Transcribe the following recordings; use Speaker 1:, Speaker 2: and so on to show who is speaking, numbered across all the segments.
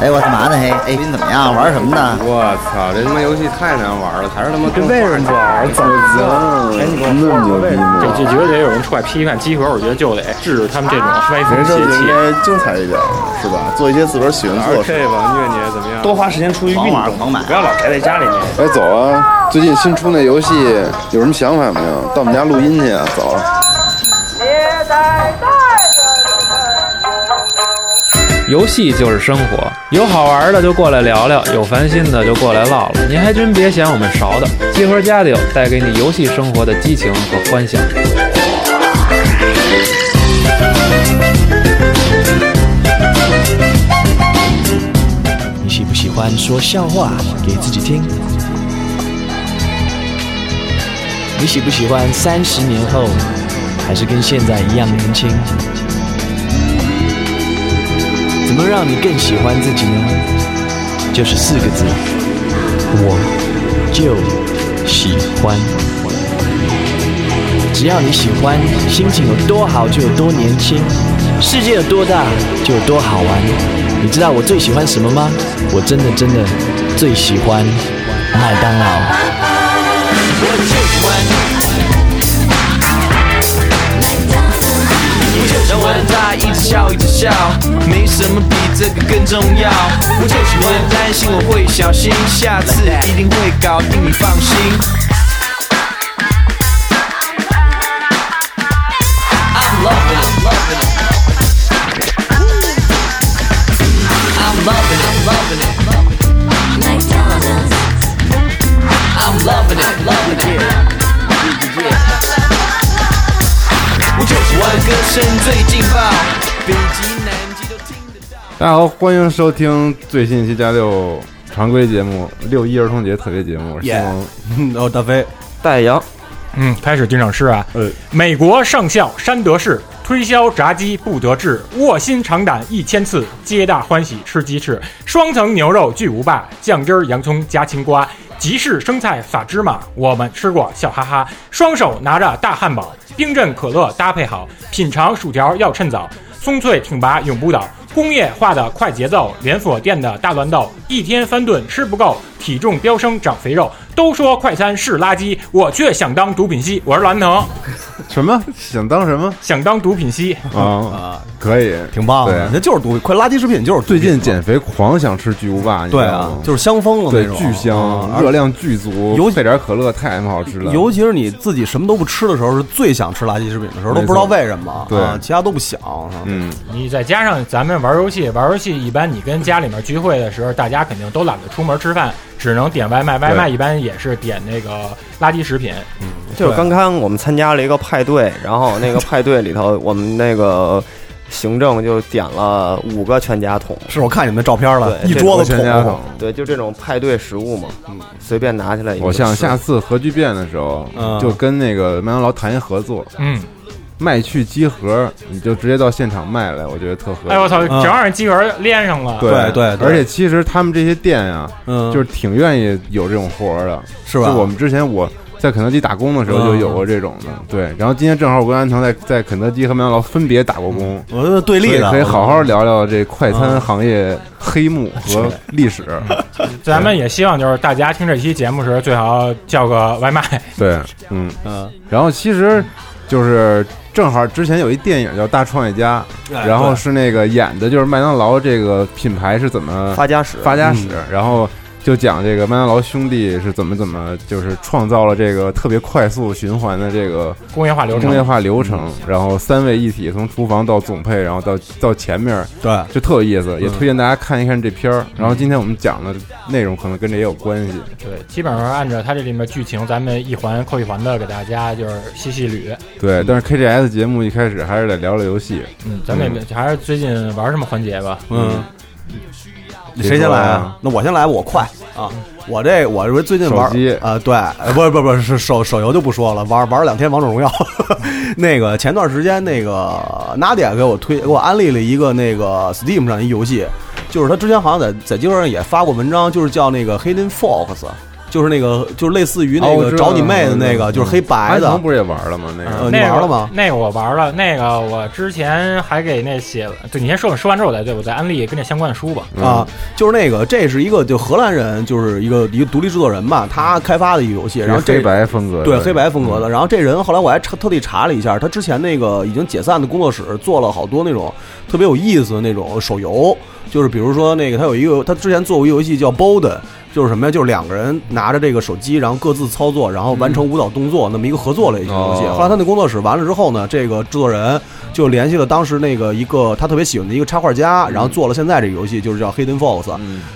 Speaker 1: 哎，我干嘛呢？嘿，哎，你怎么样？玩什么呢？
Speaker 2: 我操，这他妈游戏太难玩了，还是他妈
Speaker 3: 这为什么不玩？怎么
Speaker 2: 那么牛逼吗？
Speaker 4: 就就觉得得有人出来批判集合，我觉得就得制止他们这种歪风
Speaker 5: 人生
Speaker 4: 邪
Speaker 5: 就应
Speaker 4: 气。
Speaker 5: 该精彩一点，是吧？做一些自个儿喜欢
Speaker 2: 玩
Speaker 5: 做的事。
Speaker 2: 这吧，虐
Speaker 4: 啊
Speaker 2: 你怎么样？
Speaker 3: 多花时间出去运
Speaker 1: 狂玩
Speaker 3: 动，
Speaker 1: 狂买
Speaker 3: 不要老宅在家里面。
Speaker 5: 哎，走啊！最近新出那游戏有什么想法没有？到我们家录音去啊！走啊。
Speaker 6: 时代带着我们
Speaker 7: 游戏就是生活，有好玩的就过来聊聊，有烦心的就过来唠唠。您还真别嫌我们勺的，集合家里有带给你游戏生活的激情和欢笑。
Speaker 8: 你喜不喜欢说笑话给自己听？你喜不喜欢三十年后还是跟现在一样年轻？怎么让你更喜欢自己呢？就是四个字，我就喜欢。只要你喜欢，心情有多好就有多年轻，世界有多大就有多好玩。你知道我最喜欢什么吗？我真的真的最喜欢麦当劳。
Speaker 9: 让我的他一直笑一直笑，没什么比这个更重要。我就喜欢担心，我会小心，下次一定会搞定，你放心。I love it, I love it. I love it, I love it, I love it. I'm loving it, loving it. Yeah, yeah. 我就喜欢歌声最劲爆，北极南极都听得到。
Speaker 2: 大家好，欢迎收听最新一期加六常规节目六一儿童节特别节目，我是西蒙，嗯然后大飞，
Speaker 3: 戴阳，
Speaker 4: 嗯，开始进场诗啊。
Speaker 2: 呃，
Speaker 4: 美国上校山德士推销炸鸡不得志，卧薪尝胆一千次，皆大欢喜吃鸡翅。双层牛肉巨无霸，酱汁儿洋葱加青瓜，集市生菜撒芝麻，我们吃过笑哈哈。双手拿着大汉堡，冰镇可乐搭配好，品尝薯条要趁早，松脆挺拔永不倒。工业化的快节奏，连锁店的大乱斗，一天三顿吃不够，体重飙升长肥肉。都说快餐是垃圾，我却想当毒品吸。我是蓝腾，
Speaker 2: 什么想当什 么
Speaker 4: 想当毒品吸，
Speaker 2: 啊？可以，
Speaker 10: 挺棒的，
Speaker 2: 对
Speaker 10: 那就是毒，快垃圾食品就是毒
Speaker 2: 最近减肥狂想吃巨无霸，你知
Speaker 10: 对
Speaker 2: 道
Speaker 10: 啊
Speaker 2: 吗，
Speaker 10: 就是香疯了那
Speaker 2: 对
Speaker 10: 种，
Speaker 2: 巨
Speaker 10: 嗯
Speaker 2: 香，
Speaker 10: 而
Speaker 2: 热量巨足，
Speaker 10: 尤其
Speaker 2: 配点可乐太他妈好吃了，
Speaker 10: 尤其是你自己什么都不吃的时候，是最想吃垃圾食品的时候，都不知道为什么，
Speaker 2: 对
Speaker 10: 啊其他都不想。嗯
Speaker 2: 嗯，
Speaker 4: 你再加上咱们玩游戏，玩游戏一般你跟家里面聚会的时候，大家肯定都懒得出门吃饭，只能点外卖，外卖一般也是点那个垃圾食品。
Speaker 3: 就是刚刚我们参加了一个派对，然后那个派对里头，我们那个行政就点了五个全家桶，
Speaker 10: 是我看你们的照片了，
Speaker 3: 对
Speaker 10: 一桌子
Speaker 2: 全家
Speaker 10: 桶
Speaker 2: 桶。。
Speaker 3: 对，就这种派对食物嘛，随便拿起来一个就吃。
Speaker 2: 嗯我想下次核聚变的时候，
Speaker 10: 嗯
Speaker 2: 就跟那个麦当劳谈一合作，
Speaker 4: 嗯，
Speaker 2: 卖去鸡盒，你就直接到现场卖来，我觉得特合理。
Speaker 4: 哎我操，
Speaker 10: 嗯
Speaker 4: 正让人鸡盒连上了。
Speaker 2: 对
Speaker 10: 对对
Speaker 2: 而且其实他们这些店呀，
Speaker 10: 嗯，
Speaker 2: 就是挺愿意有这种活儿的，
Speaker 10: 是吧
Speaker 2: 就我们之前我在肯德基打工的时候
Speaker 10: 嗯
Speaker 2: 就有过这种的，对。然后今天正好我跟安藤在在肯德基和麦当劳分别打过工，
Speaker 10: 我觉得对
Speaker 2: 所
Speaker 10: 立
Speaker 2: 以
Speaker 10: 的，
Speaker 2: 可以好好聊聊这快
Speaker 10: 嗯
Speaker 2: 餐行业黑幕和历史。
Speaker 4: 咱们也希望就是大家听这期节目时，最好叫个外卖。
Speaker 2: 对，嗯。
Speaker 10: 嗯，
Speaker 2: 然后其实就是正好之前有一电影叫《大创业家》，
Speaker 10: 哎
Speaker 2: 然后是那个演的就是麦当劳这个品牌是怎么
Speaker 3: 发家史，
Speaker 2: 发家史，然后就讲这个麦当劳兄弟是怎么怎么就是创造了这个特别快速循环的这个
Speaker 4: 工业化流
Speaker 2: 工业
Speaker 4: 程，
Speaker 2: 化流程，然后三位一体，从厨房到总配，然后到到前面
Speaker 10: 对
Speaker 2: 就特有意思，也推荐大家看一看这片儿。然后今天我们讲的内容可能跟这也有关系，
Speaker 4: 对，基本上按照它这里面剧情，咱们一环扣一环的给大家就是细细捋。
Speaker 2: 对。但是 KGS 节目一开始还是得聊聊游戏，
Speaker 4: 嗯，咱们也还是最近玩什么环节吧。
Speaker 10: 嗯，谁先来啊？那我先来，我快啊！我这我这最近玩
Speaker 2: 手机
Speaker 10: 啊、对，呃不是不是不是是手手游就不说了，玩玩了两天王者荣耀。 那个前段时间那个 Nadia 给我推给我安利了一个那个 Steam 上一游戏，就是他之前好像在在今儿上也发过文章，就是叫那个 Hidden Fox。就是那个就是类似于那
Speaker 2: 哦我
Speaker 10: 个
Speaker 2: 知道
Speaker 10: 找你妹的那
Speaker 2: 嗯
Speaker 10: 个，就是黑白
Speaker 2: 安
Speaker 10: 的
Speaker 2: 藤。不是也玩了吗？那个
Speaker 10: 呃你
Speaker 4: 那
Speaker 10: 玩了
Speaker 4: 个
Speaker 10: 吗？
Speaker 4: 那个我玩了，那个我之前还给那写了，对你先说，说完之后我再对我再安利跟这相关的书吧。
Speaker 10: 啊，就是那个，这是一个就荷兰人，就是一个一个独立制作人嘛，他开发的一个游戏，然后这
Speaker 2: 黑白风格的，
Speaker 10: 对黑白风格的。然后这人后来我还查特地查了一下，他之前那个已经解散的工作室做了好多那种特别有意思的那种手游，就是比如说那个他有一个他之前做过一个游戏叫 Bolden。就是什么呀？就是两个人拿着这个手机，然后各自操作，然后完成舞蹈动作，那么一个合作类型游戏。
Speaker 2: 哦
Speaker 10: 后来他那工作室完了之后呢，这个制作人就联系了当时那个一个他特别喜欢的一个插画家，然后做了现在这个游戏，就是叫 Hidden Fox。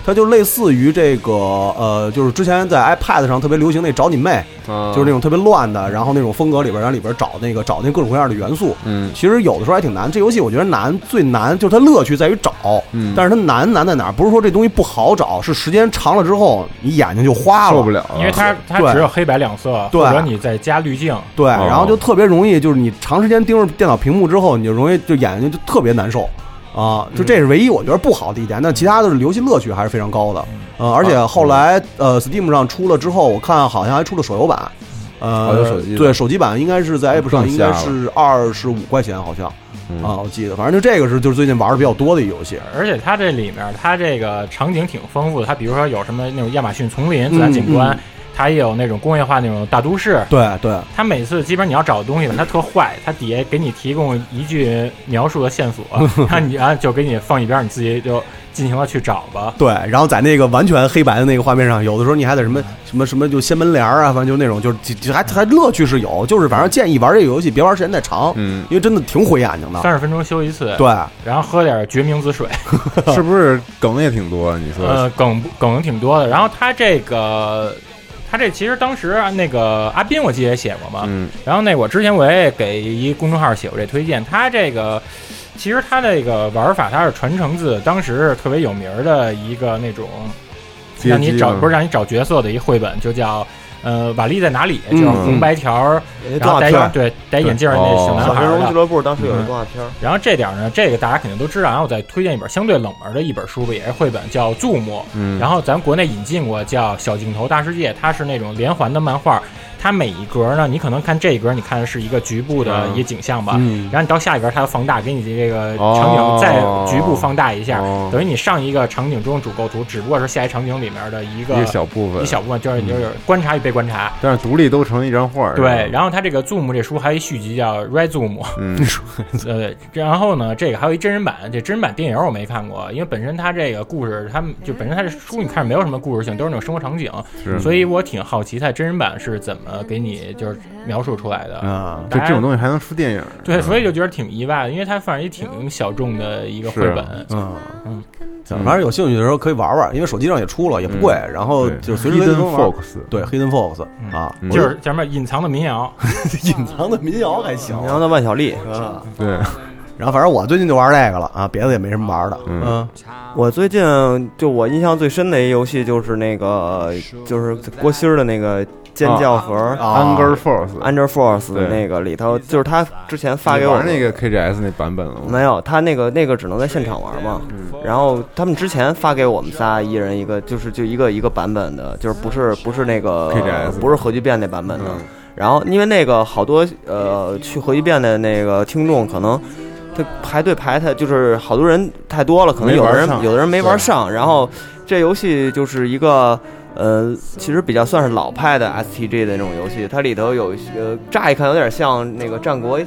Speaker 10: 它
Speaker 2: 嗯
Speaker 10: 就类似于这个呃，就是之前在 iPad 上特别流行那找你妹，
Speaker 2: 啊
Speaker 10: 就是那种特别乱的，然后那种风格里边，然后里边找那个找那各种各样的元素。
Speaker 2: 嗯
Speaker 10: 其实有的时候还挺难，这游戏我觉得难，最难就是它乐趣在于找，
Speaker 2: 嗯
Speaker 10: 但是它难难在哪儿？不是说这东西不好找，是时间长了之后你眼睛就花了，
Speaker 2: 受不了啊了，
Speaker 4: 因为它它
Speaker 10: 哦对
Speaker 4: 只有黑白两色，
Speaker 10: 对
Speaker 4: 或者你再加滤镜，
Speaker 10: 对，
Speaker 2: 哦
Speaker 10: 然后就特别容易，就是你长时间盯着电脑屏幕之后，你就容易就眼睛就特别难受
Speaker 2: 嗯
Speaker 10: 啊、就这是唯一我觉得不好的一点，但其他的游戏乐趣还是非常高的。
Speaker 2: 嗯
Speaker 10: 呃，而且
Speaker 2: 啊
Speaker 10: 后来呃，Steam 上出了之后，我看好像还出了手游版，
Speaker 2: 哦有
Speaker 10: 呃
Speaker 2: 手机，版
Speaker 10: 对，手机版应该是在 App 上
Speaker 2: 更
Speaker 10: 应
Speaker 2: 下了
Speaker 10: 该是二十五块钱，好像
Speaker 2: 嗯
Speaker 10: 啊，我记得，反正就这个是就是最近玩的比较多的一个游戏。
Speaker 4: 而且它这里面它这个场景挺丰富的，它比如说有什么那种亚马逊丛林
Speaker 10: 嗯
Speaker 4: 自然景观
Speaker 10: 嗯，
Speaker 4: 它也有那种工业化那种大都市。
Speaker 10: 对对，
Speaker 4: 它每次基本上你要找的东西吧，它特坏，它底下给你提供一句描述的 线索，然后你啊就给你放一边，你自己就尽情的去找吧。
Speaker 10: 对，然后在那个完全黑白的那个画面上，有的时候你还得什么什么什么，就掀门帘儿啊，反正就那种，就是就就还还乐趣是有，就是反正建议玩这个游戏别玩时间太长，
Speaker 2: 嗯，
Speaker 10: 因为真的挺毁眼睛的。
Speaker 4: 三十分钟休一次，
Speaker 10: 啊对，
Speaker 4: 然后喝点决明子水，
Speaker 2: 是不是梗也挺多啊？你说
Speaker 4: 呃，梗不梗挺多的。然后它这个，它这其实当时啊那个阿斌我记得也写过嘛，
Speaker 2: 嗯
Speaker 4: 然后那我之前我也给一公众号写过这推荐，它这个其实它这个玩法它是传承自当时特别有名儿的一个那种
Speaker 2: 街机嗯
Speaker 4: 让你找
Speaker 2: 吗
Speaker 4: 不是让你找角色的一绘本，就叫呃瓦力在哪里，就
Speaker 10: 嗯
Speaker 4: 是红白条儿，
Speaker 10: 哎
Speaker 4: 然后戴
Speaker 3: 嗯哎动画片儿哦
Speaker 4: 眼对戴眼镜儿那小男
Speaker 3: 小
Speaker 4: 孩
Speaker 3: 神
Speaker 4: 儿
Speaker 3: 龙俱
Speaker 4: 的。
Speaker 3: 乐部当时有个动画片儿，
Speaker 2: 嗯
Speaker 4: 然后这点儿呢，这个大家肯定都知道。然后我再推荐一本相对冷门的一本书吧，也是绘本，叫《注目》。
Speaker 2: 嗯，
Speaker 4: 然后咱国内引进过叫《小镜头大世界》，它是那种连环的漫画，它每一格呢，你可能看这一格，你看的是一个局部的
Speaker 2: 嗯
Speaker 4: 一个景象吧，
Speaker 10: 嗯
Speaker 4: 然后你到下一格，它要放大，给你这个
Speaker 2: 哦
Speaker 4: 场景再局部放大一下，
Speaker 2: 哦
Speaker 4: 等于你上一个场景中主构图，只不过是下一场景里面的一个
Speaker 2: 一个小嗯部分，
Speaker 4: 一小部分，就是就是观察与被观察。
Speaker 2: 但是独立都成一张画儿，
Speaker 4: 对，
Speaker 2: 后
Speaker 4: 然后它这个 Zoom 这书还有一续集叫 Red Zoom，
Speaker 2: 嗯，
Speaker 4: 呃，然后呢，这个还有一真人版，这真人版电影我没看过，因为本身它这个故事，它们就本身它这书你看着没有什么故事性，都是那种生活场景，
Speaker 2: 是
Speaker 4: 所以我挺好奇它真人版是怎么给你就是描述出来的。
Speaker 10: 啊
Speaker 2: 就
Speaker 4: 大家
Speaker 2: 这种东西还能出电影，
Speaker 4: 对，所以
Speaker 2: 以
Speaker 4: 就觉得挺意外的，因为它反正也挺小众的一个
Speaker 2: 嗯
Speaker 4: 绘
Speaker 2: 是啊
Speaker 4: 本。
Speaker 10: 嗯
Speaker 4: 嗯
Speaker 10: 反正有兴趣的时候可以玩玩，因为手机上也出了，也
Speaker 2: 嗯
Speaker 10: 不贵，然后哦就随时随地都能玩
Speaker 2: Fox，
Speaker 10: 对，Hidden Fox 啊，
Speaker 2: 嗯
Speaker 4: 就是叫什么隐藏的民 谣，
Speaker 10: 隐藏的民谣还行。
Speaker 3: 然后那万小丽，嗯，
Speaker 2: 对，
Speaker 10: 啊然后反正我最近就玩这个了啊，别的也没什么玩的。
Speaker 2: 嗯
Speaker 10: 嗯，
Speaker 3: 我最近就我印象最深的一游戏就是那个就是郭鑫儿的那个尖叫盒
Speaker 10: 啊
Speaker 2: Anger Force，
Speaker 3: Under Force
Speaker 2: 对
Speaker 3: 那个里头，就是他之前发给
Speaker 2: 你
Speaker 3: 我
Speaker 2: 玩那个 KGS 那版本了吗？
Speaker 3: 没有，他那个那个只能在现场玩嘛。然后他们之前发给我们仨一人一个，就是就一个一个版本的，就是不是不是那个
Speaker 2: KGS
Speaker 3: 不是核聚变那版本的
Speaker 2: 嗯。
Speaker 3: 然后因为那个好多呃去核聚变的那个听众可能。他排队排太就是好多人太多了，可能
Speaker 2: 没
Speaker 3: 有
Speaker 2: 玩
Speaker 3: 的人
Speaker 2: 上嗯
Speaker 3: 有的人没玩上。然后这游戏就是一个呃，其实比较算是老派的 STG 的那种游戏，它里头有一些呃，乍一看有点像那个战国 ACE，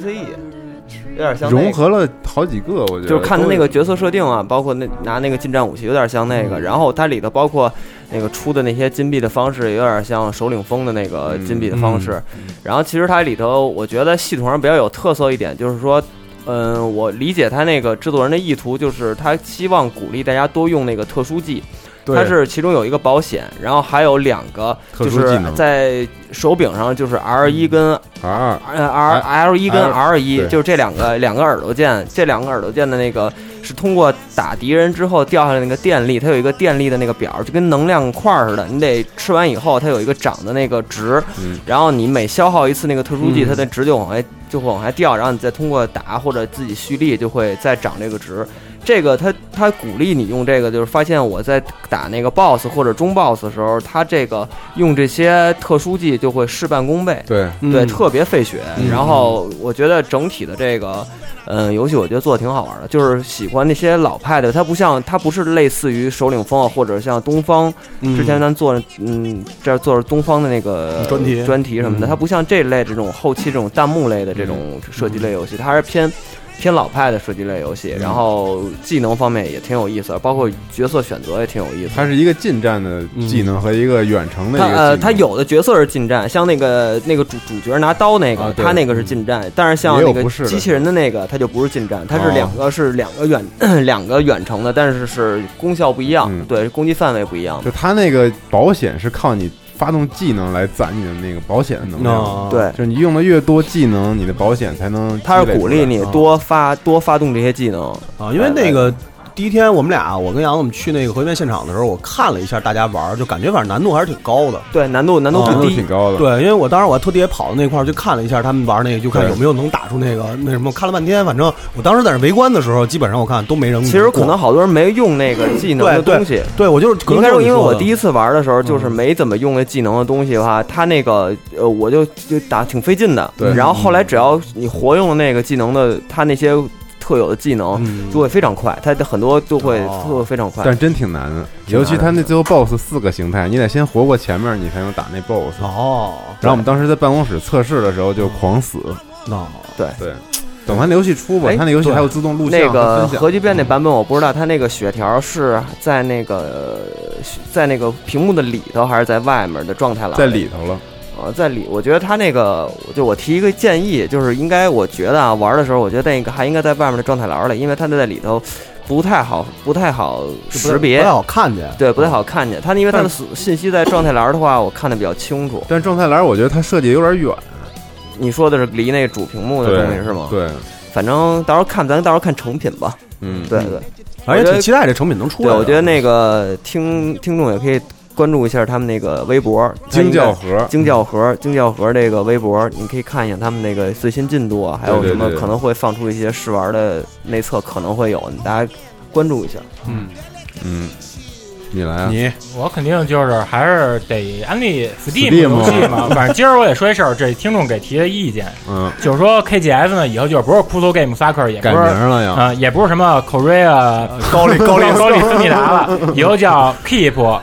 Speaker 3: 有点像、那个、
Speaker 2: 融合了好几个，我觉得
Speaker 3: 就是看他
Speaker 2: 都
Speaker 3: 那个角色设定啊，包括那拿那个近战武器，有点像那
Speaker 2: 嗯
Speaker 3: 个。然后它里头包括那个出的那些金币的方式，有点像首领风的那
Speaker 2: 嗯
Speaker 3: 个金币的方式。然后其实它里头，我觉得系统上比较有特色一点，就是说。嗯，我理解他那个制作人的意图，就是他希望鼓励大家多用那个特殊技，
Speaker 2: 对
Speaker 3: 它是其中有一个保险，然后还有两个
Speaker 2: 特
Speaker 3: 就
Speaker 2: 殊技
Speaker 3: 是
Speaker 2: 能嗯
Speaker 3: 在手柄上，就是 R 一跟
Speaker 2: 啊，
Speaker 3: 呃 R L 一跟 R 一，
Speaker 2: 对
Speaker 3: 就是这两个两个耳朵键，这两个耳朵键的那个是通过打敌人之后掉下来那个电力，它有一个电力的那个表，就跟能量块儿似的，你得吃完以后它有一个涨的那个值，
Speaker 2: 嗯
Speaker 3: 然后你每消耗一次那个特殊技，它的值就往外就会往下掉，然后你再通过打或者自己蓄力就会再涨这个值。这个他他鼓励你用这个，就是发现我在打那个 BOSS 或者中 BOSS 的时候，他这个用这些特殊技就会事半功倍，
Speaker 2: 对
Speaker 3: 对，
Speaker 2: 嗯
Speaker 3: 特别费血。
Speaker 2: 嗯
Speaker 3: 然后我觉得整体的这个。嗯，游戏我觉得做的挺好玩的，就是喜欢那些老派的，它不像它不是类似于首领风啊，或者像东方之前咱做的，嗯，这儿做着东方的那个
Speaker 10: 专题
Speaker 3: 专题什么的，它不像这类这种后期这种弹幕类的这种射击类游戏，它还是偏偏老派的射击类游戏，然后技能方面也挺有意思，包括角色选择也挺有意思。
Speaker 2: 它是一个近战的技能和一个远程的一
Speaker 3: 他
Speaker 2: 个技能。
Speaker 3: 呃，他有的角色是近战，像那个那个主主角拿刀那个，
Speaker 2: 啊对嗯
Speaker 3: 他那个是近战，但是像
Speaker 2: 也有
Speaker 3: 那
Speaker 2: 不
Speaker 3: 个
Speaker 2: 是的
Speaker 3: 机器人的那个，他就不是近战，他
Speaker 2: 哦
Speaker 3: 是两个是两个远 两个远程的，但是是功效不一样，
Speaker 2: 嗯
Speaker 3: 对，攻击范围不一样。
Speaker 2: 就它那个保险是靠你发动技能来攒你的那个保险的能
Speaker 3: 哦
Speaker 10: 嗯
Speaker 2: 量，
Speaker 3: 对
Speaker 2: 就是你用的越多技能，你的保险才能积累出
Speaker 3: 他
Speaker 2: 来。
Speaker 3: 是鼓励你
Speaker 2: 啊
Speaker 3: 多发多发动这些技能呃
Speaker 10: 啊，因为那个第一天我们俩，我跟杨子我们去那个核聚变现场的时候，我看了一下大家玩儿，就感觉反正难度还是挺高的。
Speaker 3: 对，难度难
Speaker 2: 哦度不低挺高的
Speaker 10: 对，因为我当时我还特地也跑到那块儿去看了一下他们玩那个，就看
Speaker 2: 对
Speaker 10: 有没有能打出那个那什么。看了半天，反正我当时在那围观的时候，基本上我看都没人过。
Speaker 3: 其实可能好多人没用那个技能的
Speaker 10: 对
Speaker 3: 东西
Speaker 10: 对，对我就是可
Speaker 3: 应
Speaker 10: 能
Speaker 3: 该
Speaker 10: 就是
Speaker 3: 说，
Speaker 10: 你
Speaker 3: 因为
Speaker 10: 说
Speaker 3: 我
Speaker 10: 的
Speaker 3: 第一次玩的时候，
Speaker 2: 嗯
Speaker 3: 就是没怎么用那技能的东西的话，它那个呃，我就就打挺费劲的。
Speaker 2: 对
Speaker 3: 然后后来只要你活用那个技能的，它那些特有的技能就会非常快，它的很多就会就会非常快。
Speaker 2: 嗯哦但真挺难的，
Speaker 3: 挺难的
Speaker 2: 尤其他那最后 BOSS 四个形态，你得先活过前面，你才能打那 BOSS。
Speaker 10: 哦，
Speaker 2: 然后我们当时在办公室测试的时候就狂死。
Speaker 10: 哦，
Speaker 3: 对
Speaker 2: 对，等它那游戏出吧，它那游戏还有自动录像
Speaker 3: 哎
Speaker 2: 和
Speaker 3: 那个
Speaker 2: 分享
Speaker 3: 核聚变那版本我不知道，它那个血条是在那个呃在那个屏幕的里头还是在外面的状态栏？
Speaker 2: 在里头了。
Speaker 3: 呃，在里，我觉得他那个，就我提一个建议，就是应该，我觉得啊，玩的时候，我觉得那个还应该在外面的状态栏里，因为他那在里头不太好，不太好识别，
Speaker 10: 不太好嗯看见。
Speaker 3: 对，不太好看见。他因为他的信息在状态栏的话，我看的比较清楚。
Speaker 2: 但状态栏我觉得它设计有点远，
Speaker 3: 你说的是离那个主屏幕的
Speaker 2: 对
Speaker 3: 东西是吗？
Speaker 2: 对，
Speaker 3: 反正到时候看，咱到时候看成品吧。
Speaker 2: 嗯
Speaker 3: 对对，
Speaker 10: 而且挺期待
Speaker 3: 这。
Speaker 10: 这成品能出来
Speaker 3: 对，
Speaker 10: 的。
Speaker 3: 我觉得那个听听众也可以关注一下他们那个微博，他应
Speaker 2: 京
Speaker 3: 该
Speaker 2: 教盒
Speaker 3: 京教盒，京教盒这个微博，你可以看一眼他们那个最新进度啊，还有
Speaker 2: 对对
Speaker 3: 什么
Speaker 2: 对
Speaker 3: 可能会放出一些试玩的内测，可能会有，大家关注一下。
Speaker 4: 嗯
Speaker 2: 嗯，你来啊，
Speaker 4: 我肯定就是还是得安利 Steam
Speaker 2: Steam
Speaker 4: 游戏嘛。反正今儿我也说一事儿，这听众给提的意见，
Speaker 2: 嗯，
Speaker 4: 就是说 KGS 呢以后就是不是 Puzzle Game Sucker，也不
Speaker 2: 改
Speaker 4: 是
Speaker 2: 名了呀
Speaker 4: 啊、也不是什么 Korea
Speaker 10: 高丽高丽
Speaker 4: 高丽思密达了，以后叫 Keep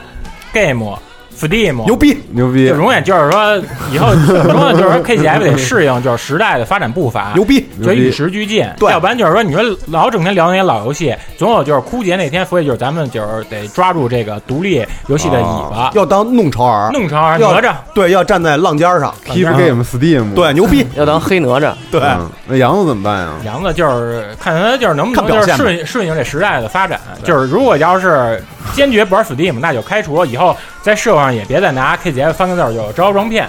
Speaker 4: Game Steam，
Speaker 10: 牛逼
Speaker 2: 牛逼
Speaker 4: 就永远就是说 以后怎么说呢就是说 KGF 得适应就是时代的发展步伐，
Speaker 10: 牛逼
Speaker 4: 就
Speaker 10: 牛逼
Speaker 4: 与时俱进。要不然就是说你说老整天聊那些老游戏，总有就是枯竭那天，所以就是咱们就是得抓住这个独立游戏的尾巴。
Speaker 10: 哦要当弄潮儿，
Speaker 4: 弄潮儿
Speaker 10: 要
Speaker 4: 哪吒，
Speaker 10: 对，要站在浪尖儿上
Speaker 3: 嗯
Speaker 2: Keep Game Steam，
Speaker 10: 对，牛逼，
Speaker 3: 要当黑 哪吒，
Speaker 10: 对，
Speaker 2: 嗯那杨子怎么办呀？
Speaker 4: 杨子就是看他就是能不能
Speaker 2: 看表
Speaker 4: 就是
Speaker 2: 现吧
Speaker 4: 顺顺应这时代的发展，就是如果要是坚决不玩 Steam，那就开除，以后在社会上也别再拿 KGF 三个字儿就招摇撞骗。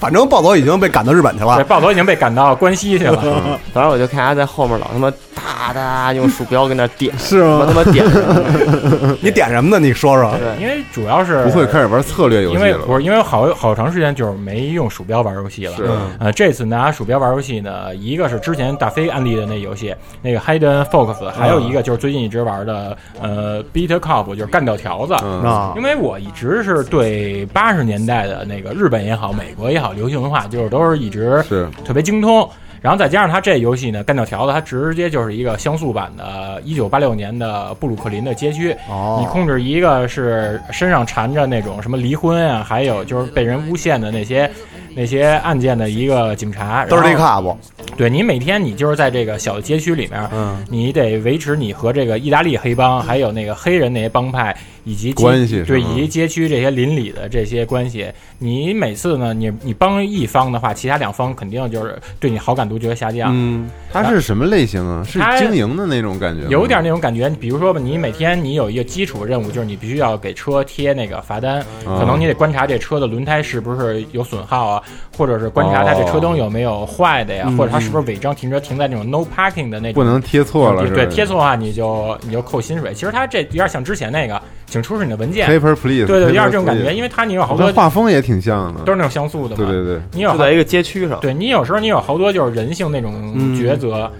Speaker 10: 反正暴走已经被赶到日本去
Speaker 2: 啊
Speaker 10: 了
Speaker 4: 对，，暴走已经被赶到关西去
Speaker 2: 嗯
Speaker 4: 了。
Speaker 3: 反正我就看他在后面老他妈哒哒用鼠标跟那点，
Speaker 2: 是吗
Speaker 3: 他 妈点。嗯
Speaker 10: 你点什么呢？你说说。
Speaker 4: 因为主要是
Speaker 2: 不会开始玩策略游戏
Speaker 4: 因为
Speaker 2: 了吧？
Speaker 4: 不是因为好好长时间就是没用鼠标玩游戏了。
Speaker 2: 是
Speaker 4: 呃，这次拿鼠标玩游戏呢，一个是之前大飞安利的那游戏，那个 Hidden Fox，还
Speaker 2: 嗯
Speaker 4: 有一个就是最近一直玩的呃 Beat Cop，就是干掉条子
Speaker 2: 啊
Speaker 4: 因为我一直是对八十年代的那个日本也好，美国也好，流行文化就是都是一直
Speaker 2: 是
Speaker 4: 特别精通。然后再加上它这游戏呢，干掉条子，它直接就是一个像素版的1986年的布鲁克林的街区。
Speaker 10: 哦
Speaker 4: 你控制一个是身上缠着那种什么离婚啊，还有就是被人诬陷的那些那些案件的一个警察，
Speaker 9: 哦
Speaker 10: 都是这啊
Speaker 4: 然后
Speaker 10: 卡不？
Speaker 4: 对你每天你就是在这个小街区里面，
Speaker 2: 嗯
Speaker 4: 你得维持你和这个意大利黑帮，还有那个黑人那些帮派以及街
Speaker 2: 关系是
Speaker 4: 对，
Speaker 2: 吗
Speaker 4: 以及街区这些邻里的这些关系。你每次呢，你你帮一方的话，其他两方肯定就是对你好感度就会下降。
Speaker 2: 嗯，它是什么类型啊？是
Speaker 4: 它
Speaker 2: 经营的那种感觉吗，
Speaker 4: 有点那种感觉，比如说吧，你每天你有一个基础任务，就是你必须要给车贴那个罚单，
Speaker 2: 哦
Speaker 4: 可能你得观察这车的轮胎是不是有损耗啊，或者是观察它这车灯有没有坏的呀，
Speaker 2: 哦
Speaker 4: 或者它是不是违章停车停在那种 no parking 的那种，
Speaker 2: 不能贴错了是吧
Speaker 4: 嗯对，贴错的话你就你就扣薪水。其实它这有点像之前那个，请出示你的文件
Speaker 2: Paper Please，
Speaker 4: 对对，有点
Speaker 2: Paper
Speaker 4: 这种感觉，
Speaker 2: Please
Speaker 4: 因为它你有好
Speaker 2: 我
Speaker 4: 多
Speaker 2: 看画风也挺像的，
Speaker 4: 都是那种像素的嘛，
Speaker 2: 对对对，
Speaker 4: 你有
Speaker 3: 就在一个街区上，
Speaker 2: 嗯
Speaker 4: 对你有时候你有好多就是人性那种抉择，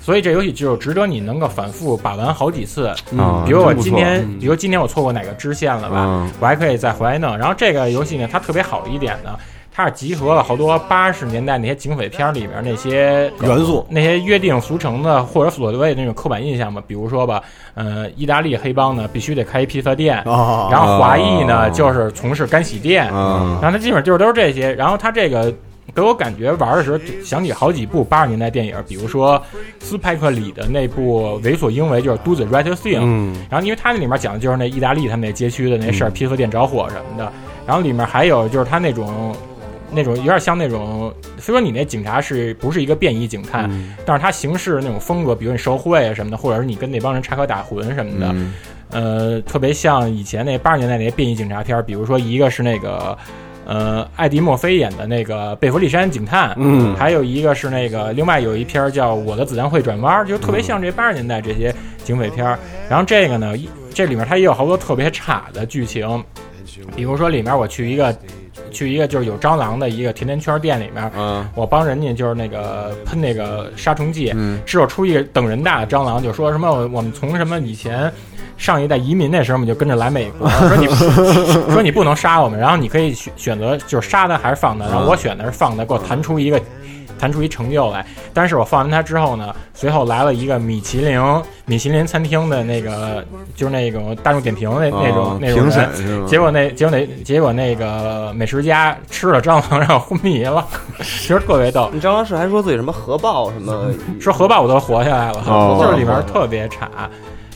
Speaker 4: 所以这游戏只有值得你能够反复把玩好几次。
Speaker 2: 嗯
Speaker 4: 比如我
Speaker 2: 真不错
Speaker 4: 今天，
Speaker 2: 嗯
Speaker 4: 比如今天我错过哪个支线了吧，
Speaker 2: 嗯
Speaker 4: 我还可以再回来弄。然后这个游戏呢，它特别好一点呢。它是集合了好多八十年代那些警匪片里面那些
Speaker 10: 元素、
Speaker 4: 那些约定俗成的或者所谓的那种刻板印象吧。比如说吧，呃，意大利黑帮呢必须得开一披萨店，
Speaker 2: 啊
Speaker 10: 哦
Speaker 4: 然后华裔呢、
Speaker 2: 哦
Speaker 4: 就是从事干洗店，
Speaker 2: 嗯
Speaker 4: 然后它基本就是都是这些。然后它这个给我感觉玩的时候就想起好几部八十年代电影，比如说斯派克里的那部《猥琐英为》，就是《Do the Right Thing》。
Speaker 2: 嗯
Speaker 4: 然后因为它那里面讲的就是那意大利他们那街区的那事儿，披萨店着火什么的。然后里面还有就是它那种。那种有点像那种，虽说你那警察是不是一个便衣警探，但是他行事那种风格，比如你受贿啊什么的，或者是你跟那帮人插科打诨什么的，
Speaker 2: 嗯
Speaker 4: 呃，特别像以前那八十年代那些便衣警察片儿，比如说一个是那个。呃，艾迪·墨菲演的那个《贝弗利山警探》，
Speaker 2: 嗯
Speaker 4: 还有一个是那个，另外有一片儿叫《我的子弹会转弯》，就特别像这八十年代这些警匪片儿。然后这个呢，一这里面它也有好多特别差的剧情，比如说里面我去一个去一个就是有蟑螂的一个甜甜圈店里面，
Speaker 2: 嗯
Speaker 4: 我帮人家就是那个喷那个杀虫剂，
Speaker 2: 嗯
Speaker 4: 只有出一个等人大的蟑螂，就说什么我我们从什么以前上一代移民那时候我们就跟着来美国，说 你说你不能杀我们，然后你可以选选择就是杀的还是放的，然后
Speaker 2: 嗯
Speaker 4: 我选的是放的，给我弹出一个弹出一成就来。但是我放完它之后呢，随后来了一个米其林米其林餐厅的那个就是那种大众点评那那种、
Speaker 2: 哦
Speaker 4: 那种
Speaker 2: 评
Speaker 4: 人
Speaker 2: 审是吗
Speaker 4: 结果那结果那结果那个美食家吃了蟑螂然后昏迷 了，其实特别逗。
Speaker 3: 你蟑螂是还说自己什么核爆什么，
Speaker 4: 说核爆我都活下来了，
Speaker 2: 哦
Speaker 4: 就是里边特别差。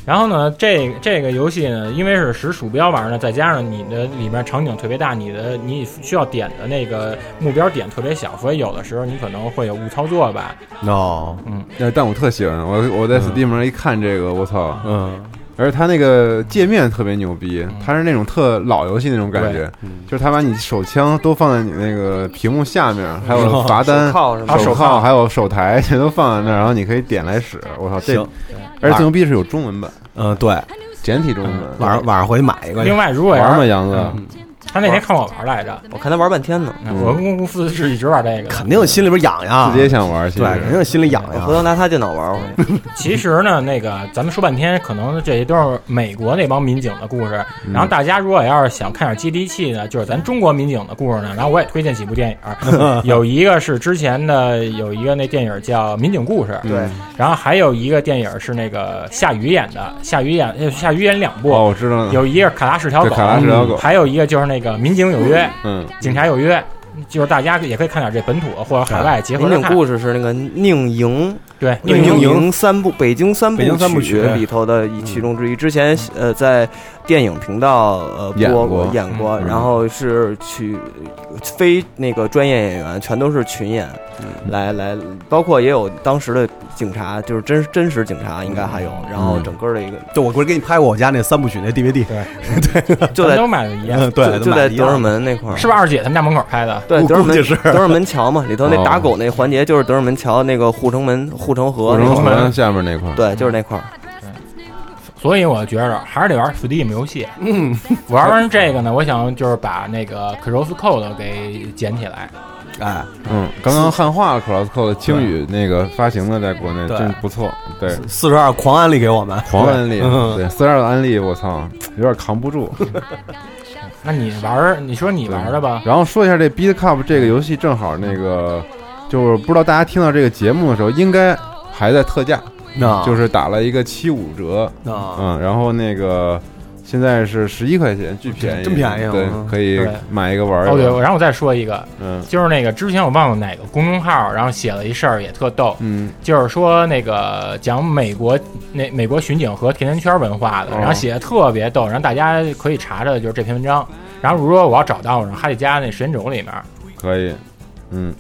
Speaker 4: 然后呢，这这个游戏呢，因为是使鼠标玩呢，再加上你的里面场景特别大，你的你需要点的那个目标点特别小，所以有的时候你可能会有误操作吧。
Speaker 10: 哦，
Speaker 2: 呃但但我特喜欢，我我在 Steam 上一看这个，我操，
Speaker 10: 嗯，
Speaker 2: 而且它那个界面特别牛逼，它是那种特老游戏那种感觉，就是它把你手枪都放在你那个屏幕下面，还
Speaker 10: 哦
Speaker 2: 有罚单、
Speaker 3: 手铐什么
Speaker 4: 的
Speaker 2: 手
Speaker 4: 手铐
Speaker 2: 铐，还有手台， 全都放在那儿，然后你可以点来使。我操，这
Speaker 10: 行
Speaker 2: 而且最牛逼是有中文版，
Speaker 10: 嗯，对，
Speaker 2: 简体中文版。
Speaker 10: 晚上晚上回去买一个去
Speaker 4: 另。外，如果
Speaker 2: 玩
Speaker 4: 要
Speaker 2: 吗，
Speaker 4: 是
Speaker 2: 杨子？
Speaker 10: 嗯
Speaker 4: 他那天看我玩来着，
Speaker 3: 我看他玩半天呢，
Speaker 2: 嗯
Speaker 4: 我跟公司是一直玩这个。
Speaker 10: 肯定心里边痒痒，
Speaker 2: 自己也想玩，其
Speaker 10: 啊对，肯
Speaker 2: 实
Speaker 10: 定心里痒
Speaker 3: 回
Speaker 10: 痒。
Speaker 3: 头拿他电脑玩会儿。
Speaker 4: 其实呢，那个咱们说半天，可能这些都是美国那帮民警的故事。然后大家如果要是想看点接地气的，就是咱中国民警的故事呢，然后我也推荐几部电影，有一个是之前的有一个那电影叫《民警故事》，
Speaker 2: 对。
Speaker 4: 然后还有一个电影是那个夏雨演的，夏雨演呃夏雨演两部，
Speaker 2: 哦，我知道了，
Speaker 4: 有一个是《卡拉是条
Speaker 2: 对
Speaker 4: 狗》，
Speaker 2: 卡拉是条狗
Speaker 4: 还有一个就是那个《民警有约》
Speaker 2: 嗯，
Speaker 4: 警察有约》。就是大家也可以看点这本土或者海外结合
Speaker 3: 民
Speaker 4: 着
Speaker 3: 警
Speaker 4: 看，
Speaker 3: 故事是那个宁营
Speaker 4: 对，
Speaker 3: 宁
Speaker 4: 宁
Speaker 10: 营
Speaker 3: 营三部北京三
Speaker 10: 北京三部
Speaker 3: 部
Speaker 10: 曲
Speaker 3: 里头的一其中之一。之前呃在电影频道呃
Speaker 2: 嗯演
Speaker 3: 播
Speaker 2: 过
Speaker 3: 演过，
Speaker 2: 嗯
Speaker 3: 然后是去非那个专业演员，全都是群演，来
Speaker 2: 嗯
Speaker 3: 来，包括也有当时的警察，就是真真实警察应该还有，
Speaker 2: 嗯
Speaker 3: 然后整个的一个
Speaker 10: 就我不是给你拍过我家那三部曲那 DVD，
Speaker 3: 就
Speaker 4: 咱
Speaker 3: 在
Speaker 4: 都买了一样，
Speaker 10: 嗯，对，
Speaker 3: 就就在德尔，门那块儿，
Speaker 4: 是不是二姐他们家门口拍的？
Speaker 3: 对，
Speaker 10: 我
Speaker 3: 德尔门
Speaker 10: 估计是
Speaker 3: 德尔门桥嘛，里头那
Speaker 2: 哦
Speaker 3: 打狗那环节就是德尔门桥那个护城门、护城河
Speaker 2: 护
Speaker 3: 那
Speaker 2: 城
Speaker 3: 块儿，
Speaker 2: 河下面那块儿，
Speaker 3: 对，就是那块儿。
Speaker 4: 所以我觉着还是得玩 Steam 游戏。嗯，玩完这个呢，我想就是把那个 Cross Code 给捡起来。
Speaker 10: 哎，
Speaker 2: 嗯，刚刚汉化 CrossCode 轻语那个发行了，在国内
Speaker 10: 对
Speaker 2: 真不错，对，
Speaker 10: 四十二狂安利给我们，
Speaker 2: 狂安利，
Speaker 10: 嗯
Speaker 2: 对，四十二的安利，我操， 有点扛不 住。
Speaker 4: 那你玩儿，你说你玩的吧？
Speaker 2: 然后说一下这 Beat Cup 这个游戏，正好那个就是不知道大家听到这个节目的时候，应该还在特价，
Speaker 10: 那
Speaker 2: 就是打了一个七五折，
Speaker 10: 啊，
Speaker 2: 嗯，然后那个现在是十一块钱，巨便宜，
Speaker 10: 真便宜啊
Speaker 2: 对
Speaker 10: 嗯，
Speaker 2: 可以
Speaker 4: 对
Speaker 2: 买一个玩
Speaker 4: 哦对，
Speaker 2: 一
Speaker 4: 然后我再说一个，
Speaker 2: 嗯
Speaker 4: 就是那个之前我忘了哪个公众号，然后写了一事儿也特逗，
Speaker 2: 嗯，
Speaker 4: 就是说那个讲美国那美国巡警和甜甜圈文化的，
Speaker 2: 哦
Speaker 4: 然后写的特别逗，然后大家可以查查，就是这篇文章。然后如果我要找到，然后还得加那时间轴里面。
Speaker 2: 可以，嗯。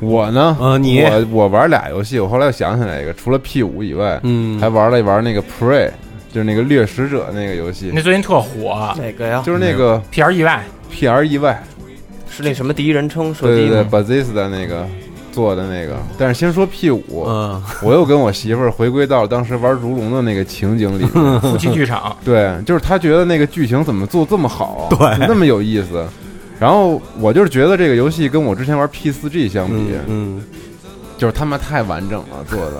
Speaker 2: 我呢？
Speaker 10: 嗯你
Speaker 2: 我我玩俩游戏，我后来又想起来一个，除了 P 五以外，
Speaker 10: 嗯
Speaker 2: 还玩了一玩那个 Prey，就是那个掠食者那个游戏
Speaker 4: 那，最近特火
Speaker 3: 哪个呀？
Speaker 2: 就是那个
Speaker 4: ，P R 意外，
Speaker 2: P R E Y，
Speaker 3: 是那什么第一人称射
Speaker 2: 对
Speaker 3: 击
Speaker 2: 对对
Speaker 3: 吗？
Speaker 2: ，Bazis 的那个做的那个。但是先说 P 五、
Speaker 10: 嗯，
Speaker 2: 我又跟我媳妇儿回归到当时玩如龙的那个情景里
Speaker 10: 嗯
Speaker 2: 面。
Speaker 4: 夫妻剧场。
Speaker 2: 对，就是她觉得那个剧情怎么做这么好，啊
Speaker 10: 对
Speaker 2: 那么有意思。然后我就是觉得这个游戏跟我之前玩 P 四 G 相比，
Speaker 10: 嗯，
Speaker 2: 就就是他妈太完整了做的，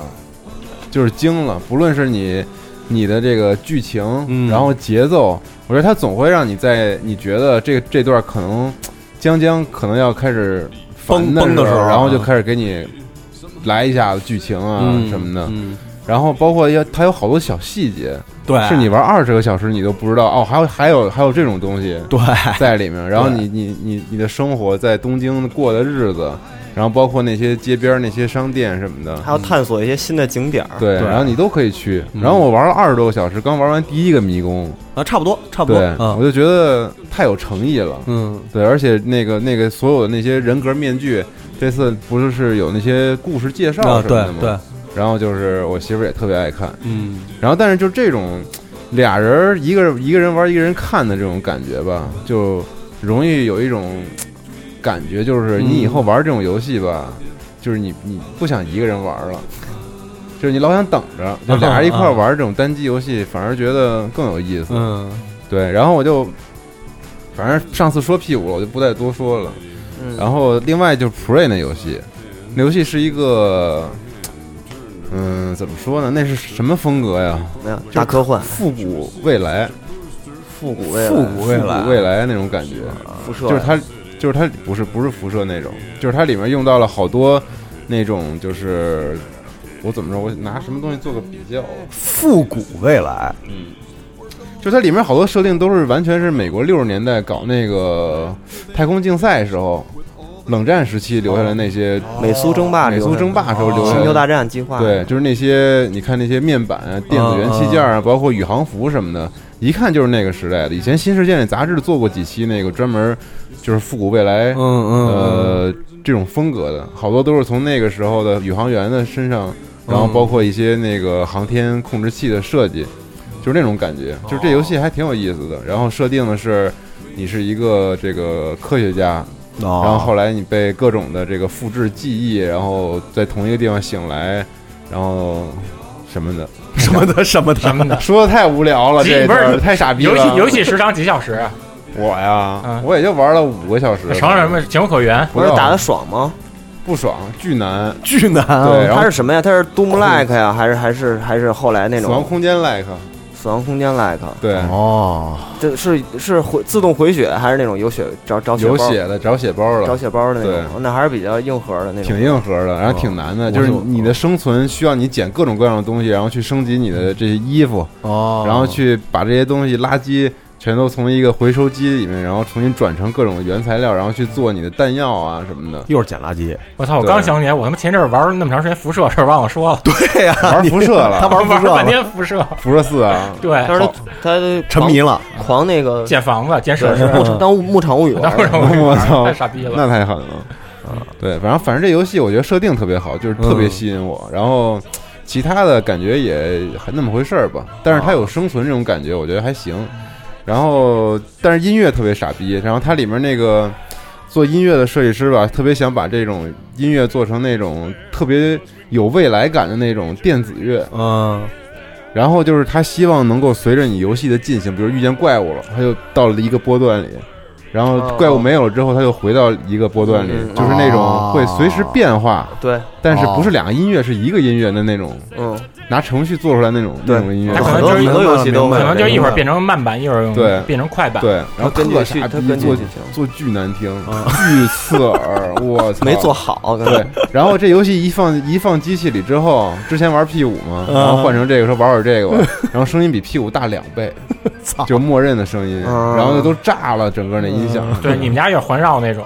Speaker 2: 就是惊了。不论是你你的这个剧情，
Speaker 10: 嗯
Speaker 2: 然后节奏，我觉得它总会让你在你觉得这这段可能将将可能要开始烦
Speaker 10: 崩崩的
Speaker 2: 时
Speaker 10: 时候
Speaker 2: 然后
Speaker 10: 啊
Speaker 2: 就开始给你来一下子剧情啊
Speaker 10: 嗯哎
Speaker 2: 什么的。然后包括要，它有好多小细节，
Speaker 10: 对
Speaker 2: 是你玩二十个小时你都不知道哦，还有还有还有这种东西，
Speaker 10: 对，
Speaker 2: 在里面。然后
Speaker 10: 对
Speaker 2: 你你你你的生活在东京过的日子，然后包括那些街边儿那些商店什么的，
Speaker 3: 还要探索一些新的景点儿。
Speaker 2: 对，然后你都可以去。
Speaker 10: 嗯
Speaker 2: 然后我玩了二十多个小时，刚玩完第一个迷宫，
Speaker 10: 啊，差不多，差不多
Speaker 2: 对，，
Speaker 10: 嗯
Speaker 2: 我就觉得太有诚意了。
Speaker 10: 嗯，
Speaker 2: 对，而且那个那个所有的那些人格面具，这次不是是有那些故事介绍
Speaker 10: 啊
Speaker 2: 什么的吗？
Speaker 10: 对对
Speaker 2: 然后就是我媳妇儿也特别爱看，
Speaker 10: 嗯，
Speaker 2: 然后但是就这种俩人儿一个人一个人玩一个人看的这种感觉吧，就容易有一种感觉，就是你以后玩这种游戏吧，就是你你不想一个人玩了。就是你老想等着，就俩人一块儿玩这种单机游戏，反而觉得更有意思。
Speaker 10: 嗯，
Speaker 2: 对。然后我就，反正上次说屁股了，我就不再多说了。然后另外就是 Prey 那游戏，那游戏是一个，嗯，怎么说呢？那是什么风格呀？
Speaker 3: 大科幻，
Speaker 2: 复古未来，
Speaker 3: 复古未来，
Speaker 2: 复古未来，未来那种感觉，
Speaker 3: 辐射
Speaker 2: 就是它，就是它不是不是辐射那种，就是它里面用到了好多那种就是。我怎么着？我拿什么东西做个比较？
Speaker 10: 复古未来，
Speaker 2: 嗯，就它里面好多设定都是完全是美国六十年代搞那个太空竞赛时候，冷战时期留下来那些
Speaker 3: 美苏争霸
Speaker 2: 美
Speaker 3: 留下来的
Speaker 2: 苏争霸时候留下来的
Speaker 3: 星球大战计划
Speaker 2: 对，就是那些你看那些面板啊、电子元器件啊，包括宇航服什么的，一看就是那个时代的。以前《新世界》那杂志做过几期那个专门就是复古未来，嗯
Speaker 10: 嗯
Speaker 2: 呃这种风格的，好多都是从那个时候的宇航员的身上，然后
Speaker 3: 嗯
Speaker 2: 包括一些那个航天控制器的设计，就是那种感觉。就是这游戏还挺有意思的。然后设定的是你是一个这个科学家。
Speaker 10: 然
Speaker 3: 哦
Speaker 2: 后后来你被各种的这个复制记忆，然后在同一个地方醒来，然后什么的，
Speaker 10: 什么的什么的
Speaker 4: 什么的，
Speaker 2: 说的太无聊了，
Speaker 4: 几
Speaker 2: 这一
Speaker 4: 不
Speaker 2: 段
Speaker 4: 是
Speaker 2: 儿太傻逼了。
Speaker 4: 游戏游嗯戏时长几 小时？
Speaker 2: 我呀，我也就玩了五个小时，
Speaker 4: 成了什么情有可原？
Speaker 2: 不是打得
Speaker 3: 爽吗？
Speaker 2: 不爽，巨难，
Speaker 10: 巨难啊
Speaker 2: 对，然后嗯
Speaker 3: 嗯它是什么呀？它是 Doom Like 呀，还是还是还是后来那种
Speaker 2: 死亡空间 like？
Speaker 3: 死亡空间 like？啊
Speaker 2: 对，
Speaker 10: 哦，
Speaker 3: 这是是回自动回血还是那种有血找找血包
Speaker 2: 有血的，找血包了，
Speaker 3: 找血包的那
Speaker 2: 对
Speaker 3: 种？那还是比较硬核的那种，
Speaker 2: 挺硬核的，然后挺难的，就是你的生存需要你捡各种各样的东西，然后去升级你的这些衣服，
Speaker 10: 哦
Speaker 2: 然后去把这些东西垃圾全都从一个回收机里面，然后重新转成各种原材料，然后去做你的弹药啊什么的。
Speaker 10: 又是捡垃圾，
Speaker 4: 我操！我刚想起来，我他妈前阵儿玩那么长时间辐射，事儿忘了说了。
Speaker 10: 对呀
Speaker 2: 玩 辐射 了他玩辐射了
Speaker 4: 半天辐射，
Speaker 2: 辐射四啊，
Speaker 4: 对，
Speaker 3: 他说他
Speaker 10: 沉迷了，
Speaker 3: 狂那个
Speaker 4: 建房子、建设施
Speaker 3: 对，牧
Speaker 2: 嗯
Speaker 3: 场当牧场物语玩的，
Speaker 2: 我操，
Speaker 4: 太傻逼了
Speaker 2: 那太狠了。啊对，反正反正这游戏我觉得设定特别好，就是
Speaker 4: 嗯
Speaker 2: 特别吸引我。然后其他的感觉也还那么回事儿吧，但是它有生存这种感觉，我觉得还行。然后但是音乐特别傻逼，然后它里面那个做音乐的设计师吧，特别想把这种音乐做成那种特别有未来感的那种电子乐，
Speaker 10: 嗯。
Speaker 2: 然后就是他希望能够随着你游戏的进行，比如遇见怪物了，他就到了一个波段里，然后怪物没有了之后，他又回到一个波段里，
Speaker 3: 嗯
Speaker 2: 就是那种会随时变化，
Speaker 3: 对，
Speaker 2: 但是不是两个音乐是一个音乐的那种，
Speaker 3: 嗯，
Speaker 2: 拿程序做出来那种那种音乐，
Speaker 4: 他可能就是
Speaker 2: 会
Speaker 4: 可
Speaker 2: 有
Speaker 4: 能就
Speaker 2: 这
Speaker 4: 一会儿
Speaker 2: 种
Speaker 4: 变成慢版，一会儿
Speaker 2: 对
Speaker 4: 变成快版。
Speaker 2: 对，然后
Speaker 3: 根据
Speaker 2: 特
Speaker 3: 剧
Speaker 2: 傻
Speaker 3: 它
Speaker 2: 逼
Speaker 3: 根据
Speaker 2: 做
Speaker 3: 剧情
Speaker 2: 做巨难听，巨刺耳，我操，
Speaker 3: 没做好，可能
Speaker 2: 对，然后这游戏一放一放机器里之后，之前玩 P 五嘛，然后换成这个说玩玩这个吧，然后声音比 P 五大两倍，就默认的声音，
Speaker 4: 啊
Speaker 2: 然后就都炸了整个那音响。
Speaker 4: 嗯对，你们家有环绕那种，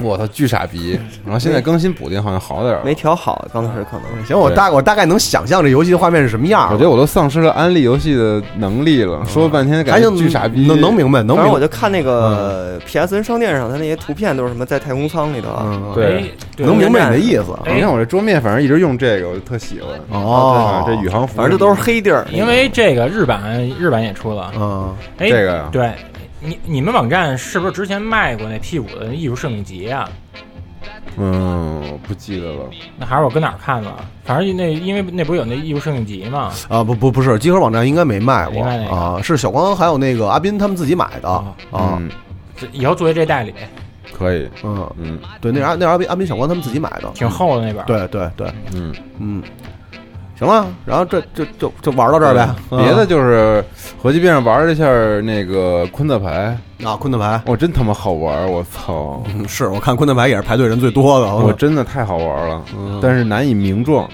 Speaker 2: 我操，巨傻逼！然后现在更新补丁好像好点儿了，
Speaker 3: 没调好，当时可能
Speaker 10: 行，我大我大概能想象这游戏的画面是什么样儿了。
Speaker 2: 我觉得我都丧失了安利游戏的能力了，说了半天感
Speaker 10: 还
Speaker 2: 觉
Speaker 10: 行
Speaker 2: 巨傻逼，
Speaker 10: 能能明白，嗯能
Speaker 3: 当
Speaker 10: 明
Speaker 3: 时我
Speaker 10: 白。
Speaker 3: 就看那个 PSN 商店上，它那些图片都是什么在太空舱里头啊，
Speaker 2: 对，
Speaker 4: 哎
Speaker 10: 嗯
Speaker 4: 对
Speaker 10: 能明白你的意思啊
Speaker 2: 你看我这桌面，反正一直用这个，我就特喜欢。啊
Speaker 10: 哦
Speaker 2: 这宇航服，
Speaker 3: 反正这都是黑地儿，
Speaker 4: 因为这个日版日版也出了。
Speaker 10: 嗯，
Speaker 4: 哎，
Speaker 2: 这个呀
Speaker 4: 对，你你们网站是不是之前卖过那 P 五的艺术摄影集啊？
Speaker 2: 嗯，我不记得了。
Speaker 4: 那还是我跟哪儿看了？反正那因为那不是有那艺术摄影集嘛，
Speaker 10: 啊，不不不是，集合网站应该没卖
Speaker 4: 没
Speaker 10: 过
Speaker 4: 卖那个哦
Speaker 10: 啊，是小光还有那个阿斌他们自己买的啊。
Speaker 2: 嗯，
Speaker 4: 以后作为这代理，
Speaker 2: 可以，
Speaker 10: 嗯
Speaker 2: 嗯，
Speaker 10: 对，那是那是阿斌阿斌小光他们自己买的，
Speaker 4: 挺厚的那本
Speaker 10: 对对对，
Speaker 2: 嗯
Speaker 10: 嗯，行了，然后这这就就玩到这儿呗，
Speaker 2: 嗯
Speaker 10: 嗯
Speaker 2: 别的就是合集边上玩了一下那个昆特牌
Speaker 10: 啊，昆特牌，嗯
Speaker 2: 我真他妈好玩，我操！
Speaker 10: 是我看昆特牌也是排队人最多的，
Speaker 2: 我真的太好玩了，
Speaker 10: 嗯
Speaker 2: 但是难以名状，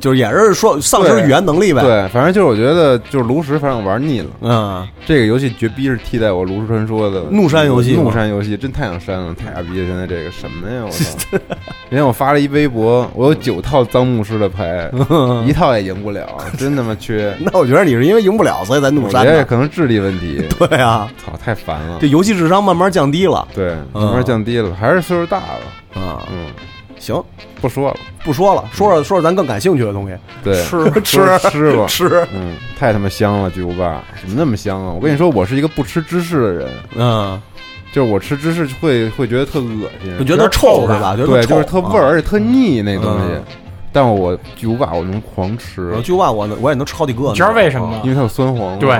Speaker 10: 就是也是说丧失语言能力呗，
Speaker 2: 对，反正就是我觉得就是炉石，反正我玩腻了。
Speaker 10: 嗯，
Speaker 2: 这个游戏绝逼是替代我炉石传说的
Speaker 10: 怒删游戏吗
Speaker 2: 怒删游戏真太想删了，太傻逼了！现在这个什么呀，我 操！那天我发了一微博，我有九套脏牧师的 牌，一套也赢不了，真他妈缺。
Speaker 10: 那我觉得你是因为赢不了所以才怒
Speaker 2: 我
Speaker 10: 删
Speaker 2: 觉得
Speaker 10: 的，
Speaker 2: 可嗯能智力问 题。
Speaker 10: 对啊，
Speaker 2: 操，太烦了
Speaker 10: 这。游戏智商慢慢降低了
Speaker 2: 对，慢慢降低了，还是岁数大了。
Speaker 10: 啊，
Speaker 2: 嗯，
Speaker 10: 行，
Speaker 2: 不说了，
Speaker 10: 不说了，说说说说咱更感兴趣的东西，
Speaker 2: 对，
Speaker 10: 吃 啊
Speaker 2: 吃 吧，
Speaker 10: 吃，
Speaker 2: 嗯，太他妈香了，巨无霸，怎么那么香啊？我跟你说，我是一个不吃芝士的人，
Speaker 10: 嗯，
Speaker 2: 就是我吃芝士会会觉得特恶心，
Speaker 10: 就觉得臭是吧？觉得
Speaker 2: 对，就是特味儿，而且特腻那东西
Speaker 10: 嗯。
Speaker 2: 但我巨无霸我能狂吃
Speaker 10: 啊。，巨霸我我也能吃好几个呢，
Speaker 4: 你知道为什么吗
Speaker 2: 因？为它有酸黄瓜。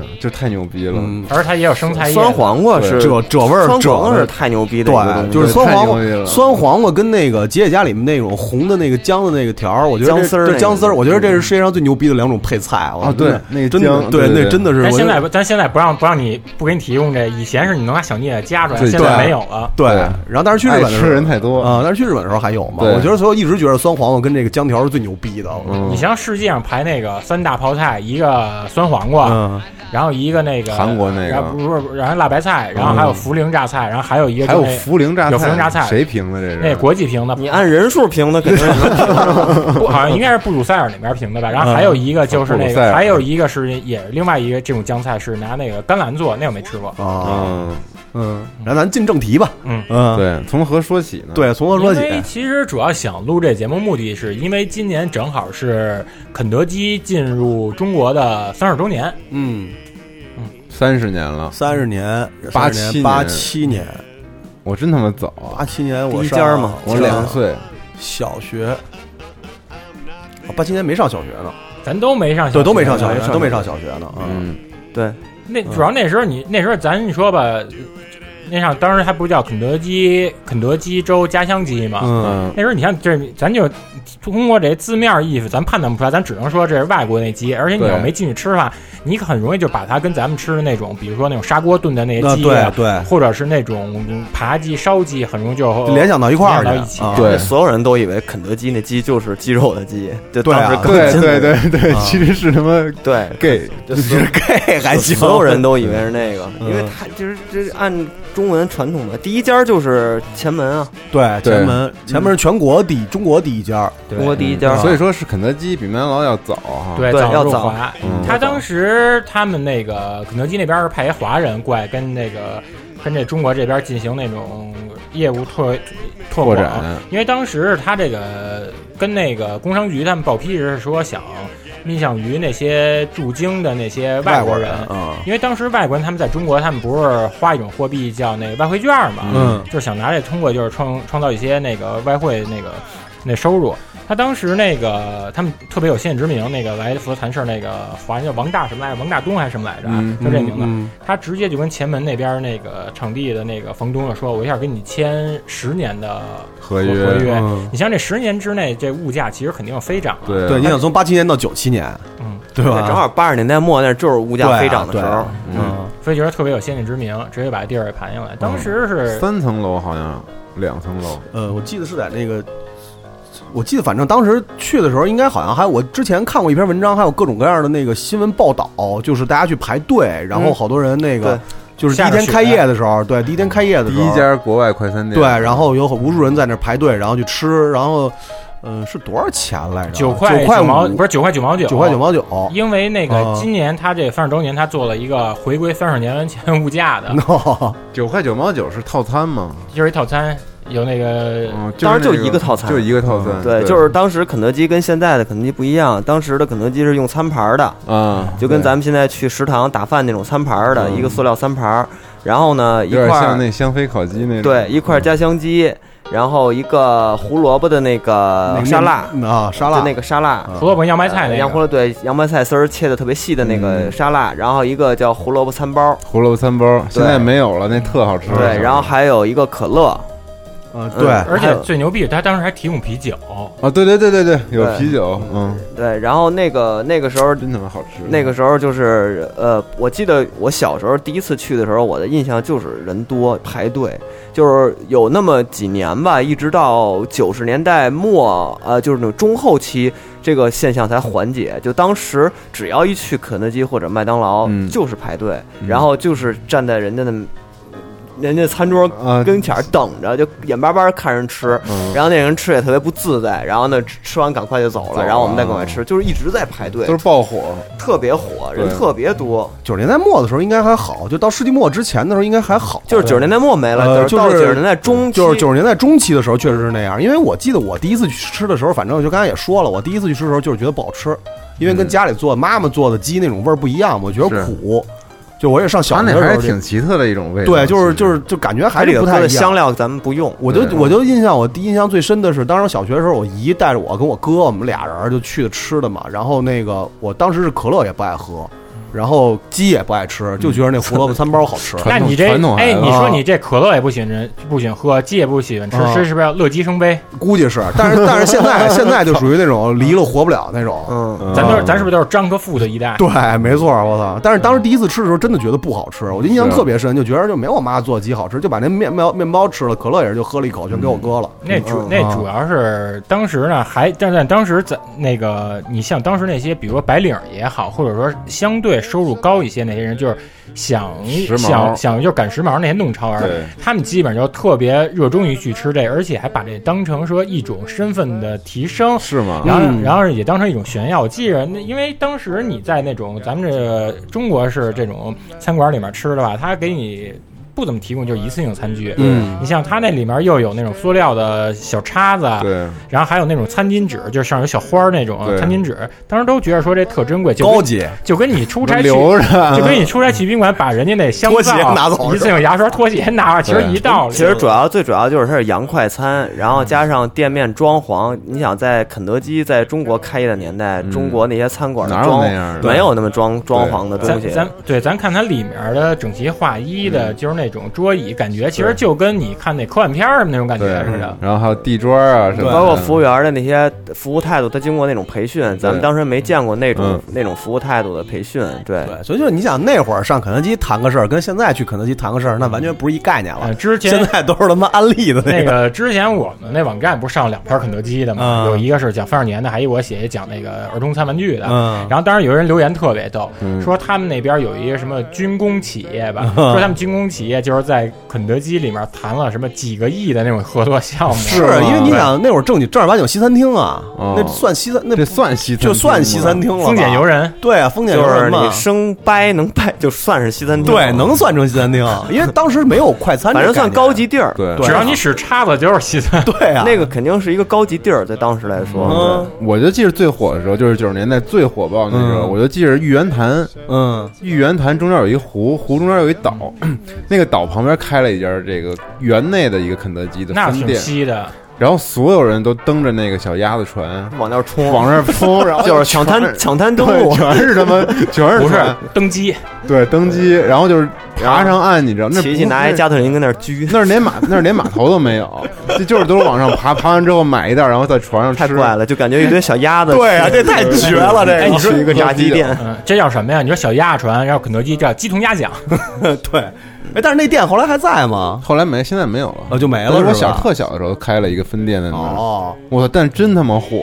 Speaker 2: 对，就太牛逼了。
Speaker 10: 嗯，
Speaker 4: 而它也有生菜叶
Speaker 3: 酸
Speaker 4: 的，
Speaker 3: 黄瓜
Speaker 2: 对
Speaker 3: 是
Speaker 10: 这这味儿，
Speaker 3: 酸
Speaker 10: 这
Speaker 3: 黄瓜
Speaker 10: 味
Speaker 3: 是
Speaker 10: 儿
Speaker 3: 太牛逼的一个
Speaker 10: 对，
Speaker 3: 东西，
Speaker 10: 就是酸黄
Speaker 2: 太牛逼
Speaker 10: 瓜，
Speaker 2: 了
Speaker 10: 酸黄瓜跟那个吉野家里面那种红的那个姜的那个条儿，我觉得这
Speaker 3: 姜丝儿
Speaker 10: 这
Speaker 3: 那个
Speaker 10: 姜丝儿，我觉得这是世界上最牛逼的两种配菜
Speaker 2: 啊对那个
Speaker 10: 真的
Speaker 2: 姜
Speaker 10: 对，
Speaker 2: 对对
Speaker 10: 那真的是我
Speaker 4: 咱
Speaker 10: 觉
Speaker 4: 现在
Speaker 10: 得
Speaker 4: 不咱现在不让不让你不给你提供这，以前是你能拿小镊子夹出来，
Speaker 2: 对
Speaker 4: 现
Speaker 10: 对
Speaker 4: 在没有了。
Speaker 10: 对
Speaker 2: 对。
Speaker 10: 然后但是去日
Speaker 2: 爱
Speaker 10: 本的时候
Speaker 2: 吃人太多
Speaker 10: 啊，但是去日本的时候还有嘛？
Speaker 2: 对
Speaker 10: 我觉得所以我一直觉得酸黄瓜跟这个姜条是最牛逼的。
Speaker 2: 嗯
Speaker 4: 你像世界上排那个三大泡菜，一个酸黄瓜，
Speaker 10: 嗯，
Speaker 4: 然后一个那个
Speaker 2: 韩国那个
Speaker 4: 然后不是不是，然后辣白菜，然后还有涪陵榨菜，然后还有一个
Speaker 2: 还
Speaker 4: 就
Speaker 2: 有嗯
Speaker 4: 那
Speaker 2: 涪陵榨
Speaker 4: 有涪陵榨菜
Speaker 2: 谁评的这是？
Speaker 4: 那国际评的，
Speaker 3: 你按人数评的肯 定是
Speaker 4: 不好像应该是布鲁塞尔那边评的吧？然后还有一个就是
Speaker 2: 嗯布
Speaker 4: 那
Speaker 2: 鲁塞
Speaker 4: 个，
Speaker 2: 尔
Speaker 4: 还有一个是也是另外一个这种姜菜是拿那个甘蓝做，那我没吃过。
Speaker 10: 啊，
Speaker 2: 嗯，
Speaker 10: 嗯，然后咱进正题吧。
Speaker 4: 嗯
Speaker 10: 嗯，
Speaker 2: 对，从何说起呢？，
Speaker 10: 对，从何说
Speaker 4: 因为
Speaker 10: 起？
Speaker 4: 其实主要想录这节目目的是因为今年正好是肯德基进入中国的三十周年，
Speaker 10: 嗯，
Speaker 2: 三十年了，
Speaker 10: 三十年，
Speaker 2: 八
Speaker 10: 30
Speaker 2: 七
Speaker 10: 年，
Speaker 2: 年
Speaker 10: 八七年，
Speaker 2: 我真他妈早啊，
Speaker 10: 八七年我
Speaker 3: 第一
Speaker 10: 上
Speaker 3: 家嘛
Speaker 2: 我
Speaker 10: 上
Speaker 2: 两岁，
Speaker 10: 啊小学，啊八七年没上小学呢，
Speaker 4: 咱都没上小学，
Speaker 10: 对，都没上小学，
Speaker 3: 上
Speaker 10: 都没上小学呢，啊，
Speaker 2: 嗯，
Speaker 3: 对，
Speaker 4: 那主要那时候你那时候咱说吧，那上当时还不叫肯德基肯德基州家乡鸡嘛。
Speaker 10: 嗯，
Speaker 2: 嗯，
Speaker 4: 那时候你看这，咱就通过这字面意思，咱判断不出来，咱只能说这是外国那鸡。而且你
Speaker 2: 对
Speaker 4: 要没进去吃的话，你很容易就把它跟咱们吃的那种，比如说那种砂锅炖的那
Speaker 10: 那
Speaker 4: 些鸡
Speaker 10: 对
Speaker 4: 啊，
Speaker 10: 对，
Speaker 4: 或者是那种扒鸡、烧鸡，很容易就
Speaker 10: 联想到一块儿
Speaker 4: 哦联想到一
Speaker 10: 去
Speaker 4: 起
Speaker 10: 啊，
Speaker 2: 对
Speaker 3: 所有人都以为肯德基那鸡就是鸡肉的鸡，就
Speaker 10: 对啊
Speaker 3: 当时更
Speaker 2: 对
Speaker 3: 新的
Speaker 2: 对对对
Speaker 10: 啊，
Speaker 2: 其实是他妈
Speaker 3: 对
Speaker 2: gay，
Speaker 3: 就所有
Speaker 10: gay 还行，
Speaker 3: 所有人都以为是那个，
Speaker 10: 嗯
Speaker 3: 因为他就是这按中文传统的第一家就是前门啊，
Speaker 10: 对
Speaker 2: 对
Speaker 10: 前门前门是全国第一中国第一家，
Speaker 4: 对
Speaker 3: 中国
Speaker 10: 嗯
Speaker 3: 第一家，
Speaker 2: 所以说是肯德基比麦当劳要早哈。
Speaker 4: 对
Speaker 3: 啊对
Speaker 4: 早
Speaker 3: 要
Speaker 4: 入
Speaker 3: 早
Speaker 4: 华。
Speaker 2: 嗯
Speaker 4: 他当时他们那个肯德基那边是派一华人过来跟那个跟这中国这边进行那种业务拓拓
Speaker 2: 拓
Speaker 4: 广
Speaker 2: 展，
Speaker 4: 因为当时他这个跟那个工商局他们报批是说想面向于那些驻京的那些
Speaker 10: 外
Speaker 4: 国
Speaker 10: 人啊，
Speaker 4: 因为当时外国人他们在中国，他们不是花一种货币叫那个外汇券嘛，
Speaker 10: 嗯
Speaker 4: 就是想拿这通过就是创创造一些那个外汇那个那收入。他当时那个他们特别有先见之明，那个来福谈事那个华人叫王大什么来着，王大东还是什么来着，
Speaker 2: 嗯
Speaker 4: 就这名字。
Speaker 10: 嗯
Speaker 4: 他直接就跟前门那边那个场地的那个房东就说：“我一下跟你签十年的
Speaker 2: 合
Speaker 4: 约，
Speaker 2: 约
Speaker 4: 合
Speaker 10: 嗯
Speaker 4: 你像这十年之内，这物价其实肯定飞涨了。
Speaker 2: 对
Speaker 10: 对，你想从八七年到九七年，
Speaker 4: 嗯，
Speaker 10: 对
Speaker 3: 对
Speaker 10: 吧？
Speaker 3: 正好八十年代末那就是物
Speaker 10: 对
Speaker 3: 价
Speaker 10: 啊
Speaker 3: 飞涨的
Speaker 10: 对
Speaker 3: 时
Speaker 10: 啊
Speaker 3: 候，
Speaker 10: 嗯，
Speaker 4: 所以觉得特别有先见之明，直接把地儿给盘下来。当时是
Speaker 2: 三层楼好像两层楼，
Speaker 10: 呃，我记得是在那个。我记得，反正当时去的时候，应该好像还有我之前看过一篇文章，还有各种各样的那个新闻报道，就是大家去排队，然后好多人那个
Speaker 3: 对
Speaker 10: 就是第一
Speaker 4: 下着
Speaker 10: 天
Speaker 4: 雪
Speaker 10: 开业的时候，对，第一天开业的
Speaker 2: 第
Speaker 10: 时候，
Speaker 2: 一家国外快餐店。
Speaker 10: 对，然后有很无数人在那儿排队，然后去吃，然后，呃，是多少钱来着？
Speaker 4: 九
Speaker 10: 块
Speaker 4: 块
Speaker 10: 九
Speaker 4: 九毛，
Speaker 10: 五
Speaker 4: 不是九块九毛九，
Speaker 10: 九块九。毛九。
Speaker 4: 因为那个
Speaker 10: 哦
Speaker 4: 今年他这三十周年，他做了一个回归三十年前物价 的，
Speaker 3: 呃
Speaker 10: no，
Speaker 2: 九块九毛九是套餐吗？
Speaker 4: 就是一套餐有那个
Speaker 2: 嗯，
Speaker 3: 当然
Speaker 2: 是那
Speaker 3: 就一个套餐嗯
Speaker 2: 就一个套餐。
Speaker 3: 对，就是当时肯德基跟现在的肯德基不一样，当时的肯德基是用餐盘儿的，
Speaker 2: 啊，
Speaker 3: 就跟
Speaker 2: 对
Speaker 3: 咱们现在去食堂打饭那种餐盘儿的、
Speaker 2: 嗯
Speaker 3: 一个塑料餐盘儿，然后呢一
Speaker 2: 有点
Speaker 3: 块
Speaker 2: 像
Speaker 3: 儿
Speaker 2: 那香妃烤鸡那种嗯
Speaker 3: 对一块儿家乡鸡，然后一个胡萝卜的那个
Speaker 10: 那个
Speaker 3: 沙拉
Speaker 10: 啊沙拉
Speaker 3: 就那个沙拉，
Speaker 10: 胡萝卜洋白菜那个
Speaker 3: 呃洋胡萝卜对洋白菜丝儿切的特别细的那
Speaker 10: 嗯
Speaker 3: 个沙拉，然后一个叫胡萝卜餐包，
Speaker 2: 胡萝卜餐包现在没有了，那特好吃。
Speaker 10: 嗯
Speaker 3: 对，然后还有一个可乐，嗯
Speaker 10: 呃
Speaker 4: 而
Speaker 3: 还
Speaker 4: 且
Speaker 3: 有
Speaker 4: 最牛逼，他当时还提供啤酒。
Speaker 2: 啊，对对对对对，有
Speaker 4: 对。
Speaker 2: 啤酒，嗯，
Speaker 3: 对，然后那个那个时候真
Speaker 2: 他妈好吃。
Speaker 3: 那个时候就是呃，我记得我小时候第一次去的时候，我的印象就是人多排队，就是有那么几年吧，一直到九十年代末，呃，就是那种中后期。这个现象才缓解。就当时只要一去肯德基或者麦当劳，
Speaker 2: 嗯
Speaker 3: 就是排队，然后就是站在人家的人家餐桌
Speaker 2: 啊
Speaker 3: 跟前儿等着，就眼巴巴看人吃，
Speaker 2: 嗯
Speaker 3: 然后那人吃也特别不自在，然后呢吃吃完赶快就走
Speaker 2: 走
Speaker 3: 了，
Speaker 2: 了
Speaker 3: 然后我们再赶快吃，就是一直在排队，
Speaker 10: 都是
Speaker 2: 爆火，
Speaker 3: 特别火，人
Speaker 10: 对
Speaker 3: 特别多。
Speaker 10: 九十年代末的时候应该还好，就到世纪末之前的时候应该还好，
Speaker 3: 就是90年代末没了
Speaker 10: 呃
Speaker 3: 就是
Speaker 10: 就
Speaker 3: 到
Speaker 10: 是
Speaker 3: 90年代中期
Speaker 10: 就是九十年代中期的时候确实是那样。因为我记得我第一次去吃的时候，反正就刚才也说了，我第一次去吃的时候就是觉得不好吃，因
Speaker 3: 嗯
Speaker 10: 为跟家里做妈妈做的鸡那种味儿不一样，我觉得苦。就我也上小
Speaker 2: 它
Speaker 10: 学的
Speaker 2: 那
Speaker 10: 时候
Speaker 2: 还是
Speaker 10: 就
Speaker 2: 挺奇特的一种味道。
Speaker 10: 对，就是就是就感觉还
Speaker 3: 它里
Speaker 10: 是
Speaker 3: 头
Speaker 10: 不
Speaker 3: 搁
Speaker 10: 太一
Speaker 3: 的
Speaker 10: 样。
Speaker 3: 香料咱们不用，
Speaker 10: 我就
Speaker 3: 对嗯
Speaker 10: 我就印象，我第一印象最深的是，当时我小学的时候，我姨带着我跟我哥，我们俩人就去吃的嘛。然后那个我当时是可乐也不爱喝，
Speaker 3: 嗯
Speaker 10: 然后鸡也不爱吃，就觉得那胡萝卜餐包好吃
Speaker 3: 嗯
Speaker 4: 那你这哎，你说你这可乐也不喜欢人，不喜欢喝，鸡也不喜欢吃，
Speaker 10: 啊
Speaker 4: 这是不是要乐极生悲？
Speaker 10: 估计是，但是但是现 在现在就属于那种离了活不了那种。
Speaker 3: 嗯
Speaker 4: 咱都是咱是不是都是张克富的一 代？
Speaker 10: 对，没错，我操！但是当时第一次吃的时候，真的觉得不好吃，我就印象
Speaker 4: 是
Speaker 10: 特别深，就觉得就没我妈做鸡好吃，就把那面面面包吃了，可乐也是就喝了一口，全给我哥了。
Speaker 4: 那主
Speaker 10: 嗯
Speaker 4: 那
Speaker 10: 啊
Speaker 4: 主要是当时呢，还但但当时在那个，你像当时那些，比如说白领儿也好，或者说相对收入高一些那些人，就是想
Speaker 2: 时髦
Speaker 4: 想想就赶时髦那些弄潮儿
Speaker 2: 对，
Speaker 4: 他们基本就特别热衷于去吃这，而且还把这当成说一种身份的提升，
Speaker 2: 是吗
Speaker 4: 然后
Speaker 2: 嗯
Speaker 4: 然后也当成一种炫耀。我记着，那因为当时你在那种咱们这个中国式这种餐馆里面吃的吧，他给你。不怎么提供就是一次性餐具，
Speaker 2: 嗯
Speaker 4: 你像它那里面又有那种塑料的小叉子，
Speaker 2: 对，
Speaker 4: 然后还有那种餐巾纸，就是上有小花儿那种
Speaker 2: 对
Speaker 4: 餐巾纸，当时都觉得说这特珍贵，就跟
Speaker 10: 高级，
Speaker 4: 就跟你出差去，
Speaker 2: 留着啊
Speaker 4: 就跟你出差去宾馆把人家那香
Speaker 3: 拖
Speaker 4: 皂
Speaker 3: 鞋拿走
Speaker 4: 一次性牙刷、拖鞋拿走，其实一道理。
Speaker 3: 其实主要最主要就是它是洋快餐，然后加上店面装潢。你想在肯德基在中国开业的年代，中国那些餐馆
Speaker 4: 嗯
Speaker 3: 的
Speaker 4: 哪有
Speaker 3: 装
Speaker 4: 那样的
Speaker 3: 没有那么装装潢
Speaker 10: 呃
Speaker 3: 的东
Speaker 4: 咱
Speaker 3: 西。
Speaker 4: 咱对，咱看它里面的整齐划一的，
Speaker 10: 嗯
Speaker 4: 就是那种桌椅，感觉其实就跟你看那科幻片儿什么那种感觉
Speaker 2: 对
Speaker 4: 似
Speaker 10: 嗯
Speaker 4: 的。，
Speaker 2: 然后还有地砖啊什么的，
Speaker 3: 包括服务员的那些服务态度，他经过那种培训，咱们
Speaker 10: 对
Speaker 3: 当时没见过那
Speaker 4: 嗯
Speaker 3: 种那种服务态度的培训。对，
Speaker 10: 所以就是你想那会儿上肯德基谈个事儿，跟现在去肯德基谈个事儿，那完全不是一概念了。
Speaker 4: 呃之前
Speaker 10: 现在都是他妈安利的
Speaker 4: 那
Speaker 10: 个。
Speaker 4: 个之前我们那网站不是上了两篇肯德基的嘛，
Speaker 10: 嗯
Speaker 4: 有一个是讲翻二年的，还有我写一讲那个儿童餐玩具的。
Speaker 10: 嗯
Speaker 4: 然后当时有人留言特别逗，
Speaker 10: 嗯
Speaker 4: 说他们那边有一个什么军工企业吧，
Speaker 10: 嗯
Speaker 4: 说他们军工企业就是在肯德基里面谈了什么几个亿的那种合作项目，
Speaker 10: 是啊因为你想那会儿正经正儿八经西餐厅啊，
Speaker 4: 啊哦
Speaker 10: 那算西餐，那这
Speaker 2: 算西
Speaker 10: 就算西餐厅了。
Speaker 4: 丰俭由，人，
Speaker 10: 对啊，丰俭由
Speaker 3: 就是
Speaker 10: 人
Speaker 3: 你
Speaker 10: 嘛，
Speaker 3: 生掰能掰，就算是西餐厅，
Speaker 10: 对，能算成西餐厅，因为当时没有快餐这
Speaker 3: 反
Speaker 10: 个概念，
Speaker 3: 正算高级地儿。
Speaker 2: 对
Speaker 4: 只要你使叉子就是西餐。
Speaker 10: 对啊，嗯
Speaker 3: 那个嗯肯定是一个高级地儿，在当时来说。对
Speaker 2: 我就记着最火的时候，就是九十年代最火爆那时候，
Speaker 3: 嗯
Speaker 2: 我就记着玉渊潭，
Speaker 10: 嗯，
Speaker 2: 玉渊潭中间有一湖，湖中间有一岛， 那个岛旁边开了一家这个园内的一个肯德基的
Speaker 4: 那
Speaker 2: 分
Speaker 4: 挺
Speaker 2: 店，
Speaker 4: 稀的。
Speaker 2: 然后所有人都蹬着那个小鸭子船
Speaker 3: 往那儿冲，
Speaker 2: 往那 儿冲，然后
Speaker 3: 就是抢滩
Speaker 2: 全是
Speaker 3: 抢滩登陆
Speaker 2: 对全是他妈，全是
Speaker 4: 不是
Speaker 2: 船
Speaker 4: 登机，
Speaker 2: 对，登机，然后就是爬上岸，你知道，那
Speaker 3: 琪琪拿一加特林跟那儿狙，
Speaker 2: 那儿连码那儿连码头都没有，就就是都是往上爬，爬完之后买一袋，然后在船上吃。太怪
Speaker 3: 了，就感觉一堆小鸭子
Speaker 10: 对啊这太绝了这个
Speaker 4: 哎，你说
Speaker 2: 一个炸鸡店，
Speaker 4: 嗯，这叫什么呀？你说小鸭船，然后肯德基叫鸡同鸭讲，
Speaker 10: 对。哎，但是那店后来还在吗？
Speaker 2: 后来没，现哦在没有了，
Speaker 10: 啊，就没了
Speaker 2: 但是我
Speaker 10: 是吧
Speaker 2: 小特小的时候开了一个分店在那儿。
Speaker 10: 哦，
Speaker 2: 我操！但真他妈火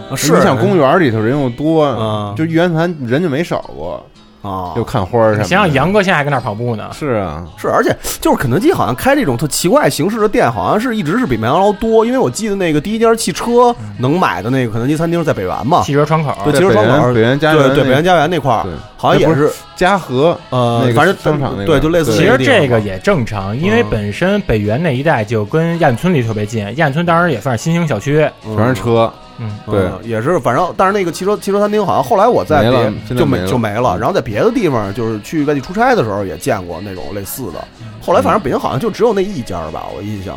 Speaker 2: 呀！
Speaker 10: 是
Speaker 2: 你想公园里头人又多，
Speaker 10: 嗯
Speaker 2: 就玉渊潭人就没少过
Speaker 10: 啊，
Speaker 2: 就看花儿什么
Speaker 4: 你
Speaker 2: 的。
Speaker 4: 想想杨哥现在还跟那儿跑步呢，
Speaker 2: 是啊，
Speaker 10: 是，而且就是肯德基好像开这种特奇怪形式的店，好像是一直是比麦当劳多。因为我记得那个第一家汽车
Speaker 2: 嗯
Speaker 10: 能买的那个肯德基餐厅是在北园嘛，
Speaker 4: 汽车窗口
Speaker 10: 啊对，
Speaker 2: 在
Speaker 10: 汽车窗口
Speaker 2: 北园北园家园
Speaker 10: 对对
Speaker 2: 那
Speaker 10: 北园家园那块儿
Speaker 2: 对，
Speaker 10: 好像
Speaker 2: 那
Speaker 10: 也
Speaker 2: 不是嘉禾
Speaker 10: 呃
Speaker 2: 那个
Speaker 10: 反正
Speaker 2: 商场那个
Speaker 10: 对就类似
Speaker 4: 其
Speaker 10: 那
Speaker 4: 实
Speaker 10: 个地方
Speaker 4: 这个
Speaker 10: 嘛嗯
Speaker 4: 也正常，因为本身北园那一带就跟亚运村离特别近，亚运村当时也算是新兴小
Speaker 10: 啊
Speaker 4: 区，
Speaker 2: 全是车，
Speaker 4: 嗯，
Speaker 2: 对，
Speaker 10: 嗯也是，反正但是那个汽车汽车餐厅好像后来我在
Speaker 2: 没了
Speaker 10: 别
Speaker 2: 现在
Speaker 10: 就
Speaker 2: 没了嗯
Speaker 10: 就没了，然后在别的地方就是去外地出差的
Speaker 2: 嗯
Speaker 10: 时候也见过那种类似的。后来反正北京好像就只有那一家吧，我印象。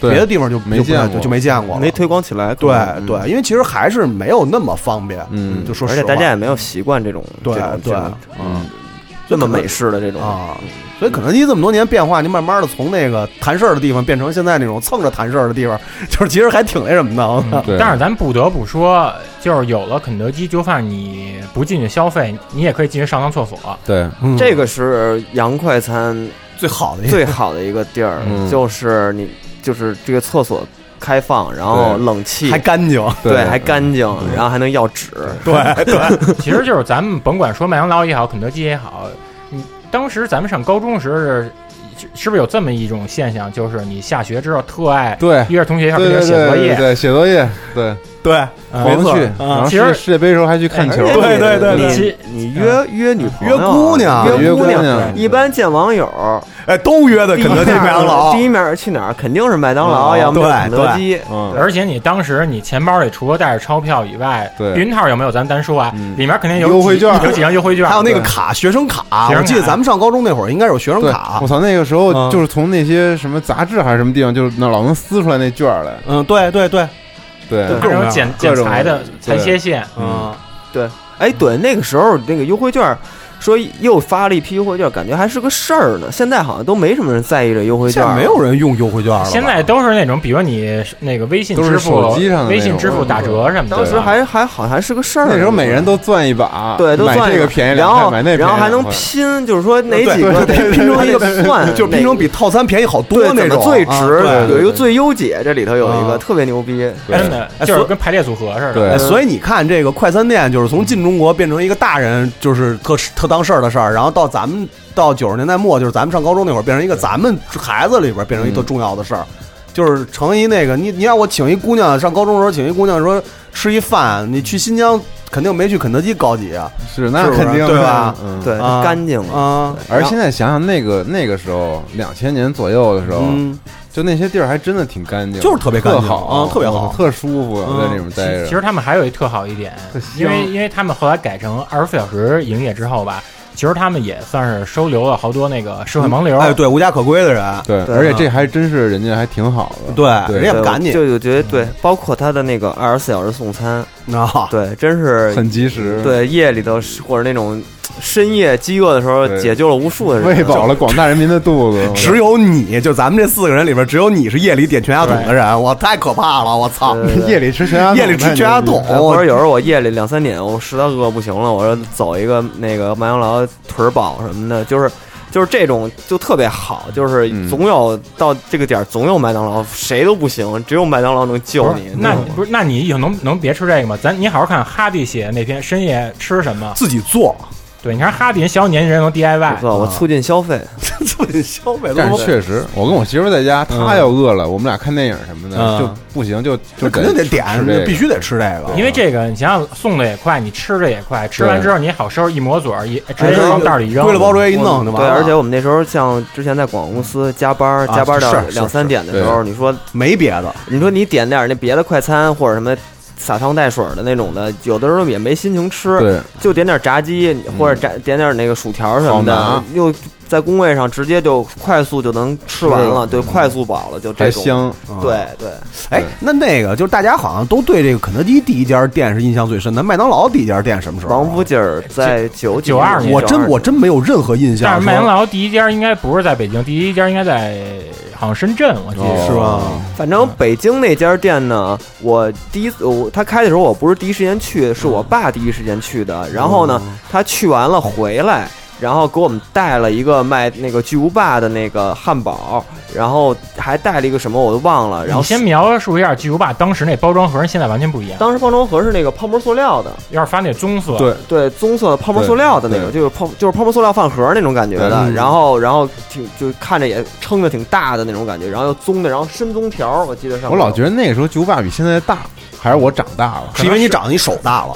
Speaker 10: 别的地方就
Speaker 2: 没
Speaker 10: 就不太
Speaker 2: 见过嗯
Speaker 10: 就没见过了，
Speaker 3: 没推广起来。
Speaker 10: 对对，因为其实还是没有那么方便，嗯，就说
Speaker 3: 而
Speaker 10: 实
Speaker 3: 且
Speaker 10: 话，
Speaker 3: 大家也没有习惯这种
Speaker 10: 对
Speaker 3: 这种
Speaker 10: 对
Speaker 3: 这种嗯这么美嗯式的这种
Speaker 10: 啊，所以肯德基这么多年变化，您慢慢的从那个谈事儿的地方变成现在那种蹭着谈事儿的地方，就是其实还挺那什么的我
Speaker 2: 嗯
Speaker 10: 靠。
Speaker 4: 嗯但是咱不得不说，就是有了肯德基，就算你不进去消费，你也可以进去上趟厕所。
Speaker 2: 对，
Speaker 3: 这个是洋快餐
Speaker 10: 最好的
Speaker 3: 最好的一个地儿
Speaker 2: 嗯，
Speaker 3: 就是你就是这个厕所开放，然后
Speaker 4: 对
Speaker 3: 冷气
Speaker 4: 还干净
Speaker 3: 对，
Speaker 4: 对
Speaker 3: 还干净，然后还能要纸，
Speaker 4: 其实就是咱们甭管说麦当劳也好，肯德基也好，你当时咱们上高中时是。是是不是有这么一种现象，就是你下学之后特爱
Speaker 2: 对
Speaker 4: 约着 同学一块儿
Speaker 2: 对对对
Speaker 4: 跟着写作业
Speaker 2: 对，对写作业，对啊
Speaker 10: 对
Speaker 2: 狂去，然后
Speaker 4: 其实
Speaker 2: 世世界杯时候还去看球，
Speaker 3: 你你 约约女朋友
Speaker 2: 约
Speaker 3: 啊，
Speaker 2: 姑娘
Speaker 3: 约
Speaker 2: 约姑娘
Speaker 3: 娘，一般见网友，
Speaker 10: 哎，都约的
Speaker 4: 肯 德基麦当劳
Speaker 3: 第一面去哪儿肯定是麦当劳，
Speaker 2: 哦
Speaker 3: 要么就肯德基，
Speaker 2: 嗯
Speaker 4: 而且你当时你钱包里除了带着钞票以外，
Speaker 2: 对嗯
Speaker 4: 避孕套有没有？咱单说啊，里面肯定有
Speaker 2: 优惠
Speaker 4: 几
Speaker 2: 券
Speaker 4: 有几张优惠券，
Speaker 10: 还有那个
Speaker 4: 对
Speaker 10: 卡，学生卡，
Speaker 4: 学生卡
Speaker 10: 我记得咱们上高中那会儿应该有学生
Speaker 2: 对
Speaker 10: 卡。
Speaker 2: 我操，那个时候
Speaker 10: 嗯
Speaker 2: 就是从那些什么杂志还是什么地方，就是那老能撕出来那券儿来。
Speaker 10: 嗯，对对对
Speaker 2: 对，
Speaker 3: 各种剪
Speaker 2: 各种
Speaker 3: 剪裁的
Speaker 2: 对
Speaker 3: 裁切线
Speaker 2: 嗯，
Speaker 3: 对，哎，对，那个时候那个优惠券。说又发了一批优惠券，感觉还是个事儿呢。现在好像都没什么人在意这优惠券，
Speaker 4: 现在没有
Speaker 10: 人用优惠券了
Speaker 4: 现在都是那种，比如你那个微信
Speaker 2: 都是
Speaker 4: 支付
Speaker 2: 手机上的那、种
Speaker 4: 微信支付打折什么的。
Speaker 3: 当时还还好，还是个事儿。
Speaker 2: 那时候每人都攥一把，
Speaker 3: 对，都
Speaker 2: 买
Speaker 3: 算
Speaker 2: 这个
Speaker 3: 上
Speaker 2: 便宜
Speaker 3: 然
Speaker 2: 两块，
Speaker 3: 后
Speaker 2: 买那便宜
Speaker 3: 然后还
Speaker 2: 两
Speaker 3: 能
Speaker 2: 块
Speaker 3: 拼，就是说哪
Speaker 2: 对
Speaker 3: 几个
Speaker 2: 对
Speaker 3: 得
Speaker 2: 对
Speaker 3: 拼成
Speaker 2: 对
Speaker 3: 一个
Speaker 2: 对对
Speaker 3: 算，
Speaker 2: 就拼
Speaker 3: 哪
Speaker 2: 成
Speaker 3: 个
Speaker 10: 比套餐便宜好多
Speaker 3: 对
Speaker 10: 那
Speaker 3: 怎么
Speaker 10: 种
Speaker 3: 最
Speaker 10: 啊
Speaker 3: 值
Speaker 10: 对对
Speaker 3: 有一个
Speaker 10: 对
Speaker 3: 最优解，这里头有一个
Speaker 2: 啊
Speaker 10: 嗯
Speaker 3: 特别牛逼，
Speaker 10: 真的哎
Speaker 4: 就是
Speaker 10: 所
Speaker 4: 跟排列组合似的。
Speaker 10: 哎所以你看，这个快餐店就是从进中国变成一个大人，就是特特当事儿的事儿，然后到咱们到九十年代末，就是咱们上高中那会儿，变成一个咱们孩子里边变
Speaker 2: 嗯
Speaker 10: 成一特重要的事儿，就是成一那个你你让我请一姑娘上高中的时候请一姑娘说吃一饭，你去新疆肯定没去肯德基高级啊，
Speaker 2: 是那
Speaker 10: 不
Speaker 2: 肯定
Speaker 10: 对
Speaker 2: 的
Speaker 10: 吧？
Speaker 2: 嗯
Speaker 10: 啊啊，
Speaker 2: 而现在想想那个那个时候，两千年左右的时候
Speaker 10: 嗯，
Speaker 2: 就那些地儿还真的挺干净，
Speaker 10: 就是特别干净
Speaker 2: 好
Speaker 10: 啊特别好
Speaker 2: 特舒服，在里面待着。
Speaker 4: 其实他们还有一特好一点，
Speaker 2: 哎
Speaker 4: 因为因为他们后来改成二十四小时营业之后吧，其实他们也算是收留了好多那个社会盲流。
Speaker 10: 哎，对，无家可归的人，
Speaker 2: 对，
Speaker 3: 对
Speaker 2: 而且这还真是人家还挺好的，对，
Speaker 3: 就就觉得对，包括他的那个二十四小时送餐，
Speaker 10: 啊，。
Speaker 3: 对，真是
Speaker 2: 很及时
Speaker 3: 对，夜里头是或者那种深夜饥饿的时候，
Speaker 2: 对
Speaker 3: 解救了无数的人，
Speaker 2: 喂饱了广大人民的肚子
Speaker 10: 只有你就咱们这四个人里边，只有你是夜里点全家桶的人，我太可怕了！我操，
Speaker 2: 夜里吃全家桶
Speaker 10: 夜里吃全家桶，
Speaker 3: 哎或者有时候我夜里两三点，我实在饿不行了，我说走一个那个麦当劳腿儿饱什么的，就是就是这种就特别好，就是
Speaker 2: 嗯
Speaker 3: 总有到这个点儿总有麦当劳，谁都不行，只有麦当劳能救
Speaker 4: 不
Speaker 3: 你
Speaker 4: 是。那你不是？那你以后能能别吃这个吗？咱你好好看哈迪写那篇深夜吃什 么，
Speaker 10: 自己做。
Speaker 4: 对，你看哈迪人小年轻人能 DIY，
Speaker 2: 啊
Speaker 3: 不错我促进消费，
Speaker 10: 促进消费
Speaker 2: 但是确实，我跟我媳妇儿在家，她要饿了，我们俩看电影什么的
Speaker 10: 嗯
Speaker 2: 就不行，就就
Speaker 10: 肯定得
Speaker 2: 吃
Speaker 10: 点
Speaker 2: 吃这个
Speaker 10: 必须得吃这个啊
Speaker 4: 因为这个你想想送的也快，你吃的也快，吃完之后你好收拾一抹嘴儿，一
Speaker 3: 哎
Speaker 4: 直接往袋里扔，
Speaker 3: 对，而且我们那时候像之前在广告公司加班儿，
Speaker 4: 啊
Speaker 3: 加班儿到
Speaker 4: 是是
Speaker 3: 两三
Speaker 4: 是
Speaker 3: 点的时候，
Speaker 4: 对
Speaker 3: 你说
Speaker 10: 没别的，
Speaker 3: 你说你点点儿那别的快餐或者什么。撒汤带水儿的那种的，有的时候也没心情吃，
Speaker 2: 对
Speaker 3: 就点点炸鸡
Speaker 4: 嗯
Speaker 3: 或者炸点点那个薯条什么
Speaker 2: 好
Speaker 3: 的
Speaker 2: 拿，
Speaker 3: 又在工位上直接就快速就能吃完了，
Speaker 10: 是
Speaker 3: 对，快速饱了就这种，嗯对对，
Speaker 10: 嗯哎，那那个就是大家好像都对这个肯德基第一家店是印象最深的，麦当劳第一家店什么时候啊？
Speaker 3: 王府井儿在九几
Speaker 4: 92年
Speaker 10: 我真我真没有任何印象。
Speaker 4: 但是麦当劳第一家应该不是在北京，第一家应该在好像深圳，我记得
Speaker 10: 是吧？
Speaker 2: 哦
Speaker 3: 反
Speaker 4: 嗯
Speaker 3: 正北京那家店呢，我第一次我他开的时候我不是第一时间去，是
Speaker 4: 嗯
Speaker 3: 我爸第一时间去的。
Speaker 4: 哦
Speaker 3: 然后呢，他去完了回来，然后给我们带了一个卖那个巨无霸的那个汉堡，然后还带了一个什么我都忘了。然后
Speaker 4: 你先描述一下巨无霸当时那包装盒跟现在完全不一样，
Speaker 3: 当时包装盒是那个泡沫塑料的，
Speaker 4: 要是发那棕色，
Speaker 2: 对
Speaker 3: 对，棕色的泡沫塑料的那个，
Speaker 4: 对
Speaker 3: 就是泡就是泡沫塑料饭盒那种感觉的
Speaker 4: 对，
Speaker 3: 然后然后挺就看着也撑的挺大的那种感觉，然后又棕的，然后深棕条，我记得上
Speaker 2: 我老觉得那个时候巨无霸比现在大，还是我长大了，
Speaker 10: 是因为你长得你手大了，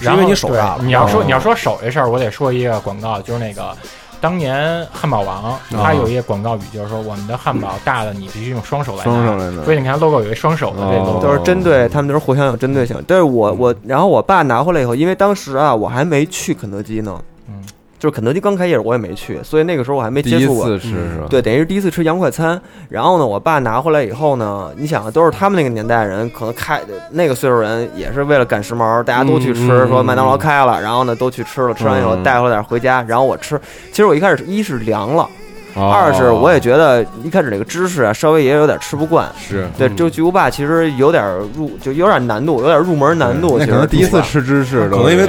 Speaker 10: 是因为你手大了。
Speaker 4: 对你要说
Speaker 2: 哦
Speaker 4: 你要说手这事儿，我得说一个广告，就是那个当年汉堡王，他有一个广告语，就是说我们的汉堡大的你必须用双手来拿，
Speaker 3: 双手来拿
Speaker 4: 所以你看 logo 有一双手的这个，
Speaker 3: 就是针
Speaker 2: 哦
Speaker 3: 对他们都是互相有针对
Speaker 2: 嗯
Speaker 3: 性。但是我我，然后我爸拿回来以后，因为当时啊我还没去肯德基呢，就是肯德基刚开业我也没去，所以那个时候我还没
Speaker 2: 嗯第
Speaker 3: 接
Speaker 2: 一
Speaker 3: 触过。嗯
Speaker 2: 次吃是吧？
Speaker 3: 对，等于是第一次吃洋快餐。然后呢，我爸拿回来以后呢，你想啊都是他们那个年代人，可能开那个岁数人也是为了赶时髦，大家都去吃，
Speaker 2: 嗯嗯
Speaker 3: 说麦当劳开了，然后呢都去吃了，吃完以后
Speaker 2: 嗯
Speaker 3: 带回来点回家，然后我吃。其实我一开始一是凉了，
Speaker 2: 哦
Speaker 3: 二是我也觉得一开始这个芝士啊稍微也有点吃不惯。
Speaker 2: 是
Speaker 3: 对，这个巨无霸其实有点入，就有点难度，有点入门难度。
Speaker 2: 那
Speaker 3: 其
Speaker 2: 可能
Speaker 3: 实
Speaker 2: 第一
Speaker 3: 巨无
Speaker 2: 次
Speaker 3: 霸
Speaker 2: 吃芝士都，
Speaker 4: 而且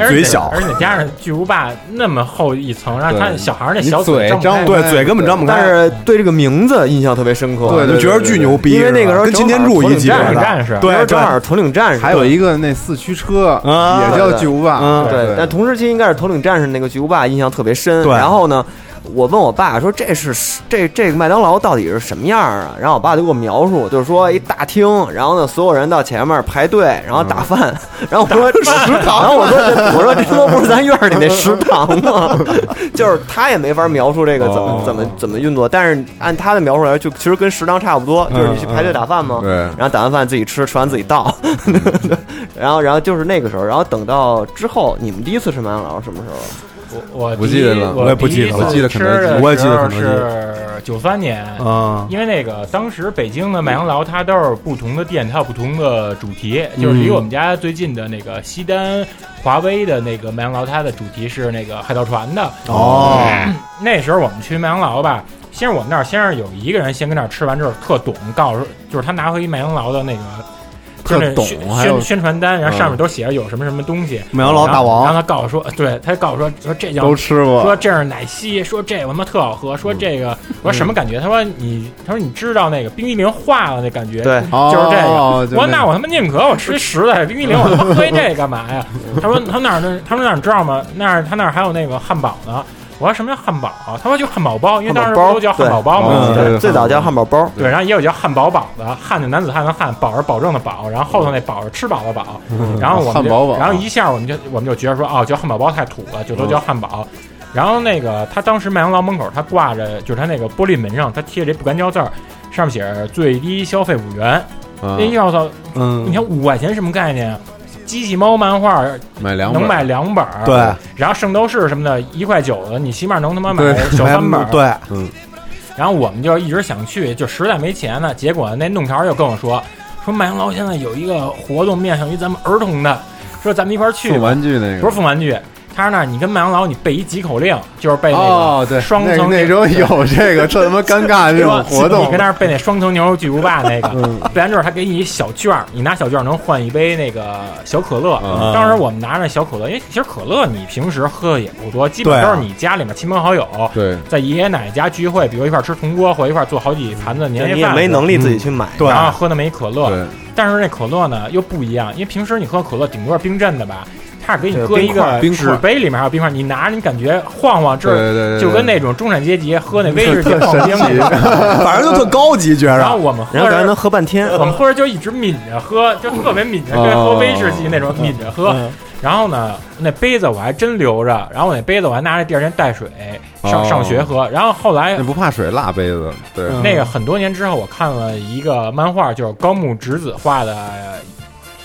Speaker 4: 而且加上巨无霸那么厚一层，让他
Speaker 3: 对
Speaker 4: 小孩儿那
Speaker 3: 你
Speaker 4: 小
Speaker 3: 嘴
Speaker 4: 张不
Speaker 3: 张不
Speaker 4: 开
Speaker 3: 开但是对这个名字印象特别深刻，
Speaker 2: 对对对对对就觉得巨牛逼
Speaker 3: 因为那个时候
Speaker 2: 跟
Speaker 3: 正
Speaker 2: 擎
Speaker 3: 好
Speaker 2: 天柱一级
Speaker 3: 头领
Speaker 2: 别的
Speaker 3: 战士，
Speaker 2: 对
Speaker 3: 那时候正好
Speaker 2: 对
Speaker 3: 头领战士，
Speaker 2: 还有一个那四驱车
Speaker 3: 啊
Speaker 2: 也叫巨无霸
Speaker 3: 嗯，
Speaker 2: 对
Speaker 3: 对
Speaker 2: 对，
Speaker 3: 但同时期应该是头领战士那个巨无霸印象特别深。
Speaker 2: 对
Speaker 3: 然后呢，我问我爸说这是这这个麦当劳到底是什么样啊？然后我爸就给我描述，就是说一大厅，然后呢所有人到前面排队，然后打
Speaker 2: 嗯
Speaker 3: 饭，然后我说食堂，然后我说这我说这都不是咱院里那食堂吗？ 就是他也没法描述这个怎
Speaker 2: 哦
Speaker 3: 么怎么怎么运作，但是按他的描述来说，就其实跟食堂差不多，就是你去排队打饭嘛。
Speaker 2: 对
Speaker 3: 然后打完饭自己吃，吃完自己倒。 然后，然后就是那个时候，然后等到之后，你们第一次吃麦当劳什么时候？
Speaker 4: 我
Speaker 2: 不记得了
Speaker 4: 我
Speaker 2: 我也不记得了
Speaker 4: 第一次
Speaker 2: 我记得肯德基
Speaker 4: 吃的
Speaker 2: 我也记得肯德基
Speaker 4: 时候是九三年
Speaker 2: 啊
Speaker 4: 因为那个当时北京的麦当劳它都是不同的店，它有不同的主题，就是
Speaker 2: 嗯
Speaker 4: 离我们家最近的那个西单华威的那个麦当劳，它的主题是那个海盗船的。
Speaker 11: 哦
Speaker 4: 嗯那时候我们去麦当劳吧。先是我们那儿，先是有一个人先跟那儿吃完之后特懂，告诉就是他拿回一麦当劳的那个
Speaker 2: 特
Speaker 4: 就是
Speaker 2: 懂
Speaker 4: 宣
Speaker 2: 还有
Speaker 4: 宣宣传单，然后上面
Speaker 2: 嗯
Speaker 4: 都写着有什么什么东西。
Speaker 2: 麦当劳大王
Speaker 4: 然后然后他告诉我说，对他告诉我说说这叫
Speaker 2: 都吃过
Speaker 4: 说这是奶昔，说这我他妈特好喝，说这个我说什么感觉？他说你他说你知道那个冰激凌化了那感觉，
Speaker 2: 对
Speaker 4: 就是这个。
Speaker 2: 哦
Speaker 4: 我
Speaker 2: 就那
Speaker 4: 说那我他妈宁可我吃实在冰激凌，我他妈喝一这干嘛呀？他说他那儿那他说那儿你知道吗？那儿他那儿还有那个汉堡呢。我说什么叫汉堡？啊他说就汉堡包，因为当时
Speaker 3: 汉
Speaker 4: 不
Speaker 3: 堡包
Speaker 4: 都叫汉堡包吗？
Speaker 3: 对对对最早叫汉堡包
Speaker 4: 对，然后也有叫汉堡堡的，汉就男子汉的汉，堡是保证的保，然后后头那堡是吃饱的饱
Speaker 2: 嗯，
Speaker 4: 然后我们
Speaker 2: 汉堡
Speaker 4: 就，
Speaker 2: 堡嗯
Speaker 4: 然后一下我们就我们就觉得说，哦，叫汉堡包太土了，就都叫汉堡。然后那个他当时麦当劳门口，他挂着就是他那个玻璃门上，他贴着这不干胶字儿，上面写着最低消费五元。
Speaker 2: 啊
Speaker 4: 那要操，
Speaker 2: 嗯
Speaker 4: 你看五块钱什么概念啊？机器猫漫画
Speaker 2: 买两本
Speaker 4: 能买两本儿，
Speaker 2: 对
Speaker 4: 然后圣斗士什么的，一块九的，你起码能他妈买
Speaker 2: 对
Speaker 4: 小三本儿，
Speaker 2: 对，嗯，
Speaker 4: 然后我们就一直想去，就实在没钱呢。结果那弄潮又跟我说，说麦当劳现在有一个活动面向于咱们儿童的，说咱们一块儿去吧。
Speaker 2: 送玩具那个
Speaker 4: 不是送玩具，他说那儿你跟麦当劳你背一急口令，就是背那个
Speaker 2: 哦对
Speaker 4: 双
Speaker 2: 那
Speaker 4: 层
Speaker 2: 那时候有这个特他妈尴尬的这种活动
Speaker 4: 你跟那儿背那双层牛肉巨无霸那个，
Speaker 2: 嗯
Speaker 4: 背完之后他给你一小券儿，你拿小券儿能换一杯那个小可乐。
Speaker 2: 嗯
Speaker 4: 当时我们拿着小可乐，因为其实可乐你平时喝的也不多，基本
Speaker 2: 对啊
Speaker 4: 都是你家里面亲朋好友。
Speaker 2: 对，
Speaker 4: 在爷爷奶奶家聚会，比如一块儿吃铜锅或一块儿做好几盘子年夜
Speaker 3: 你
Speaker 4: 饭，
Speaker 3: 也没能力自己去买
Speaker 4: 嗯然后喝那么一可乐。但是那可乐呢又不一样，因为平时你喝可乐顶多是冰镇的吧，它是给你
Speaker 2: 对
Speaker 4: 搁一
Speaker 2: 冰块
Speaker 4: 个
Speaker 2: 冰块
Speaker 4: 纸杯里面还有冰块，你拿着你感觉晃晃，这
Speaker 2: 对对对对
Speaker 4: 就跟那种中产阶级喝那威 士忌晃冰似 的，
Speaker 10: 反正就特高级，觉着。
Speaker 4: 然后我们喝
Speaker 10: 然后
Speaker 4: 着
Speaker 10: 咱还能
Speaker 3: 喝半天
Speaker 4: 我们喝着就一直抿着喝，就特别抿着，
Speaker 10: 哦
Speaker 4: 跟喝威士忌那种抿着喝
Speaker 10: 嗯。
Speaker 4: 然后呢，那杯子我还真留着，然后我那杯子我还拿着第二天带水上
Speaker 2: 哦
Speaker 4: 上学喝。然后后来
Speaker 2: 那不怕水辣杯子，对，
Speaker 4: 那个很多年之后，我看了一个漫画，就是高木直子画的呃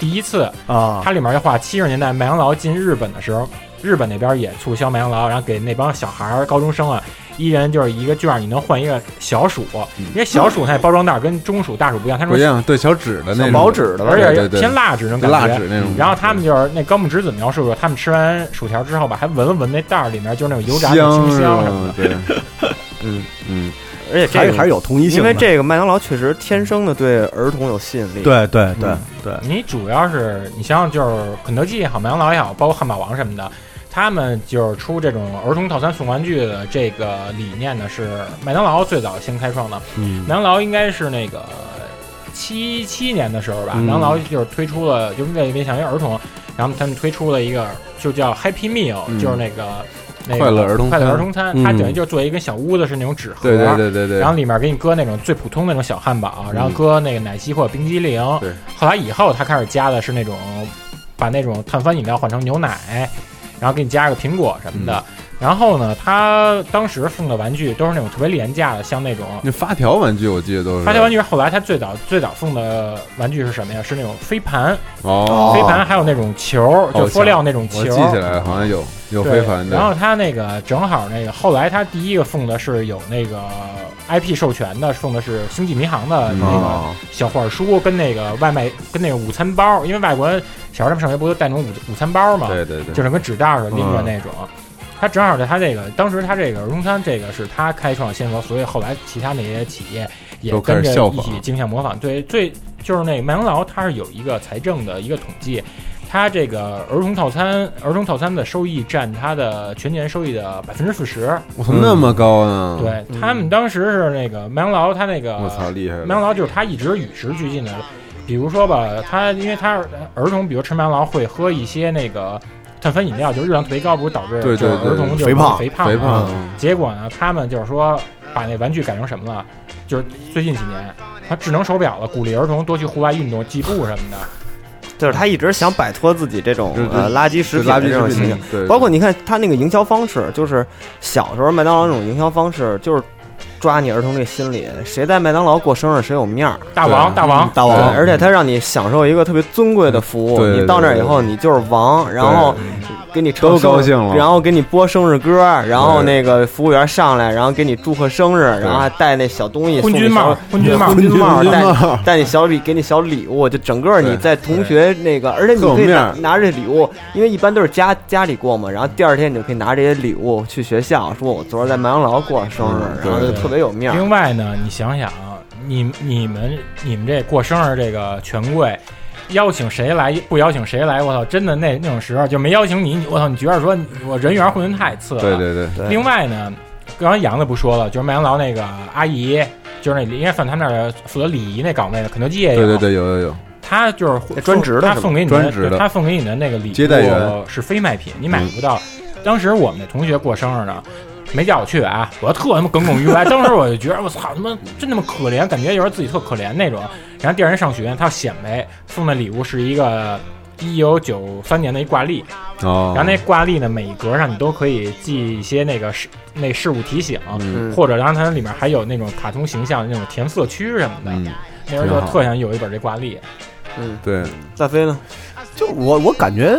Speaker 4: 第一次
Speaker 10: 啊
Speaker 4: 它里面就画七十年代麦当劳进日本的时候，日本那边也促销麦当劳，然后给那帮小孩儿、高中生啊，一人就是一个券儿，你能换一个小鼠，
Speaker 2: 嗯
Speaker 4: 因为小鼠它那包装袋跟中鼠、大鼠不一样，它是
Speaker 2: 不一样，对小纸的那种
Speaker 4: 而
Speaker 2: 对
Speaker 4: 且
Speaker 2: 对对
Speaker 4: 偏蜡纸那种感觉，
Speaker 2: 蜡纸那嗯种，
Speaker 4: 然后他们就是那高木直子描述说，他们吃完薯条之后吧，还闻了闻那袋儿里面就是那种油炸的
Speaker 2: 香
Speaker 4: 清
Speaker 2: 是
Speaker 4: 香
Speaker 2: 吧
Speaker 4: 什么的，
Speaker 2: 对，嗯嗯，
Speaker 3: 而且这个因为这个麦当劳确实天生的对儿童有吸引力。
Speaker 10: 对对对
Speaker 4: 嗯
Speaker 10: 对，
Speaker 4: 你主要是你想想，就是肯德基也好，麦当劳也好，包括汉堡王什么的，他们就是出这种儿童套餐送玩具的这个理念呢，是麦当劳最早先开创的。
Speaker 10: 嗯
Speaker 4: 麦当劳应该是那个七七年的时候吧，
Speaker 10: 嗯
Speaker 4: 麦当劳就是推出了，就是为了面向于儿童，然后他们推出了一个就叫 Happy Meal，、
Speaker 2: 嗯
Speaker 4: 就是那个。那个
Speaker 2: 快乐儿童
Speaker 4: 快乐
Speaker 2: 餐
Speaker 4: 儿童餐，
Speaker 2: 嗯
Speaker 4: 它等于就是做一个跟小屋子是那种纸盒，
Speaker 2: 对对对对对
Speaker 4: 然后里面给你搁那种最普通的那种小汉堡，然后
Speaker 2: 嗯
Speaker 4: 搁那个奶昔或者冰激凌，
Speaker 2: 对
Speaker 4: 后来以后，他开始加的是
Speaker 2: 嗯
Speaker 4: 那种把那种碳酸饮料换成牛奶，然后给你加个苹果什么的。然后呢，他当时送的玩具都是那种特别廉价的，像那种
Speaker 2: 那发条玩具我记得都是
Speaker 4: 发条玩具。后来他最早最早送的玩具是什么呀？是那种飞盘
Speaker 2: 哦
Speaker 4: 飞盘还有那种球，就塑料那种球。
Speaker 2: 我记起来了，好像有有
Speaker 4: 对
Speaker 2: 非凡的。
Speaker 4: 然后他那个正好那个后来他第一个送的是有那个 IP 授权的，送的是《星际迷航》的
Speaker 10: 嗯
Speaker 4: 那个
Speaker 2: 哦
Speaker 4: 小画书跟那个外卖跟那个午餐包，因为外国人小时候他们上学不都带那种午午餐包嘛，
Speaker 2: 对对对，
Speaker 4: 就是跟纸袋儿似的拎着
Speaker 2: 嗯
Speaker 4: 那种。他正好在他这个当时他这个中餐这个是他开创先河，所以后来其他那些企业也
Speaker 2: 都开
Speaker 4: 跟
Speaker 2: 始
Speaker 4: 着
Speaker 2: 效
Speaker 4: 一
Speaker 2: 仿
Speaker 4: 起竞相模仿。对，最就是那个麦当劳，它是有一个财政的一个统计，它这个儿童套餐儿童套餐的收益占它的全年收益的百分之四十。
Speaker 2: 我操，那么高呢？
Speaker 4: 对他们当时是那个麦当劳，他那个
Speaker 2: 嗯我操厉害了
Speaker 4: 麦当劳就是他一直与时俱进的，比如说吧，他因为他儿童，比如吃麦当劳会喝一些那个碳酸饮料，就是热量特别高，不是导致
Speaker 2: 对
Speaker 4: 就是
Speaker 2: 对对
Speaker 4: 儿童就是
Speaker 2: 肥胖
Speaker 4: 肥胖啊嘛
Speaker 2: 肥胖嗯
Speaker 4: 结果呢，他们就是说把那玩具改成什么了？就是最近几年，他智能手表了，鼓励儿童多去户外运动、计步什么的。
Speaker 3: 就是他一直想摆脱自己这种
Speaker 4: 对对
Speaker 3: 呃垃圾食品的这种形象
Speaker 4: 嗯对对，
Speaker 3: 包括你看他那个营销方式，就是小时候麦当劳那种营销方式，就是抓你儿童这心理，谁在麦当劳过生日谁有面儿。
Speaker 4: 大王对大王
Speaker 3: 嗯
Speaker 4: 大王
Speaker 3: 对而且他让你享受一个特别尊贵的服务，
Speaker 2: 对对
Speaker 3: 你到那儿以后
Speaker 2: 对
Speaker 3: 你就是王，然后给你唱
Speaker 2: 都
Speaker 3: 生日
Speaker 2: 高兴了
Speaker 3: 然后给你播生日歌，然后
Speaker 2: 对
Speaker 3: 那个服务员上来，然后给你祝贺生日，然后还带那小东西，
Speaker 4: 昏
Speaker 3: 送你
Speaker 4: 君
Speaker 3: 小
Speaker 4: 帽昏君帽
Speaker 3: 昏君帽，
Speaker 4: 昏君
Speaker 3: 带
Speaker 4: 帽
Speaker 3: 带你小礼，给你小礼物，就整个你在同学那个，而且你
Speaker 2: 各种
Speaker 3: 可以
Speaker 2: 面
Speaker 3: 拿
Speaker 2: 儿
Speaker 3: 拿着礼物，因为一般都是家家里过嘛，然后第二天你就可以拿这些礼物去学校，说我昨儿在麦当劳过生日，然后就特别有面儿。
Speaker 4: 另外呢，你想想，你你们你们这过生日这个权贵。邀请谁来，不邀请谁来，我操！真的那那种时候就没邀请你，你我操！你觉得说你我人缘混得太次了。啊
Speaker 2: 对对对对
Speaker 4: 另外呢，刚才杨子不说了，就是麦当劳那个阿姨，就是那应该算他们那儿负责礼仪那岗位的，肯德基也有。
Speaker 2: 对对对，有有有，
Speaker 4: 他就是
Speaker 2: 专职的
Speaker 4: 他
Speaker 2: 是吧
Speaker 4: 送给你
Speaker 2: 专职的
Speaker 4: 对他送给你的那个礼物
Speaker 2: 接待员
Speaker 4: 是非卖品，你买不到。当时我们那同学过生日呢，没叫我去啊，我特他妈耿耿于 怀。当时我就觉得我操他妈真他妈可怜，感觉有点自己特可怜那种。然后第二天上学，他要显摆送的礼物是一个一九九三年的一挂历，
Speaker 2: 哦，
Speaker 4: 然后那挂历呢，每一格上你都可以记一些那个事那事物提醒，
Speaker 2: 嗯
Speaker 4: 或者然后它里面还有那种卡通形象那种填色区什么的。
Speaker 2: 嗯，
Speaker 4: 那时候
Speaker 2: 挺
Speaker 4: 就
Speaker 2: 好
Speaker 4: 特想有一本这挂历。
Speaker 3: 嗯，
Speaker 2: 对，
Speaker 3: 大飞呢？
Speaker 10: 就我我感觉，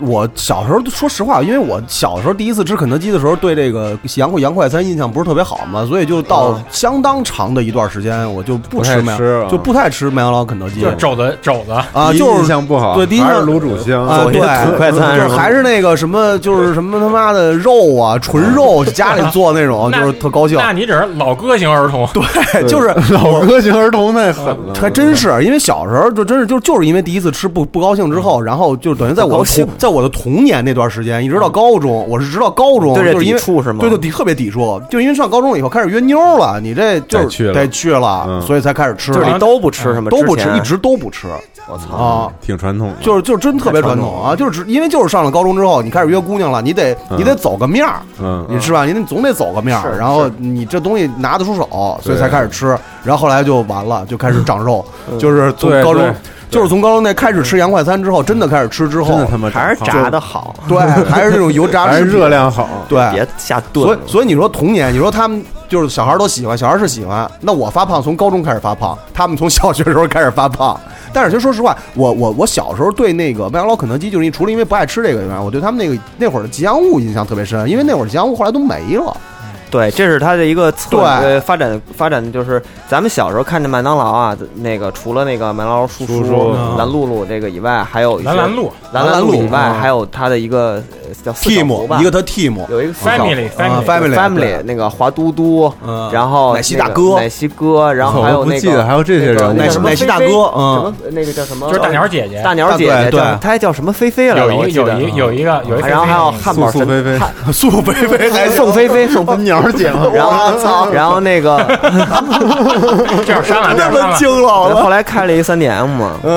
Speaker 10: 我小时候说实话，因为我小时候第一次吃肯德基的时候，对这个洋快洋快餐印象不是特别好嘛，所以就到相当长的一段时间，我就不吃
Speaker 2: 嗯不
Speaker 10: 麦
Speaker 2: 太吃啊，
Speaker 10: 就不太吃麦当劳、肯德基
Speaker 4: 就
Speaker 10: 了
Speaker 4: 是。肘子肘子
Speaker 10: 啊，就是
Speaker 2: 第一印象不好
Speaker 10: 对，第一印
Speaker 2: 还
Speaker 10: 象
Speaker 2: 是卤煮香
Speaker 10: 啊，
Speaker 2: 走一
Speaker 10: 对，
Speaker 2: 土快餐
Speaker 10: 就
Speaker 2: 是
Speaker 10: 是
Speaker 2: 吧
Speaker 10: 还是那个什么，就是什么他妈的肉啊，纯肉，
Speaker 2: 嗯
Speaker 10: 家里做那种，就是特高兴。
Speaker 4: 那你只是老歌型儿童，
Speaker 10: 对就是
Speaker 2: 老歌型儿童太狠了，
Speaker 3: 嗯
Speaker 10: 还真是，因为小时候就真是就就是因为第一次吃不不高兴之
Speaker 3: 嗯
Speaker 10: 后，然后就等于在
Speaker 2: 不
Speaker 10: 我
Speaker 2: 高
Speaker 10: 的
Speaker 2: 兴
Speaker 10: 童在我的童年那段时间，一直到高中，我是直到高中，
Speaker 3: 嗯对这
Speaker 10: 就是因为
Speaker 3: 抵触是吗
Speaker 10: 对，就抵特别抵触，就因为上高中以后开始约妞了，你这就
Speaker 2: 得去
Speaker 10: 是
Speaker 2: 了
Speaker 10: 得去了，所以才开始吃
Speaker 3: 嗯就
Speaker 10: 了。嗯
Speaker 3: 是你都不吃是吗
Speaker 10: 都不
Speaker 3: 之
Speaker 10: 吃，
Speaker 3: 前
Speaker 10: 一直都不吃。
Speaker 3: 我操
Speaker 10: 啊！
Speaker 2: 挺传统的，
Speaker 10: 就是就是真特别传统啊，就是只因为就是上了高中之后，你开始约姑娘了，你得
Speaker 2: 嗯
Speaker 10: 你得走个面儿，
Speaker 2: 嗯，
Speaker 10: 你是吧？你得总得走个面儿，
Speaker 2: 是
Speaker 10: 然后你这东西拿得出手，所以才开始吃，然后后来就完了，就开始长肉，就是从
Speaker 2: 对
Speaker 10: 高中
Speaker 2: 对。
Speaker 10: 就是从高中那开始吃洋快餐之后，真的开始吃之后，
Speaker 2: 真的他妈长还是炸
Speaker 3: 得好，
Speaker 10: 对，还是那种油炸，
Speaker 2: 还是热量好，
Speaker 10: 对，
Speaker 3: 别下炖
Speaker 10: 哎所以所以你说童年，你说他们就是小孩都喜欢，小孩是喜欢。那我发胖从高中开始发胖，他们从小学时候开始发胖。但是其实说实话，我我我小时候对那个麦当劳、肯德基，就是因为除了因为不爱吃这个以外，我对他们那个那会儿的吉祥物印象特别深，因为那会儿吉祥物后来都没了。
Speaker 3: 对，这是它的一个策
Speaker 10: 对
Speaker 3: 呃发展发展，就是咱们小时候看着麦当劳啊，那个除了那个麦当劳叔
Speaker 4: 叔叔嗯
Speaker 3: 蓝露露这个以外，还有一些
Speaker 4: 蓝蓝鹿
Speaker 3: 蓝
Speaker 10: 蓝
Speaker 3: 露
Speaker 10: 鹿
Speaker 3: 以外，
Speaker 10: 嗯
Speaker 3: 还有它的一个呃叫四小福吧
Speaker 10: team，一个它 team，
Speaker 3: 有一个四小
Speaker 10: 啊
Speaker 4: Family，
Speaker 3: 福
Speaker 4: Family
Speaker 3: 嗯 family
Speaker 10: 对
Speaker 3: 那个华嘟嘟，然后
Speaker 10: 奶昔
Speaker 3: 那
Speaker 10: 大
Speaker 3: 个
Speaker 10: 哥
Speaker 3: 奶昔哥，然后
Speaker 2: 我
Speaker 3: 还有
Speaker 2: 不
Speaker 3: 那个
Speaker 2: 记得还有这些人物
Speaker 3: 那个
Speaker 2: 奶昔
Speaker 3: 什么
Speaker 2: 奶昔
Speaker 3: 菲
Speaker 2: 大
Speaker 3: 菲
Speaker 2: 哥
Speaker 3: 什
Speaker 2: 嗯
Speaker 3: 么那个叫什么
Speaker 4: 就是大鸟姐姐
Speaker 3: 大鸟姐
Speaker 4: 大对
Speaker 3: 姐
Speaker 4: 对
Speaker 3: 叫，她还叫什么菲菲来
Speaker 4: 有
Speaker 3: 着？
Speaker 4: 一个
Speaker 3: 我记得啊
Speaker 4: 有一个有一个有一个
Speaker 3: 然后还有
Speaker 4: 菲菲
Speaker 3: 汉堡
Speaker 2: 素
Speaker 3: 神
Speaker 2: 菲菲
Speaker 3: 汉
Speaker 10: 素菲菲还
Speaker 3: 宋菲菲宋菲 菲
Speaker 2: 鸟姐吗
Speaker 3: 然后
Speaker 2: 我操
Speaker 3: 然后那个
Speaker 4: 这样删了，这样删了。
Speaker 3: 后来开了一三 D M 嘛，M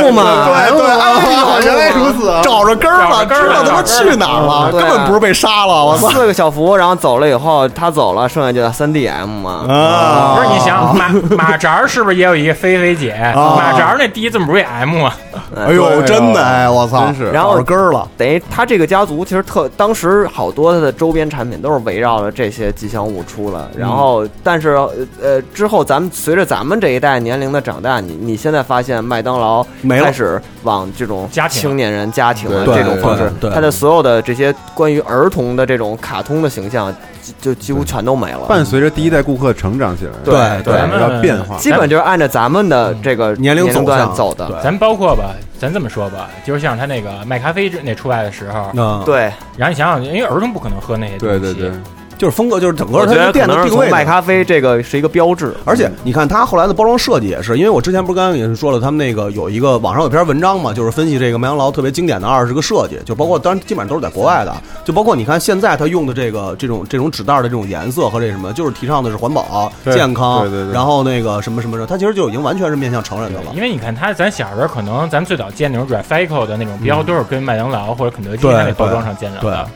Speaker 10: 嗯
Speaker 3: 嘛，
Speaker 4: 对对
Speaker 3: M 嘛
Speaker 4: 哎呦原来如此
Speaker 10: 找着根儿
Speaker 4: 找
Speaker 10: 了，
Speaker 4: 着根
Speaker 10: 知
Speaker 4: 儿了
Speaker 10: 道他妈
Speaker 4: 找着根儿了
Speaker 10: 去哪儿了，
Speaker 3: 对
Speaker 10: 根
Speaker 3: 啊
Speaker 10: 本不是被杀了，我操！
Speaker 3: 四个小福，然后走了以后，他走了，剩下就三 D M 嘛。
Speaker 10: 啊
Speaker 4: 不是你想马马扎儿是不是也有一个菲菲姐？马扎儿那第一字母也 M 啊？
Speaker 10: 哎呦，真的哎，我操，
Speaker 3: 然后
Speaker 10: 找着根儿了。
Speaker 3: 等于他这个家族其实特，当时好多他的周边产品都是围绕着这些吉祥物出的。然后，但是呃，之后咱们随着咱们这一代年龄的长大，你你现在发现麦当劳
Speaker 10: 没了
Speaker 3: 开始往这种
Speaker 10: 家庭
Speaker 3: 青年人家庭的
Speaker 10: 对
Speaker 3: 这种方式，
Speaker 10: 对对
Speaker 3: 他的所有的这些关于儿童的这种卡通的形象，就就几乎全都没了。
Speaker 10: 嗯
Speaker 2: 伴随着第一代顾客成长起来，
Speaker 3: 对
Speaker 2: 对，要变化，
Speaker 3: 基本就是按照咱们的这
Speaker 10: 嗯
Speaker 3: 个
Speaker 2: 年龄
Speaker 3: 年龄
Speaker 2: 走向
Speaker 3: 段走的。
Speaker 4: 咱包括吧，咱这么说吧，就是像他那个卖咖啡之那出来的时候，
Speaker 10: 嗯
Speaker 3: 对，
Speaker 4: 然后你想想，因为儿童不可能喝那些东西，
Speaker 2: 对对，
Speaker 10: 就是风格，就是整
Speaker 3: 我
Speaker 10: 个它
Speaker 3: 觉得
Speaker 10: 这店
Speaker 3: 可
Speaker 10: 的
Speaker 3: 能是
Speaker 10: 定
Speaker 3: 从
Speaker 10: 位的
Speaker 3: 卖咖啡这个是一个标志，
Speaker 10: 而且你看它后来的包装设计也是，因为我之前不是刚刚也是说了，他们那个有一个网上有篇文章嘛，就是分析这个麦当劳特别经典的二十个设计，就包括当然基本上都是在国外的，就包括你看现在它用的这个这种这种纸袋的这种颜色和这什么，就是提倡的是环保、
Speaker 4: 对
Speaker 10: 健康，
Speaker 4: 对对对
Speaker 10: 然后那个什么什么什么，它其实就已经完全是面向成人的了。
Speaker 4: 因为你看他，咱小时候可能咱最早见那种 Refico 的那种标，
Speaker 10: 嗯
Speaker 4: 都是跟麦当劳或者肯德基
Speaker 10: 对
Speaker 4: 它那包装上见到
Speaker 10: 对
Speaker 4: 的。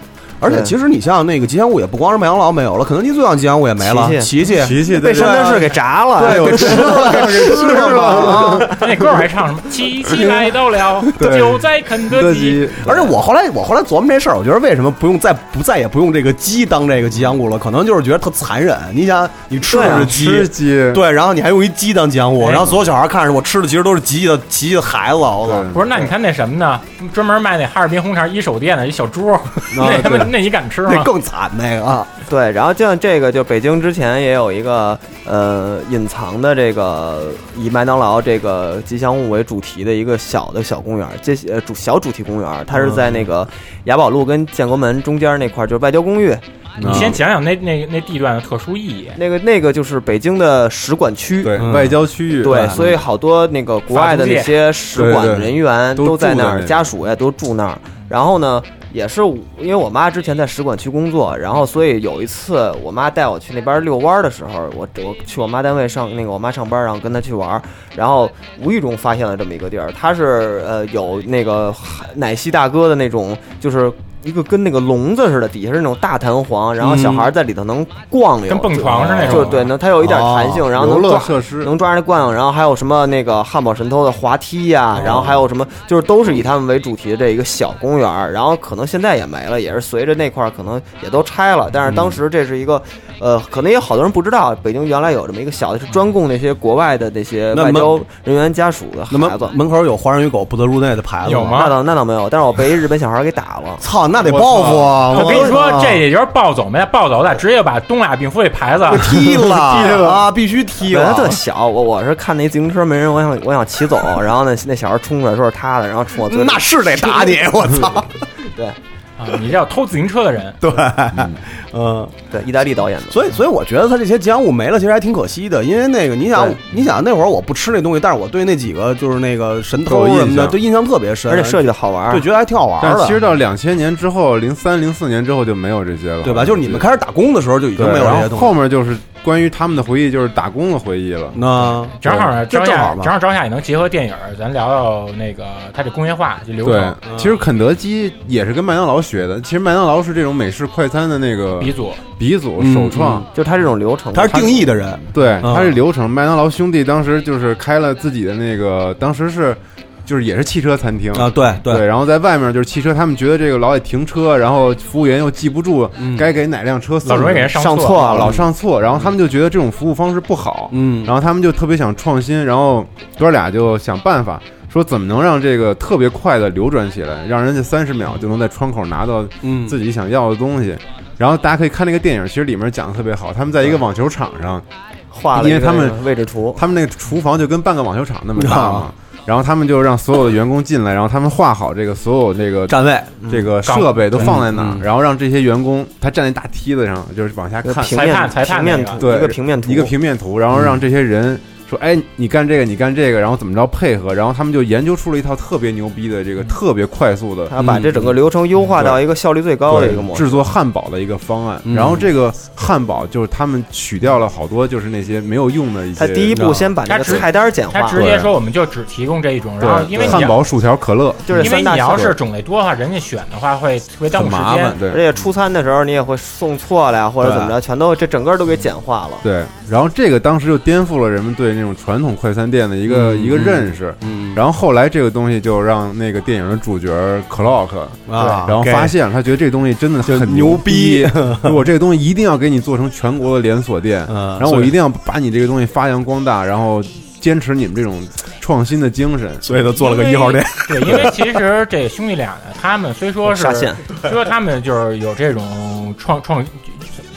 Speaker 10: 而且其实你像那个吉祥物也不光是麦当劳没有了，肯德基最早吉祥物也没了，琪
Speaker 4: 琪
Speaker 10: 琪
Speaker 4: 琪
Speaker 10: 对
Speaker 4: 被山根氏给
Speaker 3: 炸
Speaker 4: 了
Speaker 10: 对，给吃了，给吃了 啊。
Speaker 4: 那歌儿还唱什么？七七来到 了，就在肯德基。
Speaker 10: 而且我后来我后来琢磨这事儿，我觉得为什么不用再不再也不用这个鸡当这个吉祥物了？可能就是觉得特残忍。你想，你吃
Speaker 2: 对
Speaker 10: 的
Speaker 2: 啊
Speaker 10: 是鸡，
Speaker 2: 吃鸡
Speaker 10: 对，然后你还用一鸡当吉祥物，
Speaker 4: 哎
Speaker 10: 然后所有小孩看着我吃的其实都是吉吉的吉吉的孩子，我操！
Speaker 4: 不是，那你看那什么呢？专门卖那哈尔滨红肠一手店的一小猪，
Speaker 2: 啊
Speaker 4: 那他妈那你敢吃吗？
Speaker 10: 惨那个啊！
Speaker 3: 对，然后就像这个，就北京之前也有一个呃隐藏的这个以麦当劳这个吉祥物为主题的一个小的小公园，这呃主小主题公园，它是在那个雅宝路跟建国门中间那块儿，就是外交公寓。
Speaker 4: 你
Speaker 2: 啊
Speaker 4: 先讲讲那那那地段的特殊意义。
Speaker 3: 那个那个就是北京的使馆区，对
Speaker 2: 外交区域
Speaker 3: 对，
Speaker 2: 嗯
Speaker 3: 所以好多那个国外的那些使馆人员
Speaker 2: 对对
Speaker 3: 都
Speaker 2: 都住在
Speaker 3: 在那
Speaker 2: 那
Speaker 3: 儿，
Speaker 2: 里
Speaker 3: 家属也都住那儿。然后呢，也是我因为我妈之前在使馆区工作，然后所以有一次我妈带我去那边遛弯儿的时候，我我去我妈单位上那个我妈上班，然后跟她去玩儿，然后无意中发现了这么一个地儿，它是呃有那个奶昔大哥的那种，就是。一个跟那个笼子似的，底下是那种大弹簧，然后
Speaker 2: 嗯
Speaker 3: 小孩在里头能逛悠，
Speaker 4: 跟蹦床似的那种啊
Speaker 3: 就对，能它有一点弹性，
Speaker 4: 哦
Speaker 3: 然后能
Speaker 4: 游乐
Speaker 3: 抓
Speaker 4: 设施
Speaker 3: 能抓人惯用，然后还有什么那个汉堡神偷的滑梯呀、
Speaker 10: 哦
Speaker 3: 然后还有什么，就是都是以他们为主题的这一个小公园儿，然后可能现在也没了，也是随着那块儿可能也都拆了，但是当时这是一个，
Speaker 10: 嗯
Speaker 3: 呃，可能也有好多人不知道，北京原来有这么一个小的，是专供那些国外的那些呃
Speaker 10: 那
Speaker 3: 外
Speaker 10: 门
Speaker 3: 交人员家属的
Speaker 10: 那
Speaker 3: 孩
Speaker 10: 门
Speaker 3: 子。
Speaker 10: 门口有“华人与狗不得入内”的牌子
Speaker 3: 那倒那倒没有，但是我被一日本小孩给打 了。
Speaker 10: 操，那得报复啊！
Speaker 4: 我跟你说，
Speaker 10: 操
Speaker 4: 这也就是暴走呗，暴走的直接把东亚病夫这牌子
Speaker 10: 踢了
Speaker 4: 踢了
Speaker 10: 啊，必须踢
Speaker 3: 本来
Speaker 10: 了！
Speaker 3: 哎特小，我我是看那自行车没人，我想我想骑走，然后那那小孩冲出来说是他的，然后冲我嘴里
Speaker 10: 那是得打 你，我操！
Speaker 3: 对，
Speaker 4: 啊，你这有偷自行车的人，
Speaker 10: 对，嗯，
Speaker 3: 对，意大利导演的。
Speaker 10: 所以，所以我觉得他这些吉祥物没了，其实还挺可惜的。因为那个，你想
Speaker 3: 对，
Speaker 10: 你想那会儿我不吃那东西，但是我对那几个就是那个神偷
Speaker 2: 都有
Speaker 10: 什
Speaker 2: 印
Speaker 10: 么的，
Speaker 2: 象
Speaker 10: 对印象特别深，
Speaker 2: 而且设计得好
Speaker 3: 玩
Speaker 2: 儿
Speaker 10: 对，觉得还挺好玩
Speaker 2: 但
Speaker 10: 的。
Speaker 2: 其实到两千年之后，零三零四年之后就没有这些了，
Speaker 10: 对吧？就是你们开始打工的时候就已经没
Speaker 2: 嗯
Speaker 10: 有这
Speaker 2: 然
Speaker 10: 些
Speaker 2: 后
Speaker 10: 东西。
Speaker 2: 后面就是关于他们的回忆，就是打工的回忆了。
Speaker 10: 那
Speaker 4: 正好呢
Speaker 2: 就
Speaker 4: 朝
Speaker 2: 正
Speaker 4: 下
Speaker 2: 好啊吧
Speaker 4: 正好朝下也能结合电影儿，咱聊聊那个它这工业化就流啊
Speaker 2: 对
Speaker 4: 程。，
Speaker 2: 其实肯德基也是跟麦当劳学的。其实麦当劳是这种美式快餐的那个
Speaker 4: 鼻祖，
Speaker 2: 鼻祖
Speaker 4: 嗯
Speaker 2: 首创
Speaker 4: 嗯，
Speaker 3: 就他这种流程
Speaker 10: 他是定义的人
Speaker 2: 对，
Speaker 10: 嗯
Speaker 2: 他是流程。麦当劳兄弟当时就是开了自己的那个，当时是就是也是汽车餐厅
Speaker 10: 啊对对
Speaker 2: 嗯对，然后在外面就是汽车，他们觉得这个老得停车，然后服务员又记不住该给哪辆车送，
Speaker 4: 嗯老容易给人上错嗯上错
Speaker 2: 老上错，然后他们就觉得这种服务方式不好，
Speaker 10: 嗯，
Speaker 2: 然后他们就特别想创新，然后哥俩就想办法。说怎么能让这个特别快的流转起来，让人家三十秒就能在窗口拿到
Speaker 10: 嗯
Speaker 2: 自己想要的东西。然后大家可以看那个电影，其实里面讲的特别好。他们在一个网球场上，
Speaker 10: 嗯
Speaker 3: 画了
Speaker 2: 因
Speaker 3: 一
Speaker 2: 为
Speaker 3: 个
Speaker 2: 他们
Speaker 3: 位置图，
Speaker 2: 他们那个厨房就跟半个网球场那么大嘛
Speaker 3: 啊。
Speaker 2: 然后他们就让所有的员工进来，然后他们画好这个所有这个
Speaker 10: 站位、
Speaker 2: 这个
Speaker 10: 岗
Speaker 2: 设备都放在哪儿
Speaker 10: 嗯，
Speaker 2: 然后让这些员工他站在大梯子上，就是往下
Speaker 3: 一个
Speaker 2: 看
Speaker 3: 平面裁判裁判平面那个图
Speaker 2: 对
Speaker 3: 一个平面图
Speaker 2: 一个平面图，然后让这些人说，哎，你干这个，你干这个，然后怎么着配合，然后他们就研究出了一套特别牛逼的这个特别快速的，
Speaker 3: 嗯
Speaker 2: 嗯
Speaker 3: 他把这整个流程优化到一个效率最高的一个模式。
Speaker 2: 制作汉堡的一个方案。
Speaker 3: 嗯
Speaker 2: 然后这个汉堡就是他们取掉了好多就是那些没有用的一些。
Speaker 3: 他第一步先把那个菜单简化
Speaker 4: 他直接说我们就只提供这一种，
Speaker 2: 对，
Speaker 4: 然后因
Speaker 2: 对
Speaker 4: 为你
Speaker 2: 汉堡、薯条、可乐，
Speaker 4: 因为你要是种类多的话，人家选的话会特别耽误时间。
Speaker 2: 对
Speaker 3: 而且出餐的时候你也会送错了呀，或者怎么着，全都这整个都给简化了。
Speaker 2: 对，然后这个当时就颠覆了人们对那种传统快餐店的一个、
Speaker 10: 嗯
Speaker 2: 一个认识。
Speaker 10: 嗯
Speaker 2: 然后后来这个东西就让那个电影的主角 Clock
Speaker 10: 啊
Speaker 2: 然后
Speaker 10: 给
Speaker 2: 发现了他觉得这东西真的很
Speaker 10: 牛逼
Speaker 2: 逼， 如果这个东西一定要给你做成全国的连锁店，然后我
Speaker 10: 所以
Speaker 2: 一定要把你这个东西发扬光大，然后坚持你们这种创新的精神，所以他做
Speaker 4: 因为对，因为其实这兄弟俩呢，他们虽说是
Speaker 2: 下线
Speaker 4: 虽说他们就是有这种创创，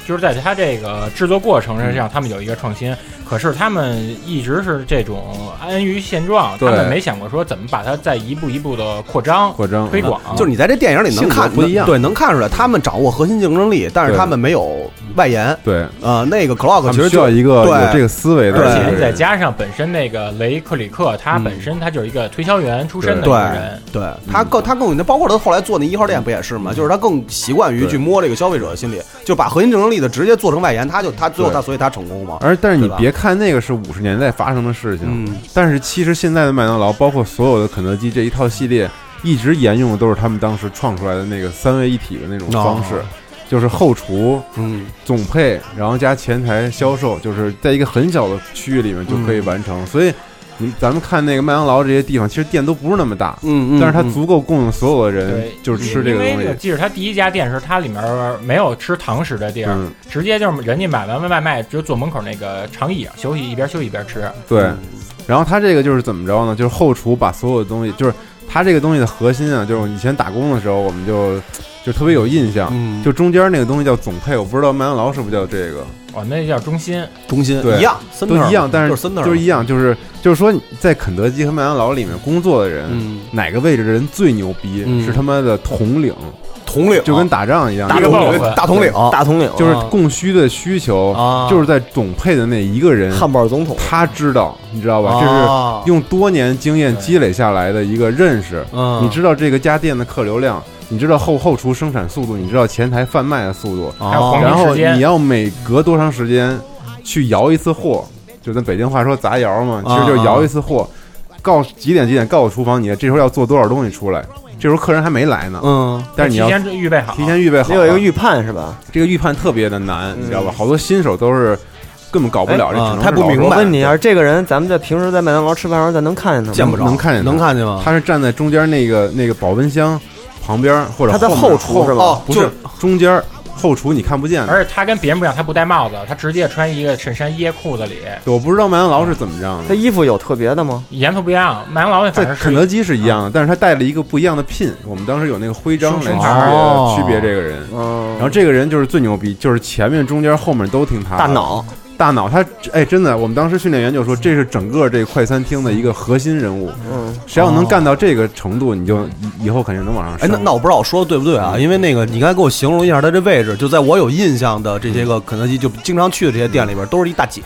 Speaker 4: 就是在他这个制作过程
Speaker 10: 嗯
Speaker 4: 上，他们有一个创新，可是他们一直是这种安于现状，他
Speaker 2: 对
Speaker 4: 们没想过说怎么把它再一步一步的扩张、
Speaker 2: 扩张
Speaker 4: 推广。
Speaker 10: 嗯就是你在这电影里能看
Speaker 4: 性格不一样
Speaker 10: 对，能看出来他们掌握核心竞争力，但是
Speaker 2: 对
Speaker 10: 他们没有外延。
Speaker 2: 对，
Speaker 10: 呃，那个
Speaker 2: 他
Speaker 10: Clock
Speaker 2: 们
Speaker 10: 其实
Speaker 2: 需要
Speaker 10: 就
Speaker 2: 一个
Speaker 10: 对
Speaker 2: 有这个思维的
Speaker 10: 对嗯
Speaker 2: 人
Speaker 4: 而且再加上本身那个雷克里克，他本身他就是一个推销员出身的一
Speaker 10: 对
Speaker 4: 个人，
Speaker 10: 对，
Speaker 2: 嗯
Speaker 10: 他更他更，那包括他后来做那一号店不也是吗？就是他更习惯于去摸这个消费者的心理，就把核心竞争力的直接做成外延，他就他最后他
Speaker 2: 对
Speaker 10: 所以他成功嘛。
Speaker 2: 而但是你
Speaker 10: 对吧
Speaker 2: 别看那个是五十年代发生的事情，
Speaker 10: 嗯
Speaker 2: 但是其实现在的麦当劳，包括所有的肯德基这一套系列，一直沿用的都是他们当时创出来的那个三位一体的那种方式，
Speaker 10: 哦
Speaker 2: 就是后厨、
Speaker 10: 嗯、
Speaker 2: 总配，然后加前台销售，就是在一个很小的区域里面就可以
Speaker 10: 嗯
Speaker 2: 完成，所以。你咱们看那个麦当劳这些地方，其实店都不是那么大，
Speaker 10: 嗯嗯
Speaker 2: 但是它
Speaker 10: 嗯
Speaker 2: 足够供应所有的人
Speaker 4: 对，
Speaker 2: 就是吃这个
Speaker 4: 因
Speaker 2: 东
Speaker 4: 为
Speaker 2: 西
Speaker 4: 我。记得他第一家店是他里面没有吃堂食的地儿，
Speaker 2: 嗯
Speaker 4: 直接就是人家买完外卖，就坐门口那个长椅上休息，一边休息一边吃。
Speaker 2: 对，
Speaker 10: 嗯
Speaker 2: 然后它这个就是怎么着呢？就是后厨把所有的东西，就是它这个东西的核心啊，就是我以前打工的时候，我们就就特别有印象，
Speaker 10: 嗯
Speaker 2: 就中间那个东西叫总配，我不知道麦当劳是不是叫这个
Speaker 4: 哦，那叫中心，
Speaker 10: 中心
Speaker 2: 对
Speaker 10: 嗯一样，
Speaker 2: 都一样，但
Speaker 10: 是
Speaker 2: 是
Speaker 10: 就是 center
Speaker 2: 就是一样，就是就是说你在肯德基和麦当劳里面工作的人，
Speaker 10: 嗯
Speaker 2: 哪个位置的人最牛逼？
Speaker 10: 嗯哦
Speaker 2: 是他妈的统领。
Speaker 10: 统领啊
Speaker 2: 就跟打仗一样，
Speaker 10: 大
Speaker 2: 一个
Speaker 10: 统领
Speaker 2: boss
Speaker 10: 大统领
Speaker 2: 对
Speaker 10: 大统领
Speaker 2: 就是
Speaker 10: 啊
Speaker 2: 供需的需求
Speaker 10: 啊，
Speaker 2: 就是在总配的那一个人，
Speaker 10: 汉
Speaker 2: 堡总统，他知道，你知道吧？这
Speaker 10: 啊
Speaker 2: 是用多年经验积累下来的一个认识
Speaker 10: 嗯。
Speaker 2: 你知道这个家店的客流量，你知道后后厨生产速度，你知道前台贩卖的速度，
Speaker 3: 哦
Speaker 10: 还有黄金
Speaker 2: 然后
Speaker 10: 时间
Speaker 2: 你要每隔多长时间去摇一次货，就咱北京话说砸摇嘛，
Speaker 3: 嗯
Speaker 2: 其实就是摇一次货。告诉几点几点告诉厨房你这时候要做多少东西出来，这时候客人还没来呢，
Speaker 10: 嗯
Speaker 2: 但是你要
Speaker 4: 提前预备好
Speaker 2: 提前预
Speaker 10: 啊
Speaker 2: 备好，
Speaker 3: 得有一个预嗯
Speaker 2: 判是吧？这个预判特别的难，你知道吧？好多新手都是根本搞不
Speaker 3: 哎
Speaker 2: 了，这只能是老
Speaker 3: 我
Speaker 2: 手
Speaker 3: 问你一下，这个人咱们在平时在麦当劳吃饭时候，咱能看见他吗？
Speaker 2: 能看见他
Speaker 10: 啊
Speaker 2: 他是站在中间那个那个保温箱旁边，或者
Speaker 3: 他在
Speaker 2: 后面
Speaker 3: 后厨是吧
Speaker 2: 后不
Speaker 4: 就是
Speaker 2: 中间后厨你看不见的。
Speaker 4: 而且他跟别人不一样，他不戴帽子，他直接穿一个衬衫掖裤子里，
Speaker 2: 我不知道麦当劳是怎么样的，他
Speaker 3: 衣服有特别的吗？
Speaker 4: 颜色不一样。麦当劳那反
Speaker 2: 在
Speaker 4: 正
Speaker 2: 肯
Speaker 4: 是
Speaker 2: 德基是一样的，但是他带了一个不一样的 pin。我们当时有那个徽章来
Speaker 4: 胸
Speaker 2: 区
Speaker 4: 牌哦
Speaker 2: 别区别这个人，然后这个人就是最牛逼，就是前面、中间、后面都听他的
Speaker 3: 大脑。
Speaker 2: 大脑，他哎，真的，我们当时训练员就说，这是整个这快餐厅的一个核心人物。
Speaker 3: 嗯，
Speaker 2: 谁要能干到这个程度，你就以以后肯定能往上
Speaker 10: 哎，
Speaker 2: 升。
Speaker 10: 那那我不知道我说的对不对
Speaker 2: 嗯
Speaker 10: 啊？因为那个你刚才给我形容一下他这位置，就在我有印象的这些个肯德基就经常去的这些店里边，都是一大姐，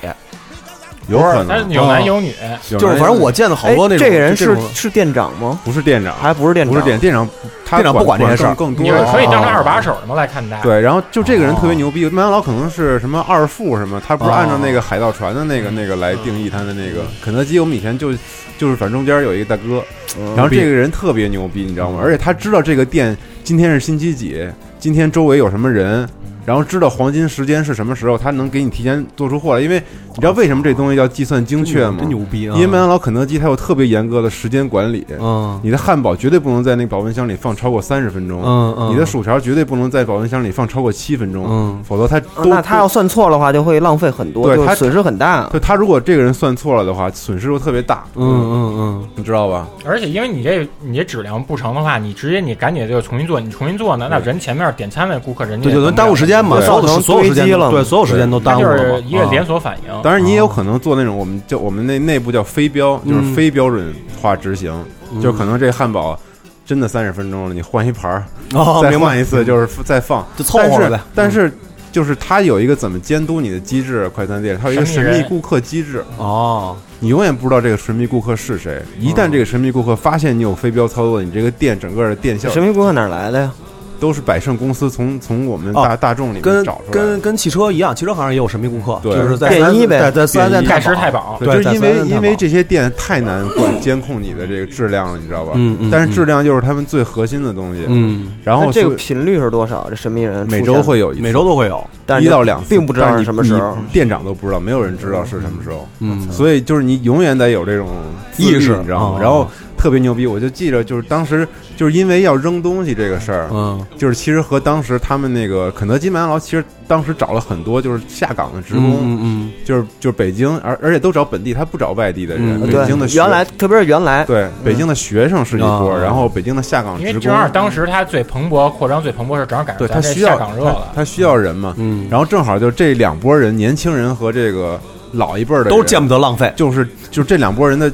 Speaker 2: 有可能
Speaker 4: 他有男有女
Speaker 2: 哦
Speaker 10: 就是反正我见的好多那种。
Speaker 3: 哎这个人
Speaker 10: 就是种
Speaker 3: 是店长吗？
Speaker 2: 不是店长，
Speaker 3: 还不是店长，
Speaker 2: 不是店店长，他
Speaker 10: 店长不管这些
Speaker 2: 更
Speaker 10: 事儿哦
Speaker 2: 更
Speaker 4: 你
Speaker 2: 多
Speaker 4: 们
Speaker 2: 的
Speaker 4: 可以当成二把手的嘛来看待。
Speaker 2: 哦对，然后就这个人特别牛逼，麦当劳可能是什么二副什么，他不是
Speaker 10: 哦
Speaker 2: 按照那个海盗船的那个那个
Speaker 10: 嗯
Speaker 2: 来定义他的那个。肯德基我们以前就就是反正中间有一个大哥，
Speaker 10: 嗯
Speaker 2: 然后这个人特别牛逼，你知道吗？而且他知道这个店今天是星期几，今天周围有什么人。然后知道黄金时间是什么时候，他能给你提前做出货来，因为你知道为什么这东西叫计算精确吗？
Speaker 10: 真牛逼啊
Speaker 2: 因为麦当劳、肯德基它有特别严格的时间管理，
Speaker 10: 嗯
Speaker 2: 你的汉堡绝对不能在那个保温箱里放超过三十分钟，
Speaker 10: 嗯嗯
Speaker 2: 你的薯条绝对不能在保温箱里放超过七分钟，
Speaker 10: 嗯
Speaker 2: 否则它
Speaker 3: 啊
Speaker 2: 都、
Speaker 3: 那他要算错的话，就会浪费很多，
Speaker 2: 对
Speaker 3: 就
Speaker 2: 他
Speaker 3: 损失很大。啊
Speaker 2: 对他如果这个人算错了的话，损失就特别大。
Speaker 10: 嗯嗯嗯，
Speaker 2: 你知道吧？
Speaker 4: 而且因为你这你这质量不成的话，你直接你赶紧就重新做，你重新做呢，那人前面点餐的顾客人家
Speaker 10: 对，就能耽误时间嘛，所有的所有时间都对，所有时间都耽误
Speaker 4: 他
Speaker 10: 了
Speaker 4: 就是
Speaker 10: 嘛。
Speaker 4: 一
Speaker 2: 啊
Speaker 4: 个连锁反应。
Speaker 2: 当然，你也有可能做那种我们叫我们那内部叫非标，就是
Speaker 4: 嗯
Speaker 2: 非标准化执行，
Speaker 4: 嗯
Speaker 2: 就可能这汉堡真的三十分钟了，你换一盘儿，
Speaker 10: 哦
Speaker 2: 再
Speaker 10: 明白
Speaker 2: 换一次，就是再放，
Speaker 10: 就凑合了呗嗯
Speaker 2: 但是，但是就是它有一个怎么监督你的机制，快餐店它有一个
Speaker 10: 神秘
Speaker 2: 神秘
Speaker 10: 人
Speaker 2: 顾客机制
Speaker 10: 哦，
Speaker 2: 你永远不知道这个神秘顾客是
Speaker 3: 嗯
Speaker 2: 谁。一旦这个神秘顾客发现你有非标操作，你这个店整个的店效
Speaker 3: 神秘顾客哪儿来的呀？
Speaker 2: 都是百胜公司从从我们大、
Speaker 10: 哦
Speaker 2: 大众里面
Speaker 10: 跟
Speaker 2: 嗯找出来的。
Speaker 10: 跟跟汽车一样，汽车行业也有神秘顾客，
Speaker 2: 对
Speaker 10: 就是在
Speaker 2: 便
Speaker 10: 4S
Speaker 2: 宜呗
Speaker 10: 在在四 S 店
Speaker 2: 便宜
Speaker 10: 太
Speaker 2: 对
Speaker 10: 对，
Speaker 2: 就是因
Speaker 10: 在4S
Speaker 2: 为
Speaker 10: 店
Speaker 2: 因
Speaker 10: 太
Speaker 2: 为
Speaker 10: 保
Speaker 2: 这些店太难管监控你的这个质量了，你知道吧？
Speaker 10: 嗯嗯
Speaker 2: 但是质量又是他们最核心的东西。
Speaker 10: 嗯
Speaker 2: 然后
Speaker 3: 那哎这个
Speaker 2: 所以
Speaker 3: 频率是多少？啊这神秘人
Speaker 2: 每
Speaker 3: 出
Speaker 2: 周
Speaker 3: 现
Speaker 2: 会有一次，
Speaker 10: 每周都会有
Speaker 3: 但是
Speaker 2: 一到两次，
Speaker 3: 并不知道
Speaker 2: 但
Speaker 3: 是
Speaker 2: 你
Speaker 3: 什么时候
Speaker 2: 你店长都不知道，没有人知道是什么时候。
Speaker 10: 嗯
Speaker 2: 所以就是你永远得有这种自律
Speaker 10: 意识
Speaker 2: 你知道吗
Speaker 3: 哦
Speaker 10: 嗯？
Speaker 2: 然后特别牛逼，我就记着，就是当时就是因为要扔东西这个事儿，
Speaker 10: 嗯，
Speaker 2: 就是其实和当时他们那个肯德基、麦当劳，其实当时找了很多就是下岗的职工，
Speaker 10: 嗯嗯
Speaker 2: 就是就是北京，而而且都找本地，他不找外地的人，
Speaker 3: 嗯
Speaker 2: 北
Speaker 3: 对
Speaker 2: 京的学
Speaker 3: 原来特别是原来
Speaker 2: 对北京的学生是一波，
Speaker 10: 啊
Speaker 2: 然后北京的下岗
Speaker 4: 因为
Speaker 2: 职
Speaker 4: 正好
Speaker 2: 工。
Speaker 4: 当时它最蓬勃扩张最蓬勃是正好赶上
Speaker 2: 对
Speaker 4: 咱
Speaker 2: 他
Speaker 4: 这
Speaker 2: 需
Speaker 4: 下
Speaker 2: 要
Speaker 4: 岗热
Speaker 2: 他
Speaker 4: 了，
Speaker 2: 他需要人嘛，
Speaker 10: 嗯
Speaker 2: 然后正好就这两拨人，年轻人和这个老一辈儿的
Speaker 10: 都
Speaker 2: 人
Speaker 10: 见不得浪费，
Speaker 2: 就是就这两拨人的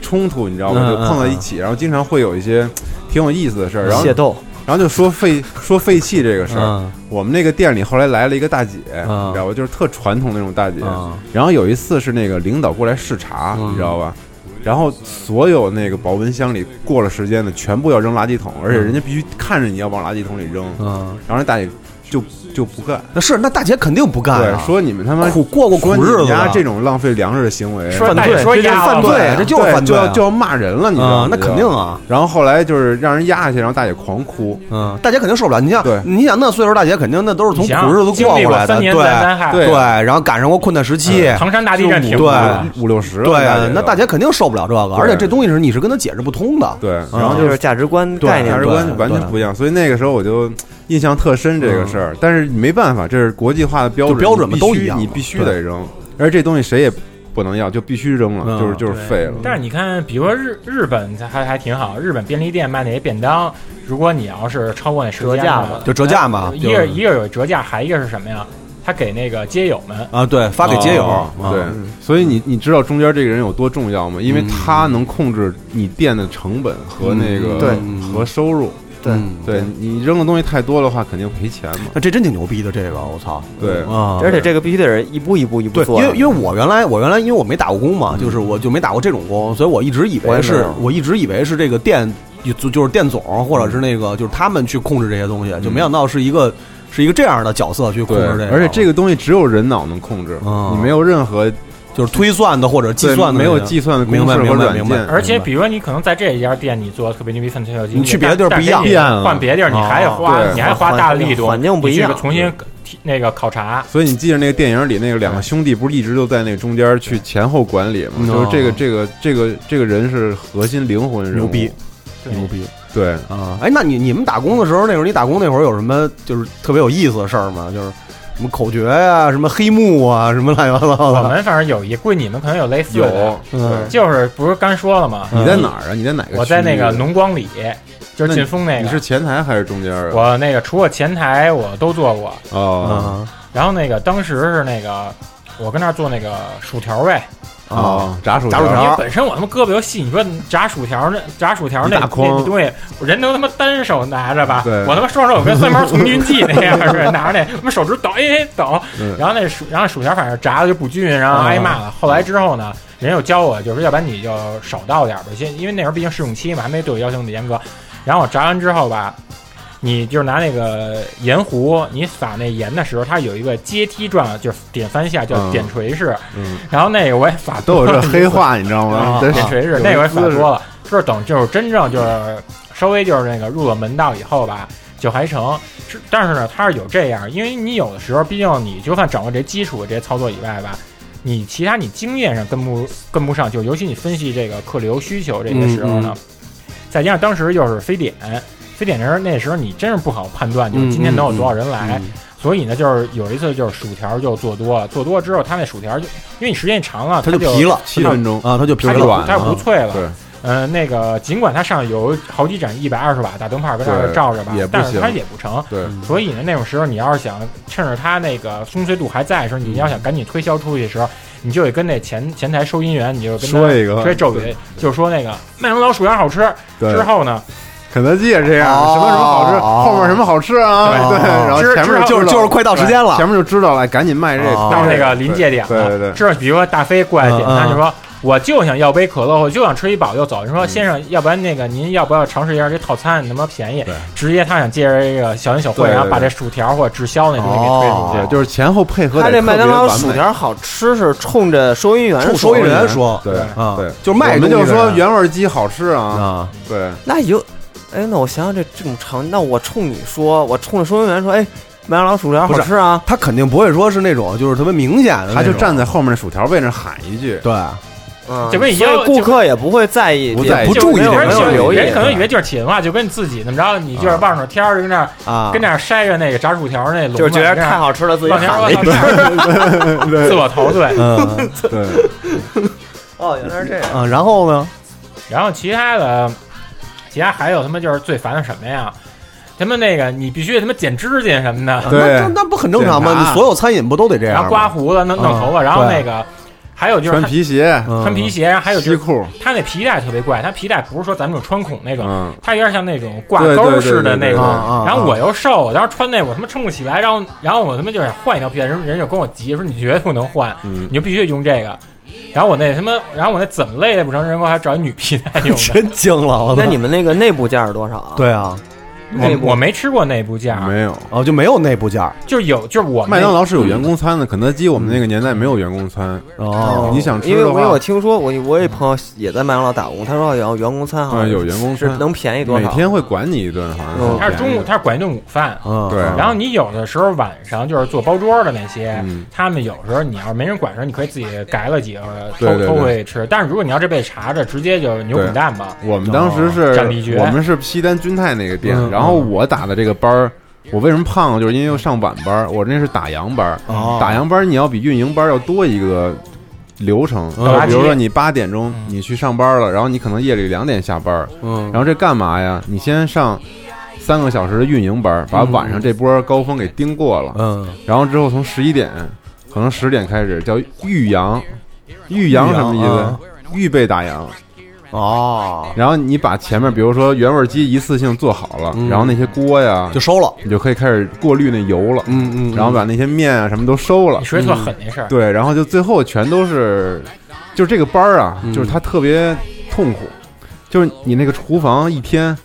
Speaker 2: 冲突，你知道吗？
Speaker 10: 嗯
Speaker 2: 就碰到一起，然后经常会有一些挺有意思的事儿，然后
Speaker 3: 械斗，
Speaker 2: 然后就说废 说废气这个事儿
Speaker 10: 嗯。
Speaker 2: 我们那个店里后来来了一个大姐，
Speaker 10: 嗯
Speaker 2: 你知道吧？就是特传统那种大姐
Speaker 10: 嗯。
Speaker 2: 然后有一次是那个领导过来视察，
Speaker 10: 嗯
Speaker 2: 你知道吧？然后所有那个保温箱里过了时间的全部要扔垃圾桶，而且人家必须看着你要往垃圾桶里扔。
Speaker 10: 嗯，
Speaker 2: 然后那大姐就就不干，
Speaker 10: 那是那大姐肯定不干啊
Speaker 2: 对，说你们他妈
Speaker 10: 苦过过
Speaker 2: 说
Speaker 10: 苦日
Speaker 2: 你们
Speaker 10: 子啊
Speaker 2: 家
Speaker 10: 了
Speaker 2: 啊这种浪费粮食的行为，
Speaker 4: 说大姐说压了
Speaker 10: 犯罪啊，这就是
Speaker 2: 对
Speaker 10: 犯罪
Speaker 2: 就
Speaker 10: 啊，
Speaker 2: 要就要骂人了，你知道吗
Speaker 10: 啊？那
Speaker 2: 就
Speaker 10: 肯定啊。
Speaker 2: 然后后来就是让人压下去，然后大姐狂哭。
Speaker 10: 嗯，大姐肯定受不了。你想
Speaker 2: 对，
Speaker 10: 你想那岁数，大姐肯定那都是从
Speaker 4: 你想
Speaker 10: 苦日子
Speaker 4: 经
Speaker 10: 过
Speaker 4: 历
Speaker 10: 过
Speaker 4: 过
Speaker 10: 来的，
Speaker 4: 三
Speaker 10: 对
Speaker 4: 年自然灾害
Speaker 2: 对
Speaker 10: 对，然后赶上过困难时期，
Speaker 4: 唐山大地震挺
Speaker 10: 对
Speaker 2: 五六十了，
Speaker 10: 哎对啊
Speaker 2: 大姐都，
Speaker 10: 那大姐肯定受不了这个，而且这东西是你是跟她解释不通的，
Speaker 2: 对，
Speaker 10: 嗯
Speaker 2: 然后
Speaker 3: 然后就是价值观
Speaker 2: 对
Speaker 3: 概念
Speaker 2: 价值
Speaker 3: 不一
Speaker 2: 观
Speaker 3: 样
Speaker 2: 就完全不一样。所以那个时候我就印象特深这个事儿，但是没办法，这是国际化的标准，
Speaker 10: 嗯就标准嘛
Speaker 2: 你必须
Speaker 10: 都一样嘛
Speaker 2: 你必须得扔，而这东西谁也不能要，就必须扔了，
Speaker 10: 嗯
Speaker 2: 就是就是
Speaker 4: 对
Speaker 2: 废了。
Speaker 4: 但是你看，比如说日日本它还还挺好，日本便利店卖那些便当，如果你要是超过那时间
Speaker 3: 折价
Speaker 4: 了
Speaker 3: 嘛，
Speaker 10: 就折价嘛
Speaker 4: 哎
Speaker 10: 就
Speaker 4: 一
Speaker 10: 是
Speaker 4: 个一个有折价，还一个是什么呀？他给那个街友们，
Speaker 10: 啊，对，发给街友，啊
Speaker 2: 哦对，所以你你知道中间这个人有多重要吗？因为他能控制你店的成本和那个
Speaker 10: 嗯嗯对
Speaker 2: 和收入。
Speaker 3: 对
Speaker 10: 嗯
Speaker 2: 对你扔的东西太多的话，肯定赔钱嘛。
Speaker 10: 那这真挺牛逼的，这个我操，
Speaker 2: 对
Speaker 10: 啊，
Speaker 3: 而且这个必须得是一步一步一步
Speaker 10: 对，
Speaker 3: 做
Speaker 10: 因
Speaker 2: 啊
Speaker 3: 的，
Speaker 10: 为因为我原来我原来因为我没打过
Speaker 2: 嗯
Speaker 10: 工嘛，就是我就没打过这种工，所以我一直以
Speaker 3: 我
Speaker 10: 为
Speaker 3: 也没
Speaker 10: 是
Speaker 3: 有
Speaker 10: 我一直以为是这个店就就是店总或者
Speaker 2: 嗯
Speaker 10: 是那个就是他们去控制这些东西，就没想到是一个是一个这样的角色去控
Speaker 2: 对
Speaker 10: 制这个，，
Speaker 2: 而且这个东西只有人脑能控制，
Speaker 10: 嗯
Speaker 2: 你没有任何
Speaker 10: 就是推算的或者计
Speaker 2: 对
Speaker 10: 算的
Speaker 2: 没有
Speaker 10: 那个
Speaker 2: 计算的公
Speaker 10: 明白
Speaker 2: 式和
Speaker 10: 明白
Speaker 2: 软
Speaker 10: 明白
Speaker 2: 件
Speaker 4: 而且比如说你可能在这一家店你做的特别牛逼犯罪小精，
Speaker 10: 你去别的地儿
Speaker 4: 但
Speaker 10: 不一样哦
Speaker 4: 但是
Speaker 2: 变了
Speaker 4: 你换别地儿你还得花
Speaker 2: 对，
Speaker 4: 你还得花大力度，
Speaker 3: 环境不一样
Speaker 4: 你去重新提那个考察。
Speaker 2: 所以你记着那个电影里那个两个兄弟不是一直都在那个中间去前后管理嘛？
Speaker 10: 嗯
Speaker 2: 就是这个这个这个这个人是核心灵魂人物
Speaker 10: 牛逼，
Speaker 4: 对
Speaker 10: 牛逼
Speaker 2: 对，
Speaker 10: 啊！哎，那你你们打工的时候，那会儿你打工那会儿有什么就是特别有意思的事儿吗？就是什么口诀呀、什么黑幕啊，什么乱七八糟
Speaker 4: 我
Speaker 10: 的。
Speaker 4: 们反正有一贵，你们可能有类似的，
Speaker 2: 有。
Speaker 10: 嗯
Speaker 4: 就是不是刚说了吗？
Speaker 2: 你在哪儿啊？你在哪个区域？
Speaker 4: 我在那个农光里，就是晋峰那个，
Speaker 2: 你是前台还是中间啊？
Speaker 4: 我那个除了前台我都做过，
Speaker 2: 哦
Speaker 10: 啊
Speaker 4: 然后那个当时是那个我跟那儿做那个薯条位，
Speaker 10: 啊！
Speaker 2: 哦，炸薯
Speaker 10: 炸薯条
Speaker 4: 因为本身我他妈胳膊又细，你说炸薯条那炸薯条那
Speaker 2: 一大筐
Speaker 4: 那东西，我人能他妈单手拿着吧？
Speaker 2: 对
Speaker 4: 我他妈双手有跟三毛从军记那 样似的，拿着那他妈手指抖哎抖
Speaker 2: 嗯，
Speaker 4: 然后那薯然后薯条反正炸的就不均匀，然后挨骂了。后来之后呢，人又教我，就是要不然你就少倒点儿吧，先因为那时候毕竟试用期嘛，还没对我要求那么严格。然后我炸完之后吧。你就是拿那个盐壶，你撒那盐的时候，它有一个阶梯状，就是点三下叫
Speaker 2: 嗯
Speaker 4: 点锤式。
Speaker 2: 嗯
Speaker 4: 然后那个我也撒
Speaker 2: 都有
Speaker 4: 多了
Speaker 2: 这黑话，你知道吗？
Speaker 4: 啊，
Speaker 2: 真
Speaker 4: 点
Speaker 2: 是
Speaker 4: 锤式，那回反多了，就是等就是真正就是稍微就是那个入了门道以后吧，就还成。是但是呢，它是有这样，因为你有的时候，毕竟你就算掌握这基础这些操作以外吧，你其他你经验上跟不跟不上，就尤其你分析这个客流需求这些时候呢，再加上当时又是非典，非典的时候那时候你真是不好判断，就是今天能有多少人来。
Speaker 10: 嗯
Speaker 4: 所以呢，就是有一次就是薯条就做多了，做多了之后，它那薯条就因为你时间一长了，
Speaker 10: 他
Speaker 4: 它
Speaker 10: 就皮了
Speaker 2: 七分钟，
Speaker 10: 啊，他就皮
Speaker 4: 它
Speaker 10: 儿
Speaker 4: 就
Speaker 10: 软
Speaker 4: 不它就
Speaker 10: 了
Speaker 4: 不脆了。
Speaker 2: 对，
Speaker 4: 呃，那个尽管它上有好几盏一百二十瓦大灯泡跟那儿
Speaker 2: 对
Speaker 4: 照着吧
Speaker 2: 也，不
Speaker 4: 但是它
Speaker 2: 行
Speaker 4: 也不成。
Speaker 2: 对，
Speaker 4: 所以呢，那种时候你要是想趁着它那个松脆度还在的时候，你要想赶紧推销出去的时候，你就得跟那前前台收银员，你就跟他
Speaker 2: 说一个
Speaker 4: 说咒语
Speaker 2: 对，
Speaker 4: 就说那个麦当劳薯条好吃。
Speaker 2: 对
Speaker 4: 之后呢，
Speaker 2: 肯德基也这样，
Speaker 10: 哦
Speaker 2: 什么什么好吃，
Speaker 10: 哦
Speaker 2: 后面什么好吃啊？
Speaker 4: 哦对
Speaker 2: 对，然后
Speaker 4: 知
Speaker 2: 前面
Speaker 4: 知道
Speaker 10: 就是就是快到时间了
Speaker 2: 前面就知道了，赶紧卖这个
Speaker 10: 哦
Speaker 4: 到那个临界点
Speaker 2: 对
Speaker 4: 了，
Speaker 2: 对对
Speaker 4: 知道，比如说大飞过来点
Speaker 10: 嗯
Speaker 4: 餐，
Speaker 10: 嗯
Speaker 4: 就说我就想要杯可乐，我就想吃一饱就走。你说先生，要不然那个您要不要尝试一下这套餐，那么便宜？直接他想借着这个小恩小惠，
Speaker 2: 对对哦
Speaker 4: 然后把这薯条或者滞销那东西给推出去。
Speaker 2: 对，就是前后配合
Speaker 3: 啊他
Speaker 2: 得
Speaker 3: 这
Speaker 2: 特别
Speaker 3: 麦当劳
Speaker 2: 完美
Speaker 3: 薯条好吃是冲着收银员
Speaker 2: 冲
Speaker 3: 说
Speaker 2: 收银
Speaker 3: 的，
Speaker 2: 员说对啊对就是卖我们就是说原味鸡好吃啊啊对，
Speaker 3: 那有，哎，那我想想这这种场景，那我冲你说，我冲着收银员说，哎，麦当劳薯条好吃啊，
Speaker 10: 啊，他肯定不会说是那种就是特别明显的，
Speaker 3: 他就站
Speaker 2: 在后面薯条位那喊一句，
Speaker 10: 对，
Speaker 3: 嗯
Speaker 4: 就跟以前
Speaker 3: 所以顾客也不会在意，
Speaker 10: 不在意
Speaker 3: 也
Speaker 10: 不注意
Speaker 3: 没有
Speaker 10: 这
Speaker 3: 没
Speaker 10: 个
Speaker 3: 有
Speaker 10: 问题
Speaker 3: 留意，啊
Speaker 4: 人可能以为就是企业文化，就跟自己怎么着，你就是望着天儿跟那儿
Speaker 10: 啊
Speaker 4: 跟那儿筛着那个炸薯条那笼子，
Speaker 3: 就是觉得
Speaker 4: 跟那儿
Speaker 3: 太好吃了自己
Speaker 4: 往前
Speaker 3: 喊了一
Speaker 4: 往前
Speaker 2: 往前
Speaker 4: 自我陶醉。
Speaker 10: 嗯
Speaker 2: 对，
Speaker 3: 哦，原来是这样。
Speaker 10: 啊，然后呢？
Speaker 4: 然后其他的，其他还有他妈就是最烦的什么呀？他们那个你必须他妈剪指甲什么的，
Speaker 10: 啊
Speaker 2: 啊
Speaker 10: 那那那不很正常吗？你所有餐饮不都得这样吗？
Speaker 4: 然后刮胡子、弄弄头发，
Speaker 10: 嗯
Speaker 4: 然后
Speaker 10: 对
Speaker 4: 那个还有就是
Speaker 2: 啊穿
Speaker 4: 他
Speaker 2: 皮鞋，
Speaker 4: 穿皮鞋，然嗯后还有就是
Speaker 2: 西裤，
Speaker 4: 他那皮带特别怪，他皮带不是说咱们这种穿孔那种，
Speaker 2: 嗯
Speaker 4: 它有点像那种挂
Speaker 2: 对对
Speaker 4: 钩
Speaker 2: 对
Speaker 4: 似
Speaker 2: 对
Speaker 4: 的那
Speaker 2: 对
Speaker 4: 种。
Speaker 2: 对
Speaker 4: 然后
Speaker 2: 嗯
Speaker 4: 我又瘦，我当时穿那我他妈撑不起来，然后然后我他妈就想换一条皮带，人人就跟我急说你绝对不能换，
Speaker 2: 嗯
Speaker 4: 你就必须得用这个。然后我那他妈，然后我那怎么累也不成，人给我还找一女皮带 用的。
Speaker 10: 惊了我操
Speaker 3: 那你们那个内部价是多少啊？
Speaker 10: 对啊，
Speaker 4: 我我没吃过内部价，
Speaker 2: 没有
Speaker 10: 哦，就没有内部价，
Speaker 4: 就是有就是我们
Speaker 2: 麦当劳是有员工餐的，肯德基我们那个年代没有员工餐
Speaker 10: 哦
Speaker 2: 你想吃
Speaker 3: 因为
Speaker 2: 的
Speaker 3: 因为
Speaker 2: 话
Speaker 3: 我，听说我我有一朋友也在麦当劳打工，他说有员工餐好像
Speaker 2: 嗯，有员工
Speaker 3: 是
Speaker 2: 餐
Speaker 3: 能便宜多
Speaker 2: 每
Speaker 3: 少？
Speaker 2: 天会管你一顿，好像
Speaker 4: 他是中午，
Speaker 2: 便宜
Speaker 4: 他是管一顿午饭。
Speaker 10: 嗯
Speaker 2: 对
Speaker 4: 然后你有的时候晚上就是做包桌的那些，
Speaker 2: 嗯
Speaker 4: 他们有时候你要是没人管的时候，你可以自己改了几个偷
Speaker 2: 对对对
Speaker 4: 偷回去吃。但是如果你要是被查着，直接就是牛
Speaker 2: 对
Speaker 4: 滚蛋吧。
Speaker 2: 我们当时是
Speaker 4: 斩哦立决，
Speaker 2: 我们是西单君泰那个店
Speaker 4: 嗯，
Speaker 2: 然后我打的这个班儿。我为什么胖？就是因为上晚班儿，我那是打烊班儿。
Speaker 10: 哦
Speaker 2: 打烊班儿你要比运营班儿要多一个流程，
Speaker 10: 嗯
Speaker 2: 就比如说你八点钟你去上班了，然后你可能夜里两点下班儿，
Speaker 10: 嗯
Speaker 2: 然后这干嘛呀？你先上三个小时的运营班儿，把
Speaker 10: 嗯
Speaker 2: 晚上这波高峰给盯过了，
Speaker 10: 嗯，
Speaker 2: 然后之后从十一点，可能十点开始叫预阳，预阳什么意
Speaker 10: 预
Speaker 2: 思
Speaker 10: 阳？
Speaker 2: 预备打烊。
Speaker 10: 哦，
Speaker 2: 然后你把前面，比如说原味鸡一次性做好了，
Speaker 10: 嗯
Speaker 2: 然后那些锅呀
Speaker 10: 就收了，
Speaker 2: 你就可以开始过滤那油了，
Speaker 10: 嗯嗯嗯
Speaker 2: 然后把那些面啊什么都收了。
Speaker 4: 你说一做狠那事儿，
Speaker 2: 对，然后就最后全都是，就是这个班儿啊，就是
Speaker 10: 嗯
Speaker 2: 他特别痛苦，就是你那个厨房一天。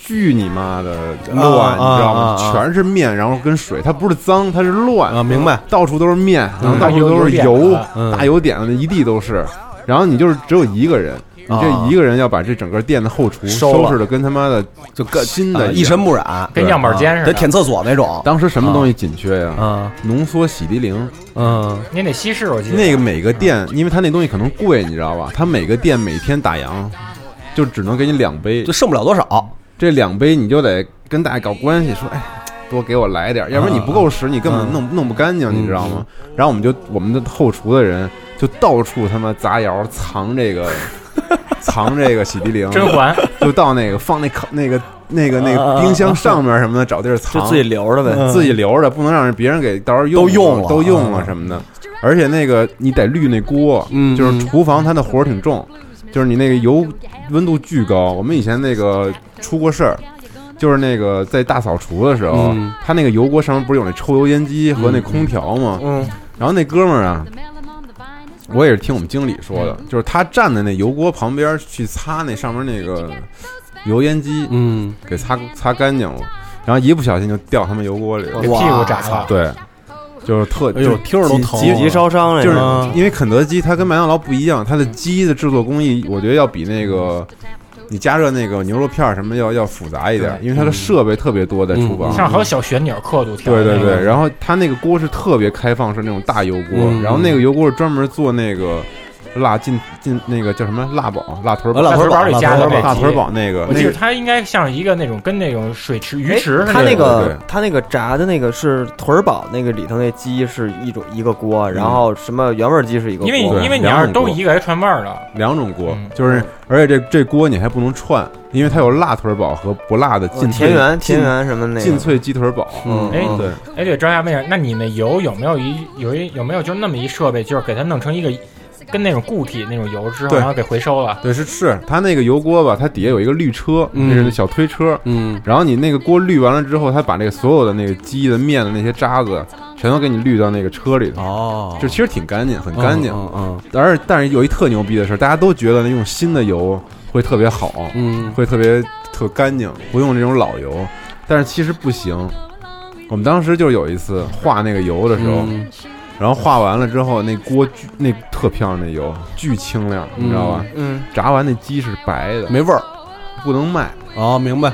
Speaker 2: 巨你妈的乱，
Speaker 10: 啊
Speaker 2: 你知道吗？
Speaker 10: 啊啊
Speaker 2: 全是面，然后跟水，它不是脏，它是乱
Speaker 10: 啊明白？
Speaker 2: 到处都是面，然后
Speaker 10: 嗯
Speaker 2: 到处都是
Speaker 10: 油油
Speaker 2: 油
Speaker 10: 点子，嗯
Speaker 2: 大油点子一地都是。然后你就是只有一个人，你这
Speaker 10: 啊
Speaker 2: 一个人要把这整个店的后厨
Speaker 10: 收
Speaker 2: 收
Speaker 10: 了
Speaker 2: 拾的跟他妈的就跟新
Speaker 10: 啊
Speaker 2: 的
Speaker 10: 一尘不染，
Speaker 2: 对
Speaker 10: 得舔厕所那种。
Speaker 2: 当时什么东西紧缺呀？
Speaker 10: 啊，
Speaker 2: 浓缩洗涤灵。
Speaker 10: 嗯，
Speaker 4: 你得稀释，我记得
Speaker 2: 那个每个店，因为它那东西可能贵，你知道吧？它每个店每天打烊，就只能给你两杯，就
Speaker 10: 剩不了多少。
Speaker 2: 这两杯你就得跟大家搞关系，说哎，多给我来
Speaker 3: 啊
Speaker 2: 点儿，要不然你不够使，你根本弄弄不干
Speaker 3: 嗯
Speaker 2: 净，你知道吗？然后我们就我们的后厨的人就到处他妈砸窑藏这 个。藏这个洗涤灵，
Speaker 4: 甄嬛
Speaker 2: 就到那个放那烤那个那个那个冰箱上面什么的，找地儿藏，
Speaker 3: 啊就自己留着呗
Speaker 2: 嗯自己留着，不能让人别人给到时候用
Speaker 10: 都用了
Speaker 2: 都用了什么的。而且那个你得滤那锅，
Speaker 10: 嗯
Speaker 2: 就是厨房它的活儿挺重，就是你那个油温度巨高。我们以前那个出过事儿，就是那个在大扫除的时候，
Speaker 10: 嗯
Speaker 2: 它那个油锅上面不是有那抽油烟机和那空调吗？
Speaker 3: 嗯，
Speaker 2: 然后那哥们儿啊。我也是听我们经理说的，就是他站在那油锅旁边去擦那上面那个油烟机，
Speaker 10: 嗯，
Speaker 2: 给擦擦干净了，然后一不小心就掉他们油锅里了，
Speaker 4: 给屁股炸了
Speaker 2: 啊对，就是特，
Speaker 10: 哎呦
Speaker 2: 就
Speaker 10: 听着都疼
Speaker 2: 急
Speaker 10: 急烧
Speaker 3: 伤了
Speaker 2: 啊就是
Speaker 10: 嗯
Speaker 2: 因为肯德基它跟麦当劳不一样，它的鸡的制作工艺，我觉得要比那个。你加热那个牛肉片儿什么要要复杂一点，因为它的设备特别多在厨房，
Speaker 4: 上好有小旋钮刻度调。
Speaker 2: 对对对，，然后它那个锅是特别开放式那种大油锅，
Speaker 10: 嗯
Speaker 2: 然后那个油锅是专门做那个辣进进那个叫什么辣堡、辣腿堡、
Speaker 10: 呃辣腿堡
Speaker 4: 腿堡里加的那
Speaker 2: 辣
Speaker 4: 鸡
Speaker 2: 腿堡那个，
Speaker 4: 我
Speaker 2: 那
Speaker 4: 记
Speaker 2: 个
Speaker 4: 得它应该像一个那种跟那种水池鱼
Speaker 3: 哎
Speaker 4: 池似的。
Speaker 3: 它那
Speaker 2: 对对
Speaker 3: 个它那个炸的那个是腿儿堡那个里头那鸡是一种一个锅，然后什么原味鸡是一个锅，
Speaker 4: 因为
Speaker 2: 对
Speaker 4: 因为你要
Speaker 2: 两
Speaker 4: 是
Speaker 2: 种
Speaker 4: 都
Speaker 2: 锅
Speaker 4: 一个人串味儿了，
Speaker 2: 两种锅，就是而且这这锅你还不能串，因为它有辣腿堡和不辣的劲
Speaker 3: 哦
Speaker 2: 脆
Speaker 3: 田园
Speaker 2: 劲
Speaker 3: 田园什么那个
Speaker 2: 劲脆鸡腿堡。
Speaker 3: 嗯
Speaker 4: 哎
Speaker 2: 对，
Speaker 4: 哎，对，张下问一下，那你们油有没有一有一有没有就那么一设备，就是给它弄成一个跟那种固体那种油之后，
Speaker 2: 对
Speaker 4: 然后给回收了。
Speaker 2: 对，是是，它那个油锅吧，它底下有一个滤车，
Speaker 4: 嗯
Speaker 2: 那是那小推车，
Speaker 10: 嗯，
Speaker 2: 然后你那个锅滤完了之后，它把那个所有的那个鸡的面的那些渣子，全都给你滤到那个车里头，
Speaker 10: 哦，
Speaker 2: 就其实挺干净，很干
Speaker 3: 哦
Speaker 2: 净，
Speaker 10: 嗯嗯
Speaker 2: 但是但是有一特牛逼的事儿，大家都觉得用新的油会特别好，
Speaker 10: 嗯，
Speaker 2: 会特别特干净，不用这种老油，但是其实不行。我们当时就有一次画那个油的时候，
Speaker 10: 嗯
Speaker 2: 然后画完了之后，那锅巨那特漂亮，那油巨清亮，你知道吧？
Speaker 3: 嗯，
Speaker 2: 炸完那鸡是白的，
Speaker 10: 没味儿，
Speaker 2: 不能卖。
Speaker 10: 哦，明白。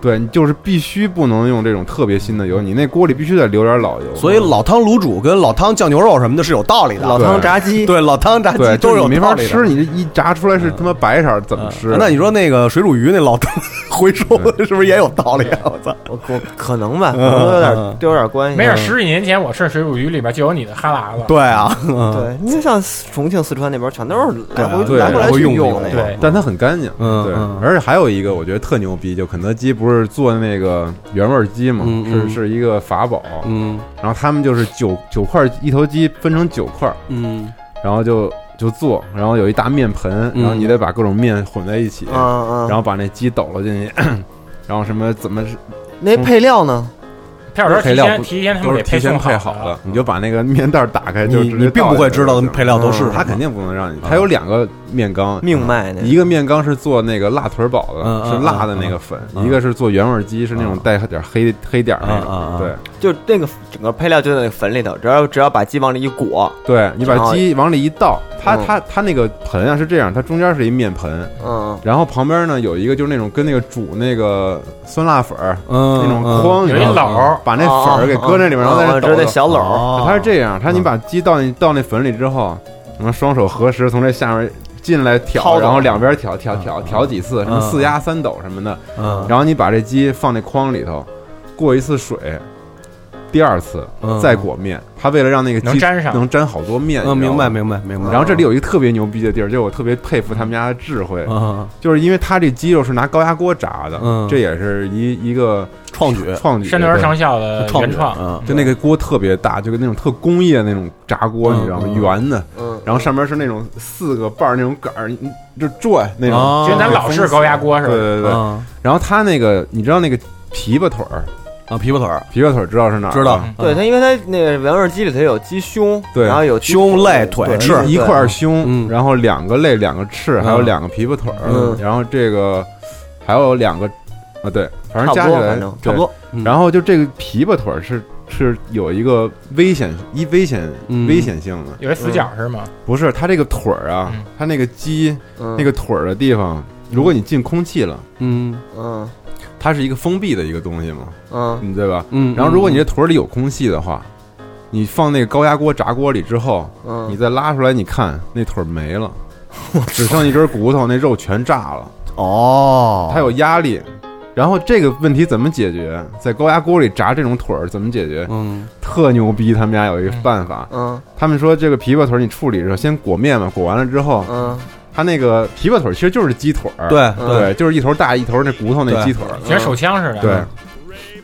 Speaker 2: 对你就是必须不能用这种特别新的油，你那锅里必须得留点老油。
Speaker 10: 所以老汤卤煮跟老汤酱牛肉什么的是有道理的，
Speaker 2: 老汤炸
Speaker 10: 鸡，对，老汤炸鸡
Speaker 2: 对，
Speaker 10: 都
Speaker 2: 就
Speaker 10: 是有
Speaker 2: 是你没法
Speaker 10: 道理的嗯啊
Speaker 2: 吃，你这一炸出来是他妈白色儿，怎么吃？
Speaker 10: 那你说那个水煮鱼那老汤 回收的是不是也有道理啊？我操，
Speaker 3: 我我可能吧，可
Speaker 10: 嗯
Speaker 3: 能有点
Speaker 10: 嗯
Speaker 3: 都有点关系。啊
Speaker 4: 没事，十几年前我吃水煮鱼里边就有你的哈喇子。
Speaker 10: 对啊，
Speaker 3: 对，因为像重庆、四川那边全都是来回
Speaker 2: 对，
Speaker 3: 来回来去
Speaker 2: 用
Speaker 3: 那个。
Speaker 4: 对
Speaker 2: 但它很干净，
Speaker 10: 嗯
Speaker 2: 对
Speaker 10: 嗯。
Speaker 2: 而且还有一个我觉得特牛逼，就肯德基不是做那个原味鸡嘛，
Speaker 10: 嗯
Speaker 2: 是
Speaker 10: 嗯
Speaker 2: 是一个法宝，
Speaker 10: 嗯
Speaker 2: 然后他们就是九九块一头鸡分成九块，
Speaker 10: 嗯
Speaker 2: 然后就就做，然后有一大面盆，
Speaker 10: 嗯啊
Speaker 2: 然后你得把各种面混在一起，
Speaker 3: 嗯嗯
Speaker 2: 然后把那鸡抖了进去，然后什么怎么
Speaker 3: 那
Speaker 2: 嗯
Speaker 3: 配料呢？
Speaker 4: 他有时候
Speaker 2: 配
Speaker 4: 提
Speaker 2: 料
Speaker 4: 前
Speaker 2: 不
Speaker 4: 提
Speaker 10: 哎
Speaker 4: 前他
Speaker 2: 都
Speaker 4: 们
Speaker 2: 是
Speaker 4: 给
Speaker 2: 提前
Speaker 4: 送
Speaker 2: 配
Speaker 4: 好
Speaker 2: 好了，你就把那个面袋打开就
Speaker 10: 啊你
Speaker 2: 直接
Speaker 10: 你并
Speaker 2: 倒
Speaker 10: 不
Speaker 2: 进
Speaker 10: 会
Speaker 2: 去
Speaker 10: 知道
Speaker 2: 就行
Speaker 10: 配料都是什么
Speaker 2: 他肯定不能让你，他有两个面缸，
Speaker 3: 命脉那
Speaker 2: 一个面缸是做那个辣腿儿堡
Speaker 10: 嗯
Speaker 2: 的，
Speaker 10: 嗯
Speaker 2: 是辣的那个粉；
Speaker 10: 嗯
Speaker 2: 一个是做原味鸡，是那种带点黑黑点儿那
Speaker 10: 嗯
Speaker 2: 种。
Speaker 10: 嗯嗯
Speaker 2: 对
Speaker 3: 就那个整个配料就在那个粉里头，只要只要把鸡往里一裹，
Speaker 2: 对，你把鸡往里一倒，它
Speaker 3: 嗯
Speaker 2: 它它那个盆啊是这样，它中间是一面盆，
Speaker 3: 嗯，
Speaker 2: 然后旁边呢有一个就是那种跟那个煮那个酸辣粉儿
Speaker 10: 嗯
Speaker 2: 那种筐，
Speaker 4: 有一篓
Speaker 3: 哦
Speaker 4: 儿
Speaker 2: 把那粉儿给搁那里面，然后在
Speaker 3: 那
Speaker 2: 抖
Speaker 3: 那
Speaker 2: 抖。
Speaker 3: 哦小篓儿，
Speaker 10: 哦
Speaker 2: 它是这样，它你把鸡倒进倒那粉里之后，然后双手合十，从这下面进来
Speaker 3: 掏
Speaker 2: 挑，
Speaker 3: 走
Speaker 2: 然后两边挑挑挑挑几次，什么四压三抖什么的，
Speaker 10: 嗯
Speaker 2: 然后你把这鸡放那筐里头，过一次水，第二次
Speaker 10: 嗯
Speaker 2: 再裹面。它为了让那个鸡
Speaker 4: 能粘上
Speaker 2: 能粘好多面。
Speaker 10: 嗯，
Speaker 2: 你知道
Speaker 10: 明
Speaker 2: 吗
Speaker 10: 白明白明白。
Speaker 2: 然后这里有一个特别牛逼的地儿，就是我特别佩服他们家的智慧，
Speaker 10: 嗯
Speaker 2: 就是因为它这鸡肉是拿高压锅炸的，
Speaker 10: 嗯
Speaker 2: 这也是一一个
Speaker 10: 创举
Speaker 2: 创举
Speaker 4: 山德尔
Speaker 2: 对
Speaker 4: 上校的
Speaker 10: 创
Speaker 4: 原
Speaker 10: 举
Speaker 4: 创，
Speaker 10: 嗯
Speaker 2: 就那个锅特别大，就跟那种特工业那种炸锅，
Speaker 10: 嗯
Speaker 2: 你知道吗？
Speaker 10: 嗯
Speaker 2: 圆的，
Speaker 3: 嗯，
Speaker 2: 然后上面是那种四个瓣儿那种杆儿，你你就拽那种。
Speaker 10: 哦
Speaker 4: 就跟咱老式高压锅似
Speaker 2: 对
Speaker 4: 的。
Speaker 2: 对对。
Speaker 10: 嗯
Speaker 2: 然后它那个，你知道那个琵琶腿儿，
Speaker 10: 啊琵琶腿儿
Speaker 2: 琵琶腿儿知道是哪儿吧？
Speaker 10: 知道
Speaker 3: 对它，因为它那个原味鸡里头有鸡胸，
Speaker 2: 对
Speaker 3: 然后有鸡
Speaker 10: 胸
Speaker 3: 腿
Speaker 10: 肋腿
Speaker 3: 对
Speaker 10: 翅
Speaker 3: 对
Speaker 2: 一块儿
Speaker 10: 嗯
Speaker 2: 胸，然后两个肋，两个翅，还有两个琵琶腿儿
Speaker 3: 嗯，
Speaker 2: 然后这个还有两个啊，对，反正
Speaker 3: 差
Speaker 2: 加
Speaker 3: 不
Speaker 2: 起
Speaker 3: 多，
Speaker 2: 来
Speaker 3: 反正
Speaker 2: 对
Speaker 3: 差不。多。
Speaker 10: 嗯
Speaker 2: 然后就这个琵琶腿儿是是有一个危险一危险
Speaker 10: 嗯
Speaker 2: 危险性的，
Speaker 4: 有一死角是吗？
Speaker 2: 不是它这个腿儿啊
Speaker 4: 嗯，
Speaker 2: 它那个鸡
Speaker 3: 嗯，
Speaker 2: 那个腿儿的地方，如果你进空气了，
Speaker 10: 嗯
Speaker 3: 嗯
Speaker 2: 它是一个封闭的一个东西嘛，
Speaker 3: 嗯，
Speaker 2: 你对吧？
Speaker 10: 嗯，
Speaker 2: 然后如果你这腿儿里有空气的话，你放那个高压锅炸锅里之后，
Speaker 3: 嗯
Speaker 2: 你再拉出来，你看那腿儿没了，只剩一根骨头，那肉全炸了，
Speaker 10: 哦，
Speaker 2: 它有压力。然后这个问题怎么解决？在高压锅里炸这种腿儿怎么解决？
Speaker 10: 嗯
Speaker 2: 特牛逼！他们家有一个办法，
Speaker 3: 嗯
Speaker 2: 他们说这个琵琶腿儿你处理的时候先裹面嘛，裹完了之后，
Speaker 3: 嗯，
Speaker 2: 它那个琵琶腿儿其实就是鸡腿儿，
Speaker 10: 对
Speaker 3: 嗯
Speaker 2: 对，就是一头大一头那骨头那鸡腿儿，
Speaker 4: 就跟手枪似的。
Speaker 2: 嗯
Speaker 4: 啊
Speaker 2: 对，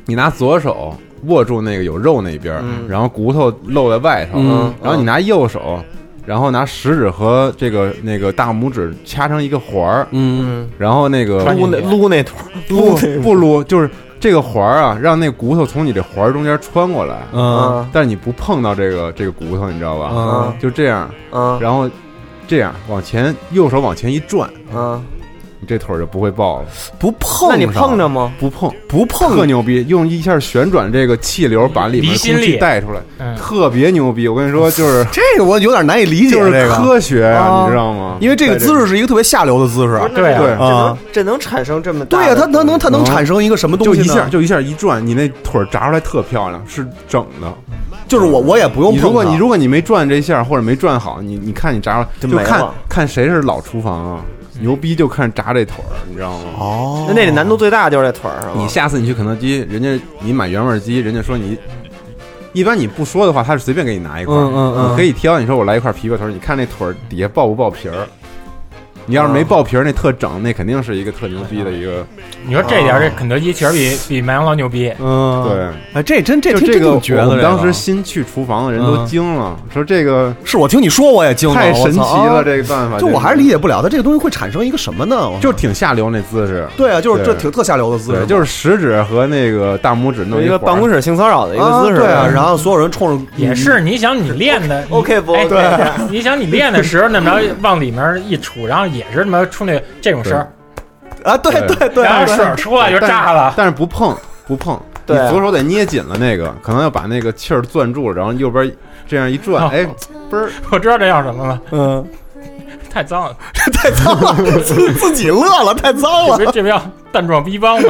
Speaker 2: 你拿左手握住那个有肉那边儿，
Speaker 3: 嗯
Speaker 2: 然后骨头露在外头，
Speaker 10: 嗯
Speaker 2: 然后你拿右手，然后拿食指和这个那个大拇指掐成一个环儿，
Speaker 10: 嗯
Speaker 3: 嗯，
Speaker 2: 然后那个嗯
Speaker 4: 穿进
Speaker 3: 撸
Speaker 4: 去
Speaker 3: 那撸那腿儿，
Speaker 2: 不不撸，就是这个环儿啊，让那骨头从你这环儿中间穿过来，
Speaker 10: 嗯
Speaker 3: 嗯
Speaker 2: 但是你不碰到这个这个骨头，你知道吧？
Speaker 10: 嗯
Speaker 2: 就这样，
Speaker 3: 嗯
Speaker 2: 然后这样往前，右手往前一转，
Speaker 3: 嗯，
Speaker 2: 你这腿儿就不会爆了，
Speaker 10: 不碰
Speaker 3: 那你
Speaker 10: 上
Speaker 3: 碰着吗？
Speaker 2: 不碰。
Speaker 10: 不碰
Speaker 2: 特牛逼，用一下旋转这个气流把里面
Speaker 4: 离
Speaker 2: 的
Speaker 4: 心
Speaker 2: 空气
Speaker 4: 力
Speaker 2: 带出来，
Speaker 4: 嗯，
Speaker 2: 特别牛逼。我跟你说，就是
Speaker 10: 这个我有点难以理解，
Speaker 2: 就是
Speaker 10: 这个，
Speaker 2: 科学
Speaker 3: 啊
Speaker 2: 啊，你知道吗？
Speaker 10: 因为这个姿势是一个特别下流的姿势。
Speaker 4: 对啊
Speaker 2: 对
Speaker 3: 这能
Speaker 10: 啊
Speaker 3: 这能产生这么大
Speaker 10: 对呀，
Speaker 3: 的
Speaker 10: 它它能它能
Speaker 2: 嗯
Speaker 10: 产生一个什么
Speaker 2: 就
Speaker 10: 东西
Speaker 2: 一
Speaker 10: 呢？
Speaker 2: 下就一下一转，你那腿儿炸出来特漂亮，是整的。
Speaker 10: 就是我我也不用
Speaker 2: 你
Speaker 10: 碰它。
Speaker 2: 如果你如果你没转这下或者没转好，你你看你炸出
Speaker 3: 就
Speaker 2: 来，就
Speaker 3: 没
Speaker 2: 看
Speaker 3: 了
Speaker 2: 看谁是老厨房啊，牛逼就看炸这腿儿，你知道吗？
Speaker 10: 哦
Speaker 3: 那那里难度最大就是这腿儿是吧？
Speaker 2: 你下次你去肯德基，人家你买原味鸡，人家说你。一般你不说的话，他是随便给你拿一块儿，
Speaker 10: 嗯嗯嗯
Speaker 2: 你可以挑。你说我来一块儿琵琶腿儿，你看那腿儿底下爆不爆皮儿？你要是
Speaker 10: 嗯
Speaker 2: 没爆皮儿那特整，那肯定是一个特牛逼的一个。
Speaker 4: 你说这点儿，这肯德基确实比比麦当劳牛逼。
Speaker 10: 嗯
Speaker 2: 对，
Speaker 10: 哎，这真这
Speaker 2: 就
Speaker 10: 真
Speaker 2: 这
Speaker 10: 这
Speaker 2: 个，
Speaker 10: 么觉得
Speaker 2: 我们
Speaker 10: 这个啊
Speaker 2: 当时新去厨房的人都
Speaker 10: 嗯
Speaker 2: 惊了，说这个
Speaker 10: 是我听你说我也惊了，
Speaker 2: 太神奇
Speaker 10: 我操
Speaker 2: 了，
Speaker 10: 啊
Speaker 2: 这个办法。
Speaker 10: 就
Speaker 2: 这个
Speaker 10: 我还是理解不了，它这个东西会产生一个什么呢？我
Speaker 2: 就挺下流那姿势。
Speaker 10: 对啊，就是这
Speaker 2: 对
Speaker 10: 挺特下流的姿势
Speaker 2: 对，，就是食指和那个大拇指弄
Speaker 3: 有一个
Speaker 2: 环
Speaker 3: 办公室性骚扰的一个
Speaker 10: 啊
Speaker 3: 姿势，
Speaker 10: 对啊，
Speaker 2: 嗯
Speaker 10: 然后所有人冲着
Speaker 4: 也是，你想你练 的
Speaker 3: OK 不
Speaker 4: 哎
Speaker 3: OK？
Speaker 4: 对，你想你练的时候，那么着往里面一杵，然后也是他妈出那这种声儿，
Speaker 10: 啊，对
Speaker 2: 对
Speaker 10: 对对，
Speaker 4: 然后水出来就炸了。
Speaker 2: 但是不碰不碰，你
Speaker 3: 对
Speaker 10: 啊
Speaker 2: 左手得捏紧了那个，可能要把那个气儿攥住了，然后右边这样一转，
Speaker 4: 哦
Speaker 2: 哎，嘣儿，
Speaker 4: 我知道这叫什么了，
Speaker 10: 嗯，
Speaker 4: 太脏 了，
Speaker 10: 太脏了，自自己乐了，太脏
Speaker 4: 这
Speaker 10: 了，
Speaker 4: 不这不叫蛋壮逼帮吗？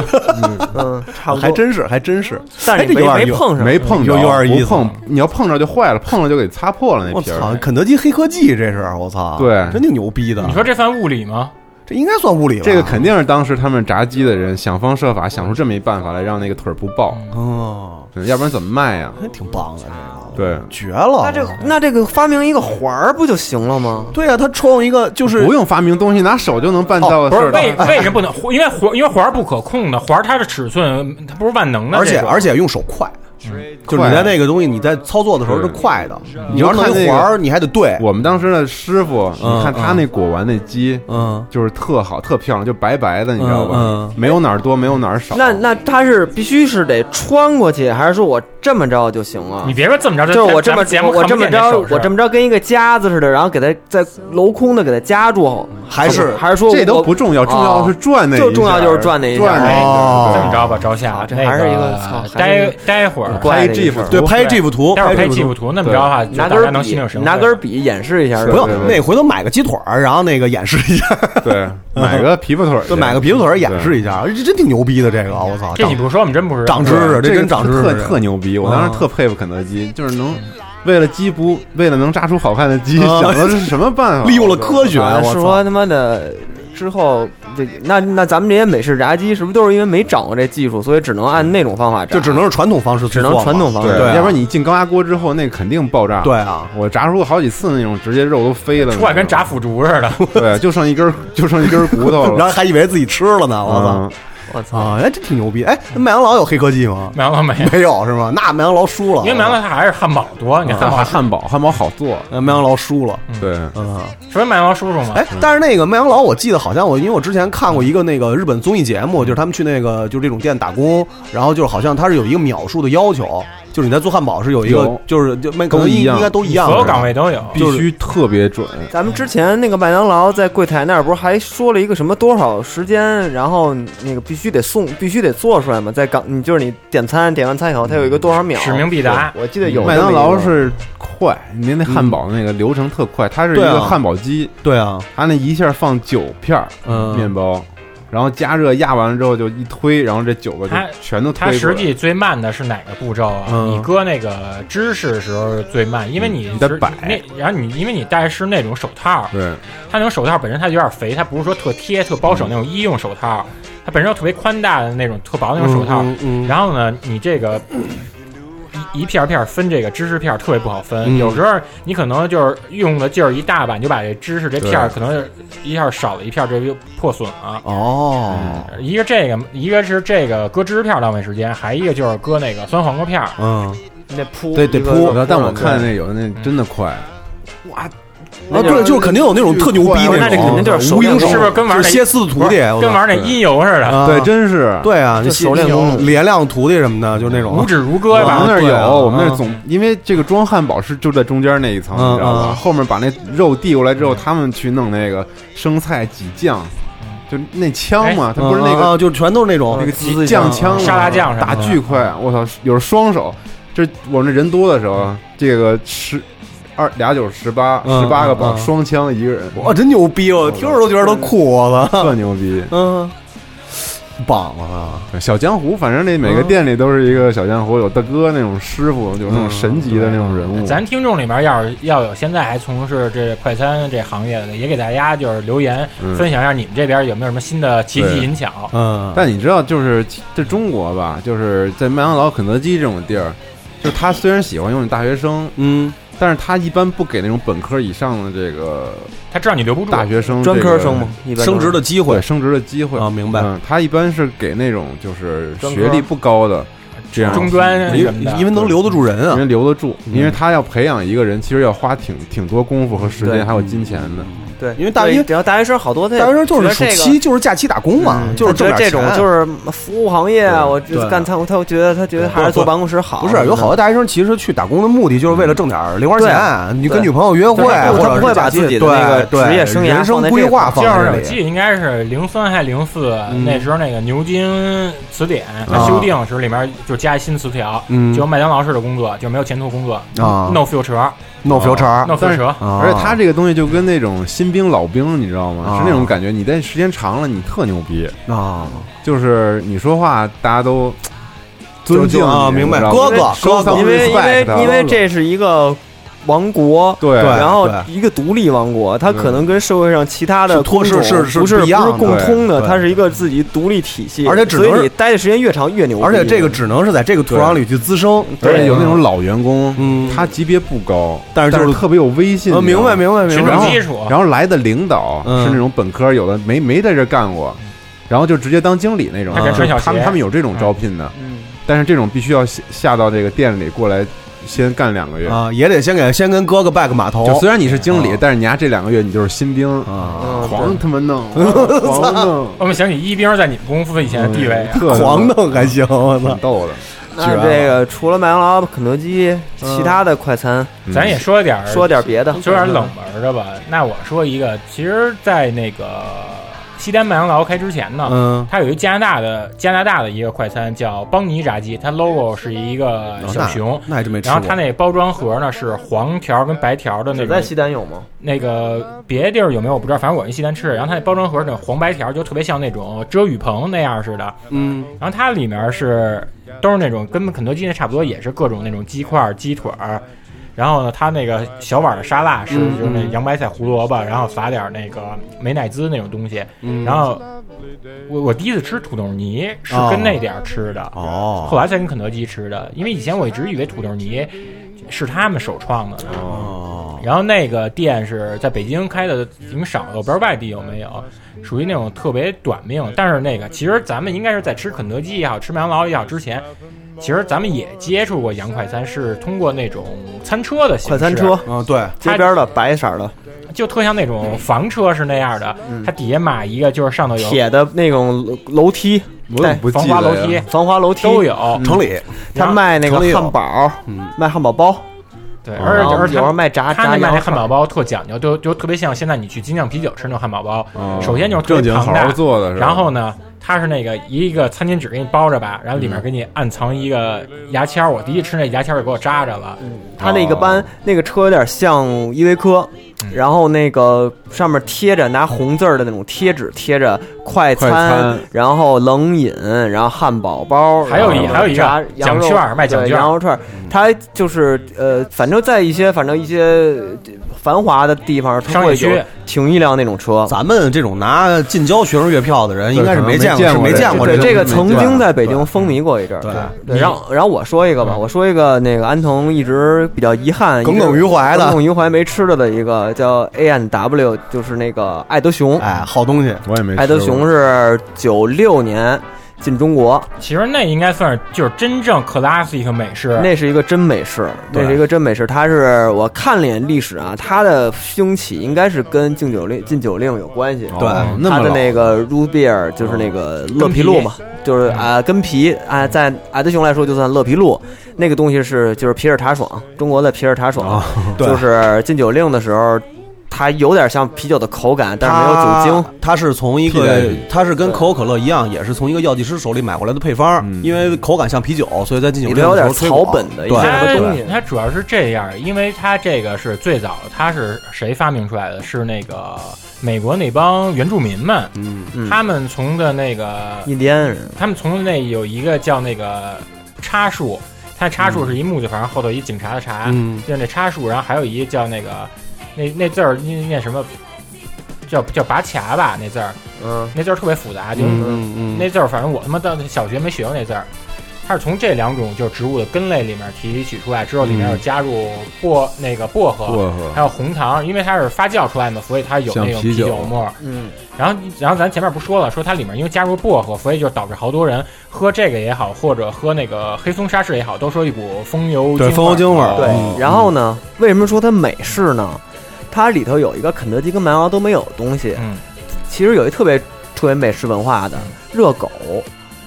Speaker 3: 嗯，差不多。
Speaker 10: 还，真是还真是，
Speaker 3: 但是
Speaker 10: 哎这
Speaker 3: 你没
Speaker 10: 有点
Speaker 3: 没碰上，
Speaker 2: 没碰着，
Speaker 10: 有有点意思啊
Speaker 2: 不碰，你要碰着就坏了，碰了就给擦破了那
Speaker 10: 我
Speaker 2: 皮
Speaker 10: 操，
Speaker 2: 儿。
Speaker 10: 肯德基黑科技这是我操，
Speaker 2: 对
Speaker 10: 真挺牛逼的
Speaker 4: 你，说这算物理吗？
Speaker 10: 这应该算物理吧？
Speaker 2: 这个肯定是当时他们炸鸡的人想方设法想出这么一办法来让那个腿儿不爆，
Speaker 10: 哦，
Speaker 2: 嗯要不然怎么卖呀？
Speaker 10: 还挺棒的这个，
Speaker 2: 对
Speaker 10: 绝了，
Speaker 3: 那这那这个发明一个环儿不就行了吗？
Speaker 10: 对啊，他创一个就是
Speaker 2: 不用发明东西，拿手就能办到的
Speaker 4: 哦不
Speaker 2: 事
Speaker 4: 是
Speaker 2: 儿。
Speaker 4: 为为什么不能？因为环因为环儿不可控的，环儿它的尺寸它不是万能的，
Speaker 10: 而且
Speaker 4: 这种
Speaker 10: 而且用手快，就是你在那个东西你在操作的时候是快的，你要是弄一环儿你还得对，
Speaker 2: 我们当时的师傅，
Speaker 10: 嗯
Speaker 2: 你看他那裹完那鸡，
Speaker 10: 嗯，
Speaker 2: 就是特好，特漂亮，就白白的，你知道
Speaker 10: 嗯
Speaker 2: 吧
Speaker 10: 嗯？
Speaker 2: 没有哪儿多，没有哪儿少。
Speaker 3: 那那他是必须是得穿过去，还是说我这么着就行了
Speaker 4: 你？别说这么着，
Speaker 3: 就是我
Speaker 4: 咱
Speaker 3: 这
Speaker 4: 们
Speaker 3: 么
Speaker 4: 节目
Speaker 3: 我这么着我这么
Speaker 4: 么
Speaker 3: 着跟一个夹子似的，然后给它在镂空的给它夹住，
Speaker 10: 还是
Speaker 3: 还是说
Speaker 2: 这都
Speaker 3: 我啊哦
Speaker 2: 不重要，重要的是转那一下
Speaker 3: 就重要就是转那一下
Speaker 2: 转那一
Speaker 10: 哦
Speaker 4: 这
Speaker 2: 下
Speaker 4: 么着吧，朝下
Speaker 3: 啊，这还是一个操
Speaker 4: 那
Speaker 3: 还
Speaker 4: 待
Speaker 3: 是一个
Speaker 4: 待会儿，
Speaker 3: 怪的一
Speaker 2: 这
Speaker 3: 事儿
Speaker 10: 对拍 G 幅图，
Speaker 4: 待会儿
Speaker 10: 拍
Speaker 4: 拍技术图，那么着的话，就
Speaker 3: 拿
Speaker 4: 大
Speaker 3: 根
Speaker 4: 家
Speaker 3: 儿
Speaker 4: 能心领
Speaker 3: 笔
Speaker 4: 神会。
Speaker 3: 拿根儿笔演示一下，
Speaker 10: 不
Speaker 3: 吧
Speaker 10: 用
Speaker 2: 啊
Speaker 10: 那回头买个鸡腿儿，然后那个演示一下，
Speaker 2: 对，买个琵琶腿儿去，
Speaker 10: 就嗯买个皮腿儿演示一下，这真挺牛逼的这个，我操，
Speaker 4: 这你不说，我们真不知道。
Speaker 10: 长知
Speaker 2: 对。
Speaker 10: 识，
Speaker 2: 这
Speaker 10: 真长知识，嗯
Speaker 2: 特特牛逼！我当时特佩服肯德基，就是能为了鸡不为了能炸出好看的鸡，
Speaker 10: 啊
Speaker 2: 想的是什么办法？
Speaker 10: 利用了科学，
Speaker 3: 啊，
Speaker 10: 我
Speaker 3: 是
Speaker 10: 操
Speaker 3: 说，他妈的之后这那那咱们这些美式炸鸡是不是都是因为没掌握这技术，所以只能按那种方法炸？
Speaker 10: 就只能是传统方式去
Speaker 3: 只
Speaker 10: 做嘛，
Speaker 3: 能传统方
Speaker 2: 对
Speaker 3: 式。
Speaker 10: 对啊
Speaker 2: 要不 然你进高压锅之后，那肯定爆炸。
Speaker 10: 对啊，
Speaker 2: 我炸出过好几次那种，直接肉都飞了，
Speaker 4: 出来跟炸腐竹似 的。
Speaker 2: 对，就剩一根儿，就剩一根儿骨头
Speaker 10: 然
Speaker 2: 了。
Speaker 10: 后还以为自己吃了呢，我操
Speaker 2: 嗯，
Speaker 3: 我操！
Speaker 10: 啊，哎，这挺牛逼，哎，那麦当劳有黑科技吗？
Speaker 4: 麦当劳没有，
Speaker 10: 没有是吗？那麦当劳输了，
Speaker 4: 嗯因为麦当劳它还是汉堡多，
Speaker 3: 嗯
Speaker 4: 你汉堡
Speaker 2: 汉汉堡，汉堡好做，
Speaker 10: 呃麦当劳输了，
Speaker 2: 对，
Speaker 10: 嗯。
Speaker 4: 除非麦当劳叔叔嘛。
Speaker 10: 哎，但是那个麦当劳，我记得好像我，因为我之前看过一个那个日本综艺节目，就是他们去那个就是这种店打工，然后就是好像它是有一个秒数的要求，就是你在做汉堡是有一个
Speaker 2: 有，
Speaker 10: 就是就麦可
Speaker 2: 都
Speaker 10: 能
Speaker 2: 一
Speaker 10: 应
Speaker 2: 样
Speaker 10: 应该都一样的，
Speaker 4: 所有岗位都有，
Speaker 2: 必须特别准。
Speaker 3: 咱们之前那个麦当劳在柜台那儿不是还说了一个什么多少时间，然后那个必须得送，必须得做出来嘛？在岗，你就是你点餐点完餐以后，它有一个多少秒
Speaker 4: 嗯使命必达。
Speaker 3: 我记得有
Speaker 2: 嗯麦当
Speaker 3: 这么
Speaker 2: 劳
Speaker 3: 一个
Speaker 2: 是快，您那汉堡那个流程特快，它是一
Speaker 10: 嗯对啊
Speaker 2: 个汉堡机，
Speaker 10: 对啊，
Speaker 2: 它那一下放九片儿
Speaker 10: 嗯
Speaker 2: 面包，然后加热压完了之后就一推，然后这九个就
Speaker 4: 它
Speaker 2: 全都推
Speaker 4: 它
Speaker 2: 出来
Speaker 4: 实际最慢的是哪个步骤啊？
Speaker 10: 嗯
Speaker 4: 你搁那个芝士时候是最慢，因为你
Speaker 2: 你得
Speaker 4: 是
Speaker 2: 摆
Speaker 4: 那，然后你因为你戴的是那种手套，
Speaker 10: 嗯
Speaker 2: 对，
Speaker 4: 它那种手套本身它有点肥，它不是说特贴特保守那种医用手套，它本身有特别宽大的那种特薄的那种手套。
Speaker 10: 嗯嗯嗯
Speaker 4: 然后呢，你这个一一片儿片儿分这个芝士片儿特别不好分，
Speaker 10: 嗯
Speaker 4: 有时候你可能就是用的劲儿一大把，你就把这芝士这片儿可能一下少了一片儿，这就破损了。
Speaker 10: 哦，
Speaker 4: 一个这个，一个是这个搁芝士片儿浪费时间，还一个就是搁那个酸黄瓜片儿。
Speaker 10: 嗯，
Speaker 3: 那铺
Speaker 10: 对得
Speaker 3: 一个
Speaker 10: 铺
Speaker 2: 但我看那有的
Speaker 4: 嗯
Speaker 2: 那真的快，哇，
Speaker 10: 啊，对，就是肯定有那种特牛逼
Speaker 2: 那
Speaker 10: 种，啊
Speaker 3: 这肯定就是手
Speaker 10: 无影
Speaker 3: 练
Speaker 10: 手，
Speaker 4: 是不是跟玩
Speaker 10: 就
Speaker 4: 那
Speaker 10: 歇斯的徒弟，我操
Speaker 4: 跟玩那音游似的，
Speaker 10: 啊
Speaker 2: 对，真是。
Speaker 10: 对啊，
Speaker 3: 就
Speaker 10: 歇
Speaker 3: 手练功夫
Speaker 10: 连亮徒弟什么的，就是那种
Speaker 4: 无指如歌
Speaker 10: 对
Speaker 2: 我们
Speaker 4: 吧？
Speaker 2: 那儿
Speaker 10: 对啊
Speaker 2: 有，我们那
Speaker 10: 嗯
Speaker 2: 儿总因为这个装汉堡是就在中间那一层，
Speaker 10: 嗯
Speaker 2: 你知道吧？
Speaker 10: 嗯
Speaker 2: 后面把那肉递过来之后，他们去弄那个生菜挤酱，
Speaker 4: 嗯
Speaker 2: 就那枪
Speaker 4: 哎
Speaker 2: 嘛，它不是那
Speaker 10: 啊
Speaker 2: 个
Speaker 10: 啊就全都是那种
Speaker 2: 那个
Speaker 10: 滋滋一下
Speaker 2: 酱枪嘛啊
Speaker 4: 沙拉酱什么
Speaker 2: 打
Speaker 4: 的
Speaker 2: 巨快，啊我操！有时候双手，这我们这人多的时候，啊这个十二俩九十八，
Speaker 10: 嗯
Speaker 2: 十八个
Speaker 10: 嗯
Speaker 2: 包，
Speaker 10: 嗯
Speaker 2: 双枪一个人，
Speaker 10: 哇，真牛逼！我听着都觉得都酷，我操，
Speaker 2: 特牛逼！
Speaker 10: 嗯，棒啊！
Speaker 2: 小江湖，反正那每
Speaker 10: 嗯
Speaker 2: 个店里都是一个小江湖，有大哥那种师傅，有那
Speaker 10: 嗯
Speaker 2: 种神级的那种人
Speaker 10: 啊
Speaker 2: 物。
Speaker 4: 咱听众里面要是要有现在还从事这快餐这行业的，也给大家就是留言、
Speaker 2: 嗯
Speaker 4: 分享一下你们这边有没有什么新的奇技淫巧。
Speaker 10: 嗯，
Speaker 2: 但你知道，就是在中国吧，就是在麦当劳、肯德基这种地儿，就他虽然喜欢用你大学生，
Speaker 10: 嗯，
Speaker 2: 但是他一般不给那种本科以上的这个，
Speaker 4: 他知道你留不住
Speaker 2: 大学生
Speaker 4: 专
Speaker 2: 这
Speaker 4: 科
Speaker 2: 个
Speaker 4: 生吗一
Speaker 10: 嗯
Speaker 4: 般都是升职的机会
Speaker 2: 对升职的机会啊，
Speaker 10: 哦明白
Speaker 2: 嗯他一般是给那种就是
Speaker 10: 专科
Speaker 2: 学历不高的这样
Speaker 10: 中专啊因为因为能留得住人啊
Speaker 2: 因为留得住，
Speaker 10: 嗯
Speaker 2: 因为他要培养一个人，其实要花挺挺多功夫和时
Speaker 10: 对嗯
Speaker 2: 间还有金钱的。
Speaker 3: 对，
Speaker 10: 因为大
Speaker 3: 对
Speaker 10: 因为
Speaker 3: 只要大学生好多，他也
Speaker 10: 大学生就是暑
Speaker 3: 觉得这个
Speaker 10: 期，就是假期打工嘛，就是
Speaker 3: 他觉
Speaker 10: 挣
Speaker 3: 得
Speaker 10: 点
Speaker 3: 这种
Speaker 10: 钱
Speaker 3: 就是服务行业啊，我就
Speaker 10: 对
Speaker 3: 干仓，他觉得他觉得还是坐办公室好。
Speaker 10: 不是有好多大学生其实去打工的目的就是为了挣点零花钱，
Speaker 3: 对
Speaker 10: 你跟女朋友约会，
Speaker 3: 对他不
Speaker 10: 或者
Speaker 3: 他不会
Speaker 10: 是假
Speaker 3: 把
Speaker 10: 期
Speaker 3: 自己的那个
Speaker 10: 对
Speaker 3: 职业
Speaker 10: 对
Speaker 3: 生涯
Speaker 10: 人生
Speaker 3: 放在
Speaker 10: 规
Speaker 3: 这
Speaker 10: 划
Speaker 3: 个
Speaker 10: 放
Speaker 3: 地儿
Speaker 10: 在
Speaker 3: 上
Speaker 10: 这
Speaker 4: 我
Speaker 10: 里。
Speaker 4: 记得应该是零三还零四、
Speaker 10: 嗯啊
Speaker 4: 那时候，那个牛津词典它修订时里面就加一新词条，
Speaker 2: 嗯
Speaker 4: 就麦当劳式的工作就没有前途工作
Speaker 2: 啊
Speaker 4: ，no future，no
Speaker 2: No future
Speaker 4: no
Speaker 2: 但是
Speaker 10: 啊
Speaker 4: future，
Speaker 2: 而且他这个东西就跟那种新兵老兵，你知道吗？
Speaker 4: 啊
Speaker 2: 是那种感觉，你在时间长了，你特牛逼
Speaker 10: 啊！
Speaker 2: 就是你说话，大家都
Speaker 10: 就
Speaker 2: 尊敬你
Speaker 10: 啊明白
Speaker 2: 你知道吗
Speaker 10: 哥哥
Speaker 2: 收
Speaker 10: 哥哥
Speaker 2: 藏
Speaker 3: 因为因
Speaker 2: respect
Speaker 3: 为
Speaker 2: 的
Speaker 3: 因为这是一个王国，
Speaker 2: 对
Speaker 3: 然后
Speaker 2: 对
Speaker 3: 一个独立王国，它可能跟社会上其他的
Speaker 10: 是脱
Speaker 3: 工种
Speaker 10: 是是
Speaker 3: 不是
Speaker 10: 不一样的
Speaker 3: 不是共通的，
Speaker 10: 对
Speaker 3: 它是一个自己独立体系，
Speaker 10: 而且只能
Speaker 3: 所以你待的时间越长越牛逼，
Speaker 10: 而且这个只能是在这个土壤里去滋生，
Speaker 2: 而且有那种老员工，他级别不高，
Speaker 10: 嗯但是就是
Speaker 2: 特别有威信。
Speaker 10: 呃明白明白明白
Speaker 2: 然后
Speaker 10: 群众基
Speaker 4: 哦
Speaker 10: 础
Speaker 2: 然后来的领导
Speaker 10: 嗯
Speaker 2: 是那种本科，有的没没在这干过，
Speaker 4: 嗯
Speaker 2: 然后就直接当经理那种。
Speaker 4: 还敢穿小鞋
Speaker 2: 他们他们有这种招聘的，
Speaker 4: 嗯
Speaker 2: 但是这种必须要下下到这个店里过来，先干两个月
Speaker 10: 啊，也得先给先跟哥哥拜个码头。啊
Speaker 2: 就虽然你是经
Speaker 4: 哦
Speaker 2: 理，但是你家这两个月你就是新兵啊，狂他妈 弄，狂弄，哎
Speaker 4: 我们想起一兵在你们公司以前的地 位
Speaker 10: 嗯
Speaker 4: 啊，
Speaker 2: 特
Speaker 10: 狂弄还行，我操，
Speaker 2: 逗的。
Speaker 3: 那这个除了麦当劳、肯德基，
Speaker 10: 嗯
Speaker 3: 其他的快餐，
Speaker 4: 咱也说点儿
Speaker 3: 说点别的，
Speaker 4: 说点冷门的吧。那我说一个，其实，在那个西单麦当劳开之前呢，
Speaker 10: 嗯
Speaker 4: 它有一加拿大的加拿大的一个快餐叫邦尼炸鸡，它 logo 是一个小熊，
Speaker 10: 哦那那还真没吃
Speaker 4: 然
Speaker 10: 过
Speaker 4: 后它那包装盒呢是黄条跟白条的那
Speaker 3: 只
Speaker 4: 种，
Speaker 3: 在西单有吗？
Speaker 4: 那个别的地儿有没有我不知道，反正我那西单吃的。然后它那包装盒那黄白条就特别像那种遮雨棚那样似的，
Speaker 10: 嗯，
Speaker 4: 然后它里面是都是那种跟肯德基那差不多，也是各种那种鸡块儿、鸡腿儿。然后呢，它那个小碗的沙拉是
Speaker 10: 嗯
Speaker 4: 就是那
Speaker 10: 嗯
Speaker 4: 洋白菜、胡萝卜，然后撒点那个美乃滋那种东西。
Speaker 10: 嗯
Speaker 4: 然后我我第一次吃土豆泥是
Speaker 10: 哦
Speaker 4: 跟那点儿吃的，
Speaker 10: 哦
Speaker 4: 后来才跟肯德基吃的，因为以前我一直以为土豆泥是他们首创的呢。
Speaker 10: 哦
Speaker 4: 然后那个店是在北京开的挺少的，我不知道外地有没有，属于那种特别短命。但是那个其实咱们应该是在吃肯德基也好，吃麦当劳也好之前，其实咱们也接触过洋快餐，是通过那种餐车的形式，
Speaker 3: 快餐车，
Speaker 10: 嗯，对，
Speaker 4: 它
Speaker 3: 街边的白色的
Speaker 4: 就特像那种房车是那样的，
Speaker 3: 嗯
Speaker 4: 它底下码一个，就是上头有
Speaker 3: 铁的那种楼楼梯，
Speaker 4: 我怎么不记得呀防滑楼
Speaker 2: 嗯
Speaker 4: 梯
Speaker 3: 防滑楼梯
Speaker 4: 都
Speaker 3: 嗯
Speaker 4: 有城里
Speaker 10: 嗯
Speaker 3: 他卖那个
Speaker 4: 城里有
Speaker 3: 汉堡，卖汉堡包，
Speaker 4: 对，
Speaker 3: 嗯
Speaker 4: 而
Speaker 3: 然后
Speaker 4: 而且
Speaker 3: 有时候卖炸
Speaker 4: 他那
Speaker 3: 炸
Speaker 4: 卖
Speaker 3: 羊
Speaker 4: 那
Speaker 3: 肉
Speaker 4: 汉堡包特讲究，就就特别像现在你去精酿啤酒吃那种汉堡包，首先就是特
Speaker 2: 哦正经
Speaker 4: 别庞
Speaker 2: 好
Speaker 4: 大
Speaker 2: 好做
Speaker 3: 呃
Speaker 2: 的是吧
Speaker 4: 然后呢，它是那个一个餐巾纸给你包着吧，然后里面给你暗藏一个牙签儿，我第一吃那牙签儿就给我扎着了，
Speaker 3: 他
Speaker 4: 哦
Speaker 3: 那个班那个车有点像依维柯，
Speaker 4: 嗯
Speaker 3: 然后那个上面贴着拿红字儿的那种贴纸，贴着快餐，
Speaker 4: 快餐
Speaker 3: 然后冷饮，然后汉堡包，
Speaker 4: 还有一
Speaker 3: 然后
Speaker 4: 还有一个
Speaker 3: 炸羊
Speaker 4: 奖
Speaker 3: 肉
Speaker 4: 券儿卖奖
Speaker 3: 对
Speaker 4: 券儿
Speaker 3: 羊肉串儿，他就是呃，反正在一些反正一些繁华的地方，它
Speaker 10: 商业
Speaker 3: 会
Speaker 10: 区
Speaker 3: 有停一辆那种车。
Speaker 10: 咱们这种拿近郊学生月票的人，应该是没见过，是没见过
Speaker 3: 对这
Speaker 10: 个
Speaker 3: 个曾经在北京风靡过一阵儿。对，然后然后我说一个吧，我说一个那个安藤一直比较遗憾、
Speaker 10: 嗯耿耿于怀的
Speaker 3: 耿耿于怀没吃的的一个叫 A N W，就是那个爱德熊。
Speaker 10: 哎，好东西，
Speaker 2: 我也没
Speaker 3: 爱德熊是九六年进中国，
Speaker 4: 其实那应该算是就是真正 classic 美式，
Speaker 3: 那是一个真美式，那
Speaker 4: 对
Speaker 3: 是一个真美式。它是我看了一眼历史啊，它的兴起应该是跟禁酒令禁酒令有关系。
Speaker 2: 对哦那么
Speaker 3: 它的
Speaker 2: 老哦
Speaker 3: 那个 root beer 就是那个乐皮露嘛，就是
Speaker 2: 嗯
Speaker 3: 啊跟皮啊，在爱德熊来说就算乐皮露，那个东西是就是皮尔茶爽，中国的皮尔茶
Speaker 2: 哦
Speaker 3: 爽，
Speaker 10: 啊 对
Speaker 3: 哦就是禁酒令的时候。它有点像啤酒的口感，但是没有酒精。
Speaker 10: 它是从一
Speaker 3: 替代
Speaker 10: 个
Speaker 3: 品，
Speaker 10: 它是跟可口可乐一样，也是从一个药剂师手里买回来的配方，因为口感像啤酒，所以在进酒
Speaker 3: 里
Speaker 10: 店
Speaker 3: 头有
Speaker 10: 的时
Speaker 3: 点
Speaker 10: 候推广
Speaker 3: 草本的一
Speaker 10: 对
Speaker 3: 些
Speaker 4: 它
Speaker 10: 对
Speaker 4: 它主要是这样，因为它这个是最早，它是谁发明出来的？是那个美国那帮原住民们，
Speaker 3: 嗯
Speaker 4: 他们从的那个
Speaker 3: 印第安人，
Speaker 4: 他们从那有一个叫那个叉树，它叉树是一木字旁，后头一警察的查，
Speaker 10: 嗯
Speaker 4: 就是那叉树，然后还有一叫那个那那字儿念念什么？叫叫拔卡吧，那字儿，
Speaker 3: 嗯，
Speaker 4: 那字儿特别复杂，就是
Speaker 10: 嗯嗯嗯
Speaker 4: 那字儿，反正我他妈到小学没学过那字儿。它是从这两种就是植物的根类里面提取出来之后，里面
Speaker 10: 嗯
Speaker 4: 有加入薄那个薄荷，
Speaker 2: 薄荷
Speaker 4: 还有红糖，因为它是发酵出来嘛，所以它有
Speaker 2: 像
Speaker 4: 那种
Speaker 2: 啤
Speaker 4: 啤
Speaker 2: 酒
Speaker 4: 酒沫儿。
Speaker 3: 嗯，
Speaker 4: 然后然后咱前面不说了，说它里面因为加入薄荷，所以就导致好多人喝这个也好，或者喝那个黑松沙士也好，都说一股风油
Speaker 10: 对风油精味儿
Speaker 4: 对，
Speaker 1: 哦
Speaker 10: 嗯
Speaker 3: 然后呢，为什么说它美式呢？它里头有一个肯德基跟麦当劳都没有的东西。
Speaker 4: 嗯，
Speaker 3: 其实有一特别特别美式文化的热狗，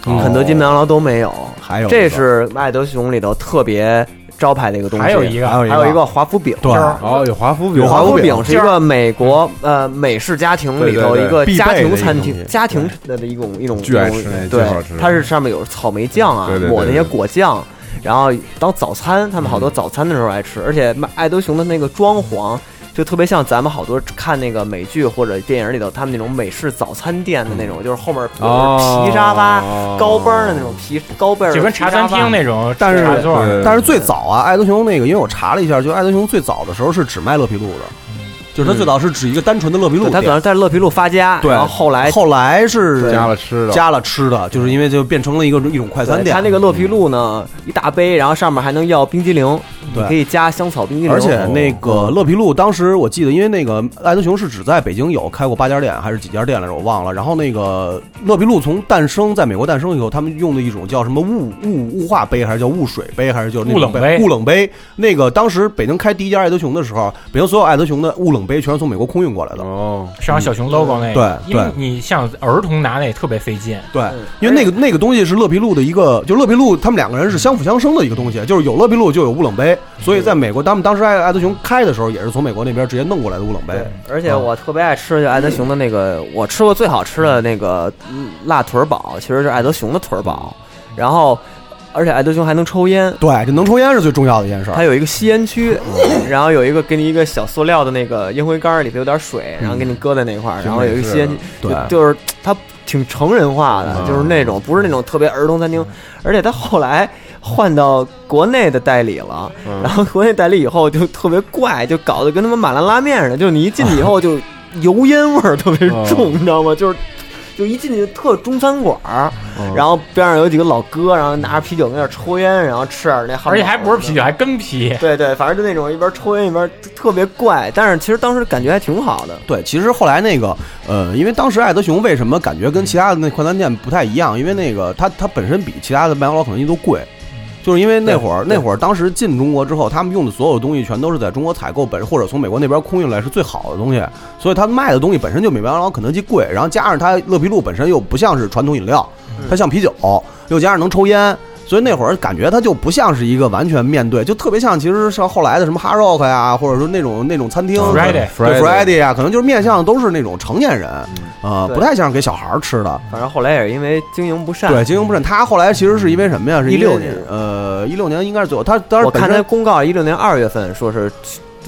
Speaker 1: 嗯
Speaker 3: 肯德基、麦当劳都没有。
Speaker 1: 还有
Speaker 3: 这是麦德熊里头特别招牌的一个东西。
Speaker 1: 还有一个
Speaker 10: 啊
Speaker 1: 还有一个
Speaker 3: 还有一个华夫饼。
Speaker 1: 对
Speaker 2: 哦，有华夫饼，
Speaker 3: 华夫饼是
Speaker 4: 啊
Speaker 3: 一个美国呃美式家庭里头
Speaker 2: 对对对
Speaker 3: 一个
Speaker 2: 必备
Speaker 3: 家
Speaker 2: 的一
Speaker 3: 庭
Speaker 2: 个
Speaker 3: 餐
Speaker 2: 东
Speaker 3: 厅
Speaker 2: 西
Speaker 3: 家庭的一种一种
Speaker 2: 巨爱吃
Speaker 3: 一种
Speaker 2: 那巨好吃
Speaker 3: 对，它是上面有草莓酱啊
Speaker 2: 对对，对
Speaker 3: 抹那些
Speaker 2: 对嗯
Speaker 3: 果酱，然后当早餐，他们好多早餐的时候爱吃，而且麦爱德熊的那个装潢。就特别像咱们好多看那个美剧或者电影里头，他们那种美式早餐店的那种，
Speaker 2: 嗯
Speaker 3: 就是后面有
Speaker 10: 哦
Speaker 3: 皮沙发、
Speaker 2: 哦
Speaker 3: 高帮儿的那种皮高背儿的
Speaker 4: 就跟
Speaker 3: 皮
Speaker 4: 茶
Speaker 3: 沙
Speaker 4: 餐
Speaker 3: 发
Speaker 4: 厅那种
Speaker 10: 但
Speaker 4: 茶座儿
Speaker 10: 是但是最早啊，爱德熊那个，因为我查了一下，就爱德熊最早的时候是只卖乐皮露的，就是它最早是指一个单纯的乐皮露
Speaker 3: 对，
Speaker 10: 店，
Speaker 3: 他主要在乐皮路发家，
Speaker 10: 对，
Speaker 3: 然后后来
Speaker 10: 后来是
Speaker 3: 对加了
Speaker 2: 吃
Speaker 10: 加了吃的，就是因为就变成了一个一种快餐
Speaker 3: 对
Speaker 10: 店。
Speaker 3: 它那个乐皮露呢，一大杯，然后上面还能要冰激凌，你
Speaker 10: 嗯对
Speaker 3: 可以加香草冰激凌。哦
Speaker 10: 而且那个哦乐皮露，当时我记得，因为那个爱德熊是只在北京有开过八家店，还是几家店来着，我忘了。然后那个乐皮露从诞生在美国诞生以后，他们用的一种叫什么雾雾雾化杯，还是叫雾水杯，还是叫那种
Speaker 4: 雾冷杯
Speaker 10: 雾冷杯。那个当时北京开第一家爱德熊的时候，北京所有爱德熊的雾冷杯全是从美国空运过来的。
Speaker 2: 哦，
Speaker 4: 上小熊 logo 那个，
Speaker 10: 对
Speaker 4: 因为
Speaker 10: 对
Speaker 4: 你像儿童拿那也特别费劲，
Speaker 10: 对，因为那个那个东西是乐皮露的一个，就乐皮露他们两个人是相辅相生的一个东西，啊就是有乐皮露就有乌冷杯，所以在美国他们当时爱爱德熊开的时候也是从美国那边直接弄过来的乌冷杯。
Speaker 3: 而且我特别爱吃就爱德熊的那个，我吃过最好吃的那个嗯辣腿儿堡，其实是爱德熊的腿儿堡。
Speaker 10: 嗯
Speaker 3: 然后，而且爱德熊还能抽烟，
Speaker 10: 对，这能抽烟是最重要的一件事儿。
Speaker 3: 它有一个吸 烟区，然后有一个给你一个小塑料的那个烟灰缸，里头有点
Speaker 4: 嗯
Speaker 3: 水，然后给你搁在那块儿，
Speaker 10: 挺
Speaker 3: 然后有一个吸烟区
Speaker 10: 美，式的对
Speaker 3: 就就是它挺成人化
Speaker 4: 嗯
Speaker 3: 的，就是那种不是那种特别儿童餐厅，而且它后来换到国内的代理了，
Speaker 4: 嗯
Speaker 3: 然后国内代理以后就特别怪，就搞得跟他们马兰拉面似的，就是你一进去以 后就油烟味儿特别重，
Speaker 4: 嗯
Speaker 3: 你知道吗？就是。就一进去特中餐馆儿，
Speaker 4: 嗯
Speaker 3: 然后边上有几个老哥，然后拿着啤酒在那儿抽烟，然后吃点儿那汉堡
Speaker 4: 而且还不是啤酒，还跟啤。
Speaker 3: 对对，反正就那种一边抽烟一边特别怪，但是其实当时感觉还挺好的。
Speaker 10: 对，其实后来那个，呃，因为当时爱德熊为什么感觉跟其他的那快餐店不太一样？因为那个它它本身比其他的麦当劳、肯德基都贵，就是因为那会儿那会儿当时进中国之后，他们用的所有东西全都是在中国采购本或者从美国那边空运来是最好的东西，所以它卖的东西本身就比麦当劳、肯德基贵，然后加上它乐皮露本身又不像是传统饮料，它像啤酒，又加上能抽烟。所以那会儿感觉它就不像是一个完全面对，就特别像其实像后来的什么哈 rock 呀，或者说那种那种餐厅
Speaker 4: Friday
Speaker 10: 对
Speaker 2: 哦 Friday 嗯
Speaker 10: Friday 啊，可能就是面向都是那种成年人，啊，
Speaker 3: 对
Speaker 10: 不太像是给小孩儿吃的。
Speaker 3: 反正后来也是因为经营不善，
Speaker 10: 对，经营不善。他后来其实是因为什么呀？是因为
Speaker 3: 16年，
Speaker 10: 呃，一六年应该是最后，他当时
Speaker 3: 我看
Speaker 10: 本
Speaker 3: 他
Speaker 10: 身
Speaker 3: 公告，一六年二月份说是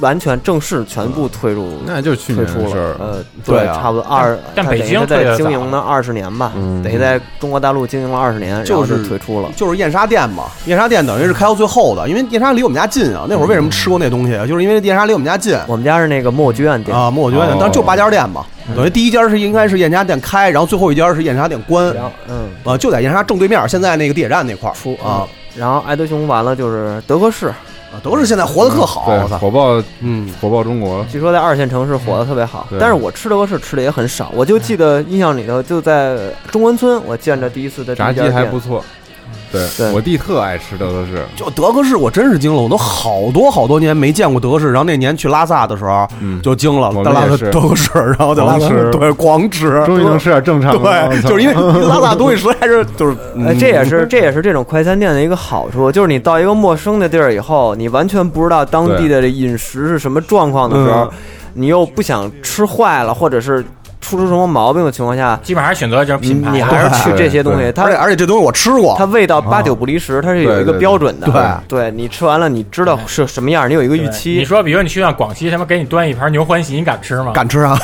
Speaker 3: 完全正式全部推入，
Speaker 2: 那就是去
Speaker 3: 退
Speaker 2: 年的
Speaker 3: 出
Speaker 2: 事儿
Speaker 3: 了。呃，
Speaker 10: 嗯对啊
Speaker 3: 差不多二。
Speaker 4: 但
Speaker 3: 他
Speaker 4: 北
Speaker 3: 等于
Speaker 4: 京
Speaker 3: 是
Speaker 4: 退
Speaker 3: 在
Speaker 4: 得
Speaker 3: 经
Speaker 4: 早
Speaker 3: 营了二十年吧，
Speaker 2: 嗯
Speaker 3: 等于在中国大陆经营了二十年，然
Speaker 10: 就
Speaker 3: 后
Speaker 10: 是
Speaker 3: 退出了。
Speaker 10: 就是燕莎店嘛，燕莎店等于是开到最后的，因为燕莎离我们家近啊。那会儿为什么吃过那东西啊？就是因为燕莎离我们家近。
Speaker 3: 我们家是那个墨剧院店，
Speaker 10: 啊，墨我觉得，
Speaker 2: 哦嗯
Speaker 10: 当时就八家店嘛，等于第一家是应该是燕莎店开，然后最后一家是燕莎店关，
Speaker 3: 然后嗯，
Speaker 10: 啊，就在燕莎正对面，现在那个地铁站那块儿
Speaker 3: 出
Speaker 10: 啊，
Speaker 3: 然后爱德熊完了就是德克士，
Speaker 10: 啊都是现在活得特好，我
Speaker 2: 嗯对，
Speaker 10: 操，
Speaker 2: 火爆
Speaker 10: 嗯，
Speaker 2: 火爆中国，
Speaker 3: 据说在二线城市火的特别好，
Speaker 2: 嗯对
Speaker 3: 但是我吃德克士吃的也很少，我就记得印象里头就在中关村，我见着第一次的
Speaker 2: 炸鸡还不错。
Speaker 3: 对
Speaker 2: 对我弟特爱吃的都是，
Speaker 10: 就德克士，我真是惊了，我都好多好多年没见过德克士。然后那年去拉萨的时候，
Speaker 2: 嗯
Speaker 10: 就惊了，
Speaker 2: 我们
Speaker 10: 在拉
Speaker 2: 也
Speaker 10: 萨
Speaker 2: 是
Speaker 10: 德克士，然后在拉萨
Speaker 2: 狂吃
Speaker 10: 对狂吃，
Speaker 2: 终于能吃点正常的啊了。
Speaker 10: 对，
Speaker 2: 我操
Speaker 10: 就是因为拉萨东西实在是 就是，
Speaker 3: 呃，
Speaker 10: 嗯
Speaker 3: 这也是这也是这种快餐店的一个好处，就是你到一个陌生的地儿以后，你完全不知道当地的饮食是什么状况的时候
Speaker 10: 嗯，
Speaker 3: 你又不想吃坏了，或者是出出什么毛病的情况下，
Speaker 4: 基本上还是选择就是
Speaker 3: 你
Speaker 4: 品牌，啊
Speaker 3: 你还是去
Speaker 2: 对
Speaker 3: 这些东西。
Speaker 2: 对啊
Speaker 10: 而且
Speaker 3: 它
Speaker 10: 而且这东西我吃过
Speaker 3: 它，味道八九不离十，它是有
Speaker 2: 对对
Speaker 3: 一个
Speaker 2: 对
Speaker 3: 标准的。
Speaker 10: 对
Speaker 3: 对，你吃完了你知道是什么样，你有一个
Speaker 4: 对
Speaker 3: 预期。
Speaker 4: 你说，比如你去趟广西，他们给你端一盘牛欢喜，你敢吃吗？
Speaker 10: 敢吃 啊？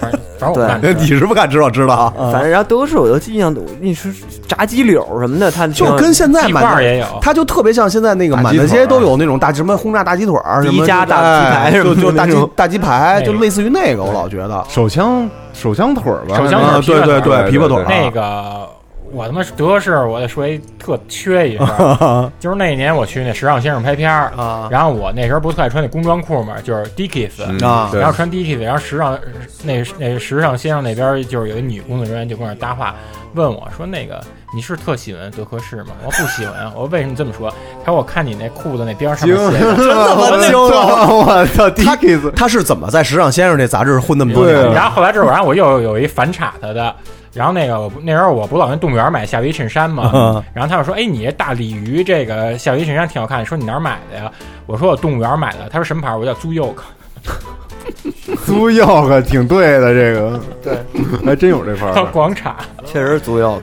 Speaker 4: 反正，反正我不敢
Speaker 10: 你
Speaker 4: 吃。
Speaker 10: 是不敢吃，我知道啊。
Speaker 3: 嗯反
Speaker 2: 嗯
Speaker 3: 正然后德克士我就印象，你说炸鸡柳什么的，它
Speaker 10: 就跟现在
Speaker 4: 鸡
Speaker 10: 满
Speaker 4: 块儿
Speaker 10: 大
Speaker 4: 也有
Speaker 10: 它就特别像现在那个
Speaker 2: 大
Speaker 10: 满
Speaker 2: 鸡
Speaker 10: 大
Speaker 2: 腿
Speaker 10: 街
Speaker 2: 儿
Speaker 10: 都有那种大什么轰炸大鸡腿儿，什么
Speaker 3: 迪迦大鸡排
Speaker 10: 哎
Speaker 3: 什么
Speaker 10: 就就
Speaker 3: 的
Speaker 10: 大
Speaker 3: 那
Speaker 10: 鸡
Speaker 3: 种
Speaker 10: 大鸡排，
Speaker 4: 那
Speaker 10: 就
Speaker 4: 个
Speaker 10: 类似于那个，我老觉得
Speaker 2: 手枪手枪腿儿吧，
Speaker 4: 手枪腿
Speaker 2: 还
Speaker 4: 儿
Speaker 2: 是
Speaker 10: 啊对
Speaker 4: 皮克
Speaker 10: 对
Speaker 4: 腿
Speaker 10: 对琵
Speaker 4: 儿
Speaker 10: 琶腿
Speaker 2: 对
Speaker 10: 儿啊
Speaker 2: 对
Speaker 4: 那个我他妈得是我得说一特缺一 事儿，就是那年我去那时尚先生拍片儿啊，然后我那时候不是特爱穿那工装裤嘛，就是 Dickies
Speaker 2: 嗯啊对
Speaker 4: 然后穿 Dickies，然后时尚那那时尚先生那边就是有一女工作人员就跟我搭话，问我说那个你是特喜欢德克士吗？我说不喜欢啊，我说为什么这么说？他说我看你那裤子那边儿上面 写着，
Speaker 10: 我操！他 他是怎么在《时尚先生》这杂志混那么多年？
Speaker 4: 然后后来这晚上我又有一反差他的，然后那个我不那时候我不老跟动物园买夏威夷衬衫嘛
Speaker 10: 嗯，
Speaker 4: 然后他就说：“哎，你这大鲤鱼这个夏威夷衬衫挺好看，说你哪儿买的呀？”我说：“我动物园买的。”他说：“什么牌儿？”我叫租佑克。
Speaker 2: 租右个挺对的，这个对，还真有这块
Speaker 4: 到
Speaker 2: 儿。啊
Speaker 4: 广场，
Speaker 3: 确实是足药的，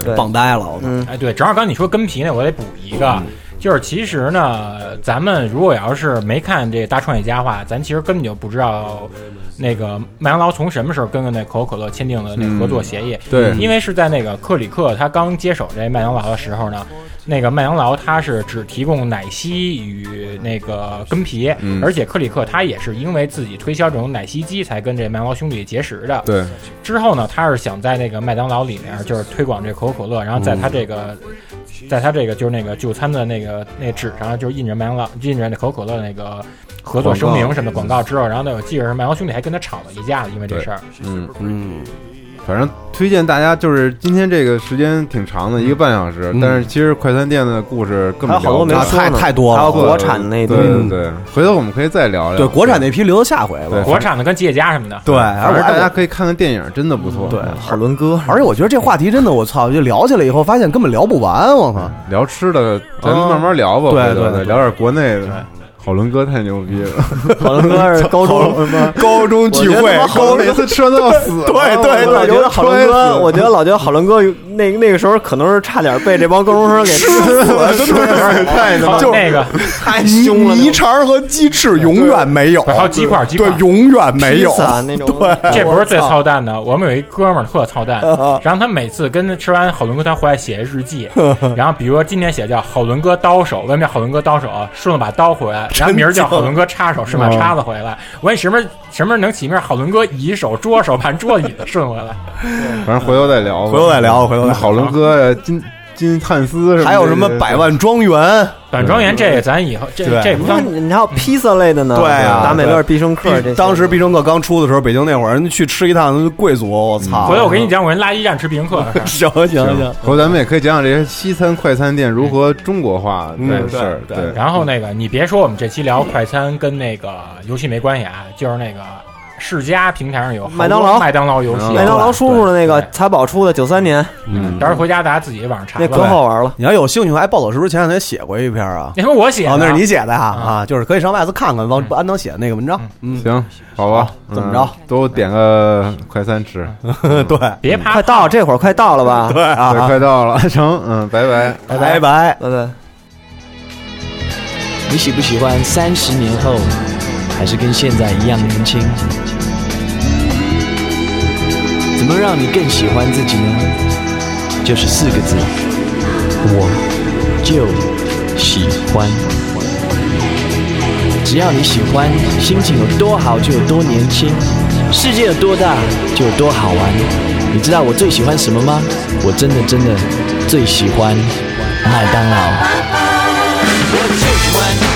Speaker 2: 对
Speaker 10: 绑呆了，我
Speaker 3: 嗯
Speaker 10: 操！
Speaker 2: 嗯
Speaker 4: 哎，对，正好刚才你说跟皮呢，我得补一个。就是其实呢，咱们如果要是没看这《大创业家》的话，咱其实根本就不知道那个麦当劳从什么时候跟那可口可乐签订了那合作协议。
Speaker 2: 嗯对
Speaker 4: 因为是在那个克里克他刚接手这麦当劳的时候呢，那个麦当劳它是只提供奶昔与那个跟皮，
Speaker 2: 嗯
Speaker 4: 而且克里克他也是因为自己推销这种奶昔机才跟这麦当劳兄弟结识的。
Speaker 2: 对，
Speaker 4: 之后呢，他是想在那个麦当劳里面就是推广这可口可乐，然后在他这个，在他这个就是那个就餐的那个那纸上就是印着麦当劳印着那可口可乐那个合作声明什么的广告之后，然后呢，我记着是麦当劳兄弟还跟他吵了一架了，因为这事儿。
Speaker 2: 嗯，
Speaker 5: 嗯，
Speaker 2: 反正推荐大家就是今天这个时间挺长的，一个半小时，
Speaker 10: 嗯
Speaker 2: 但是其实快餐店的故事更
Speaker 3: 还有好多没
Speaker 10: 啊
Speaker 3: 说
Speaker 10: 太
Speaker 3: 呢，
Speaker 10: 太多了
Speaker 3: 还有
Speaker 2: 对
Speaker 3: 国产那
Speaker 2: 对
Speaker 3: 堆，
Speaker 2: 对对，回头我们可以再聊聊。
Speaker 10: 对，国产那批留到下回吧
Speaker 2: 对。
Speaker 4: 国产的跟企业家什么的，
Speaker 10: 对，
Speaker 2: 反
Speaker 10: 而
Speaker 2: 正
Speaker 10: 且
Speaker 2: 大家可以看看电影，真的不错。
Speaker 10: 对，
Speaker 3: 海伦哥，
Speaker 10: 而且我觉得这话题真的，我操，就聊起来以后发现根本聊不完，我 靠！
Speaker 2: 聊吃的，咱们
Speaker 10: 啊
Speaker 2: 慢慢聊吧。
Speaker 10: 对
Speaker 2: 回头
Speaker 10: 对
Speaker 2: 再
Speaker 10: 对
Speaker 2: 聊点国内的。好伦哥太牛逼了，
Speaker 3: 海伦 哥是高中
Speaker 2: 高中聚
Speaker 3: 我觉得
Speaker 2: 会
Speaker 3: 他妈，好
Speaker 2: 高每次吃完都要死。对
Speaker 3: 我老觉得好伦哥，我觉得老觉得好伦哥那那个时候可能是差点被这帮高中生给吃死了，真 的
Speaker 2: 太他妈
Speaker 4: 就是那个
Speaker 3: 太凶了，
Speaker 10: 泥肠和鸡翅永远没有，
Speaker 4: 对还有鸡块鸡块
Speaker 10: 对，永远没有
Speaker 3: 披。萨那种，
Speaker 4: 这不是最操蛋的。我们有一哥们儿特操蛋，然后他每次跟他吃完好伦哥，他回来写日记，然后比如说今天写叫好伦哥刀手，外面好伦哥刀手顺了把刀回来，然后明儿叫好伦哥叉手顺把叉子回来。我说你什么时候什么时候能起名儿？好伦哥椅手桌手盘桌椅子顺回来。
Speaker 2: 反正回头再聊吧，
Speaker 10: 回头再聊回头再聊
Speaker 2: 好伦哥呀，金金汉斯，
Speaker 10: 还有什么百？万庄园？
Speaker 4: 短庄园这个咱以后这
Speaker 10: 对
Speaker 4: 这
Speaker 3: 你
Speaker 4: 当
Speaker 3: 看你还有披萨类的呢，
Speaker 10: 对啊
Speaker 3: 达美乐、必胜客这些，
Speaker 10: 当时必胜客刚出的时候，北京那会儿人去吃一趟贵族，我操！
Speaker 3: 嗯
Speaker 4: 回头我给你讲，我人垃圾站吃必胜客的事 儿。
Speaker 10: 行行行，
Speaker 2: 回头咱们也可以讲讲这些西餐快餐店如何中国化的
Speaker 10: 嗯
Speaker 2: 事儿。
Speaker 10: 对
Speaker 2: 对，
Speaker 4: 然后那个，你别说我们这期聊快餐跟那个游戏没关系啊，就是那个世嘉平台上有好多
Speaker 3: 麦当劳
Speaker 4: 麦当劳游戏，
Speaker 3: 麦当劳叔叔的那个
Speaker 4: 对
Speaker 3: 财宝出的九三年，
Speaker 2: 嗯
Speaker 4: 到时候回家大家自己网上查
Speaker 3: 那
Speaker 4: 吧。
Speaker 3: 可好玩了。
Speaker 10: 你要有兴趣，哎还暴走是不是前两天写过一篇啊？
Speaker 4: 那不我写的，
Speaker 10: 哦，那是你写的啊
Speaker 4: 啊
Speaker 10: 啊，就是可以上外头看看王安能写的那个文章。嗯，
Speaker 2: 行，好吧，
Speaker 10: 怎么
Speaker 2: 嗯
Speaker 10: 着？
Speaker 2: 都点个快餐吃。
Speaker 4: 嗯
Speaker 10: 对，
Speaker 4: 别怕
Speaker 3: 快，到这会儿快到了吧？
Speaker 10: 对
Speaker 2: 对，
Speaker 10: 啊，
Speaker 2: 快到了， 成，嗯，拜拜。
Speaker 10: 拜拜。
Speaker 3: 拜拜。
Speaker 8: 你喜不喜欢三十年后还是跟现在一样年轻？怎么让你更喜欢自己呢？就是四个字，我就喜欢。只要你喜欢，心情有多好就有多年轻，世界有多大就有多好玩。你知道我最喜欢什么吗？我真的真的最喜欢麦当劳。
Speaker 9: 我就喜欢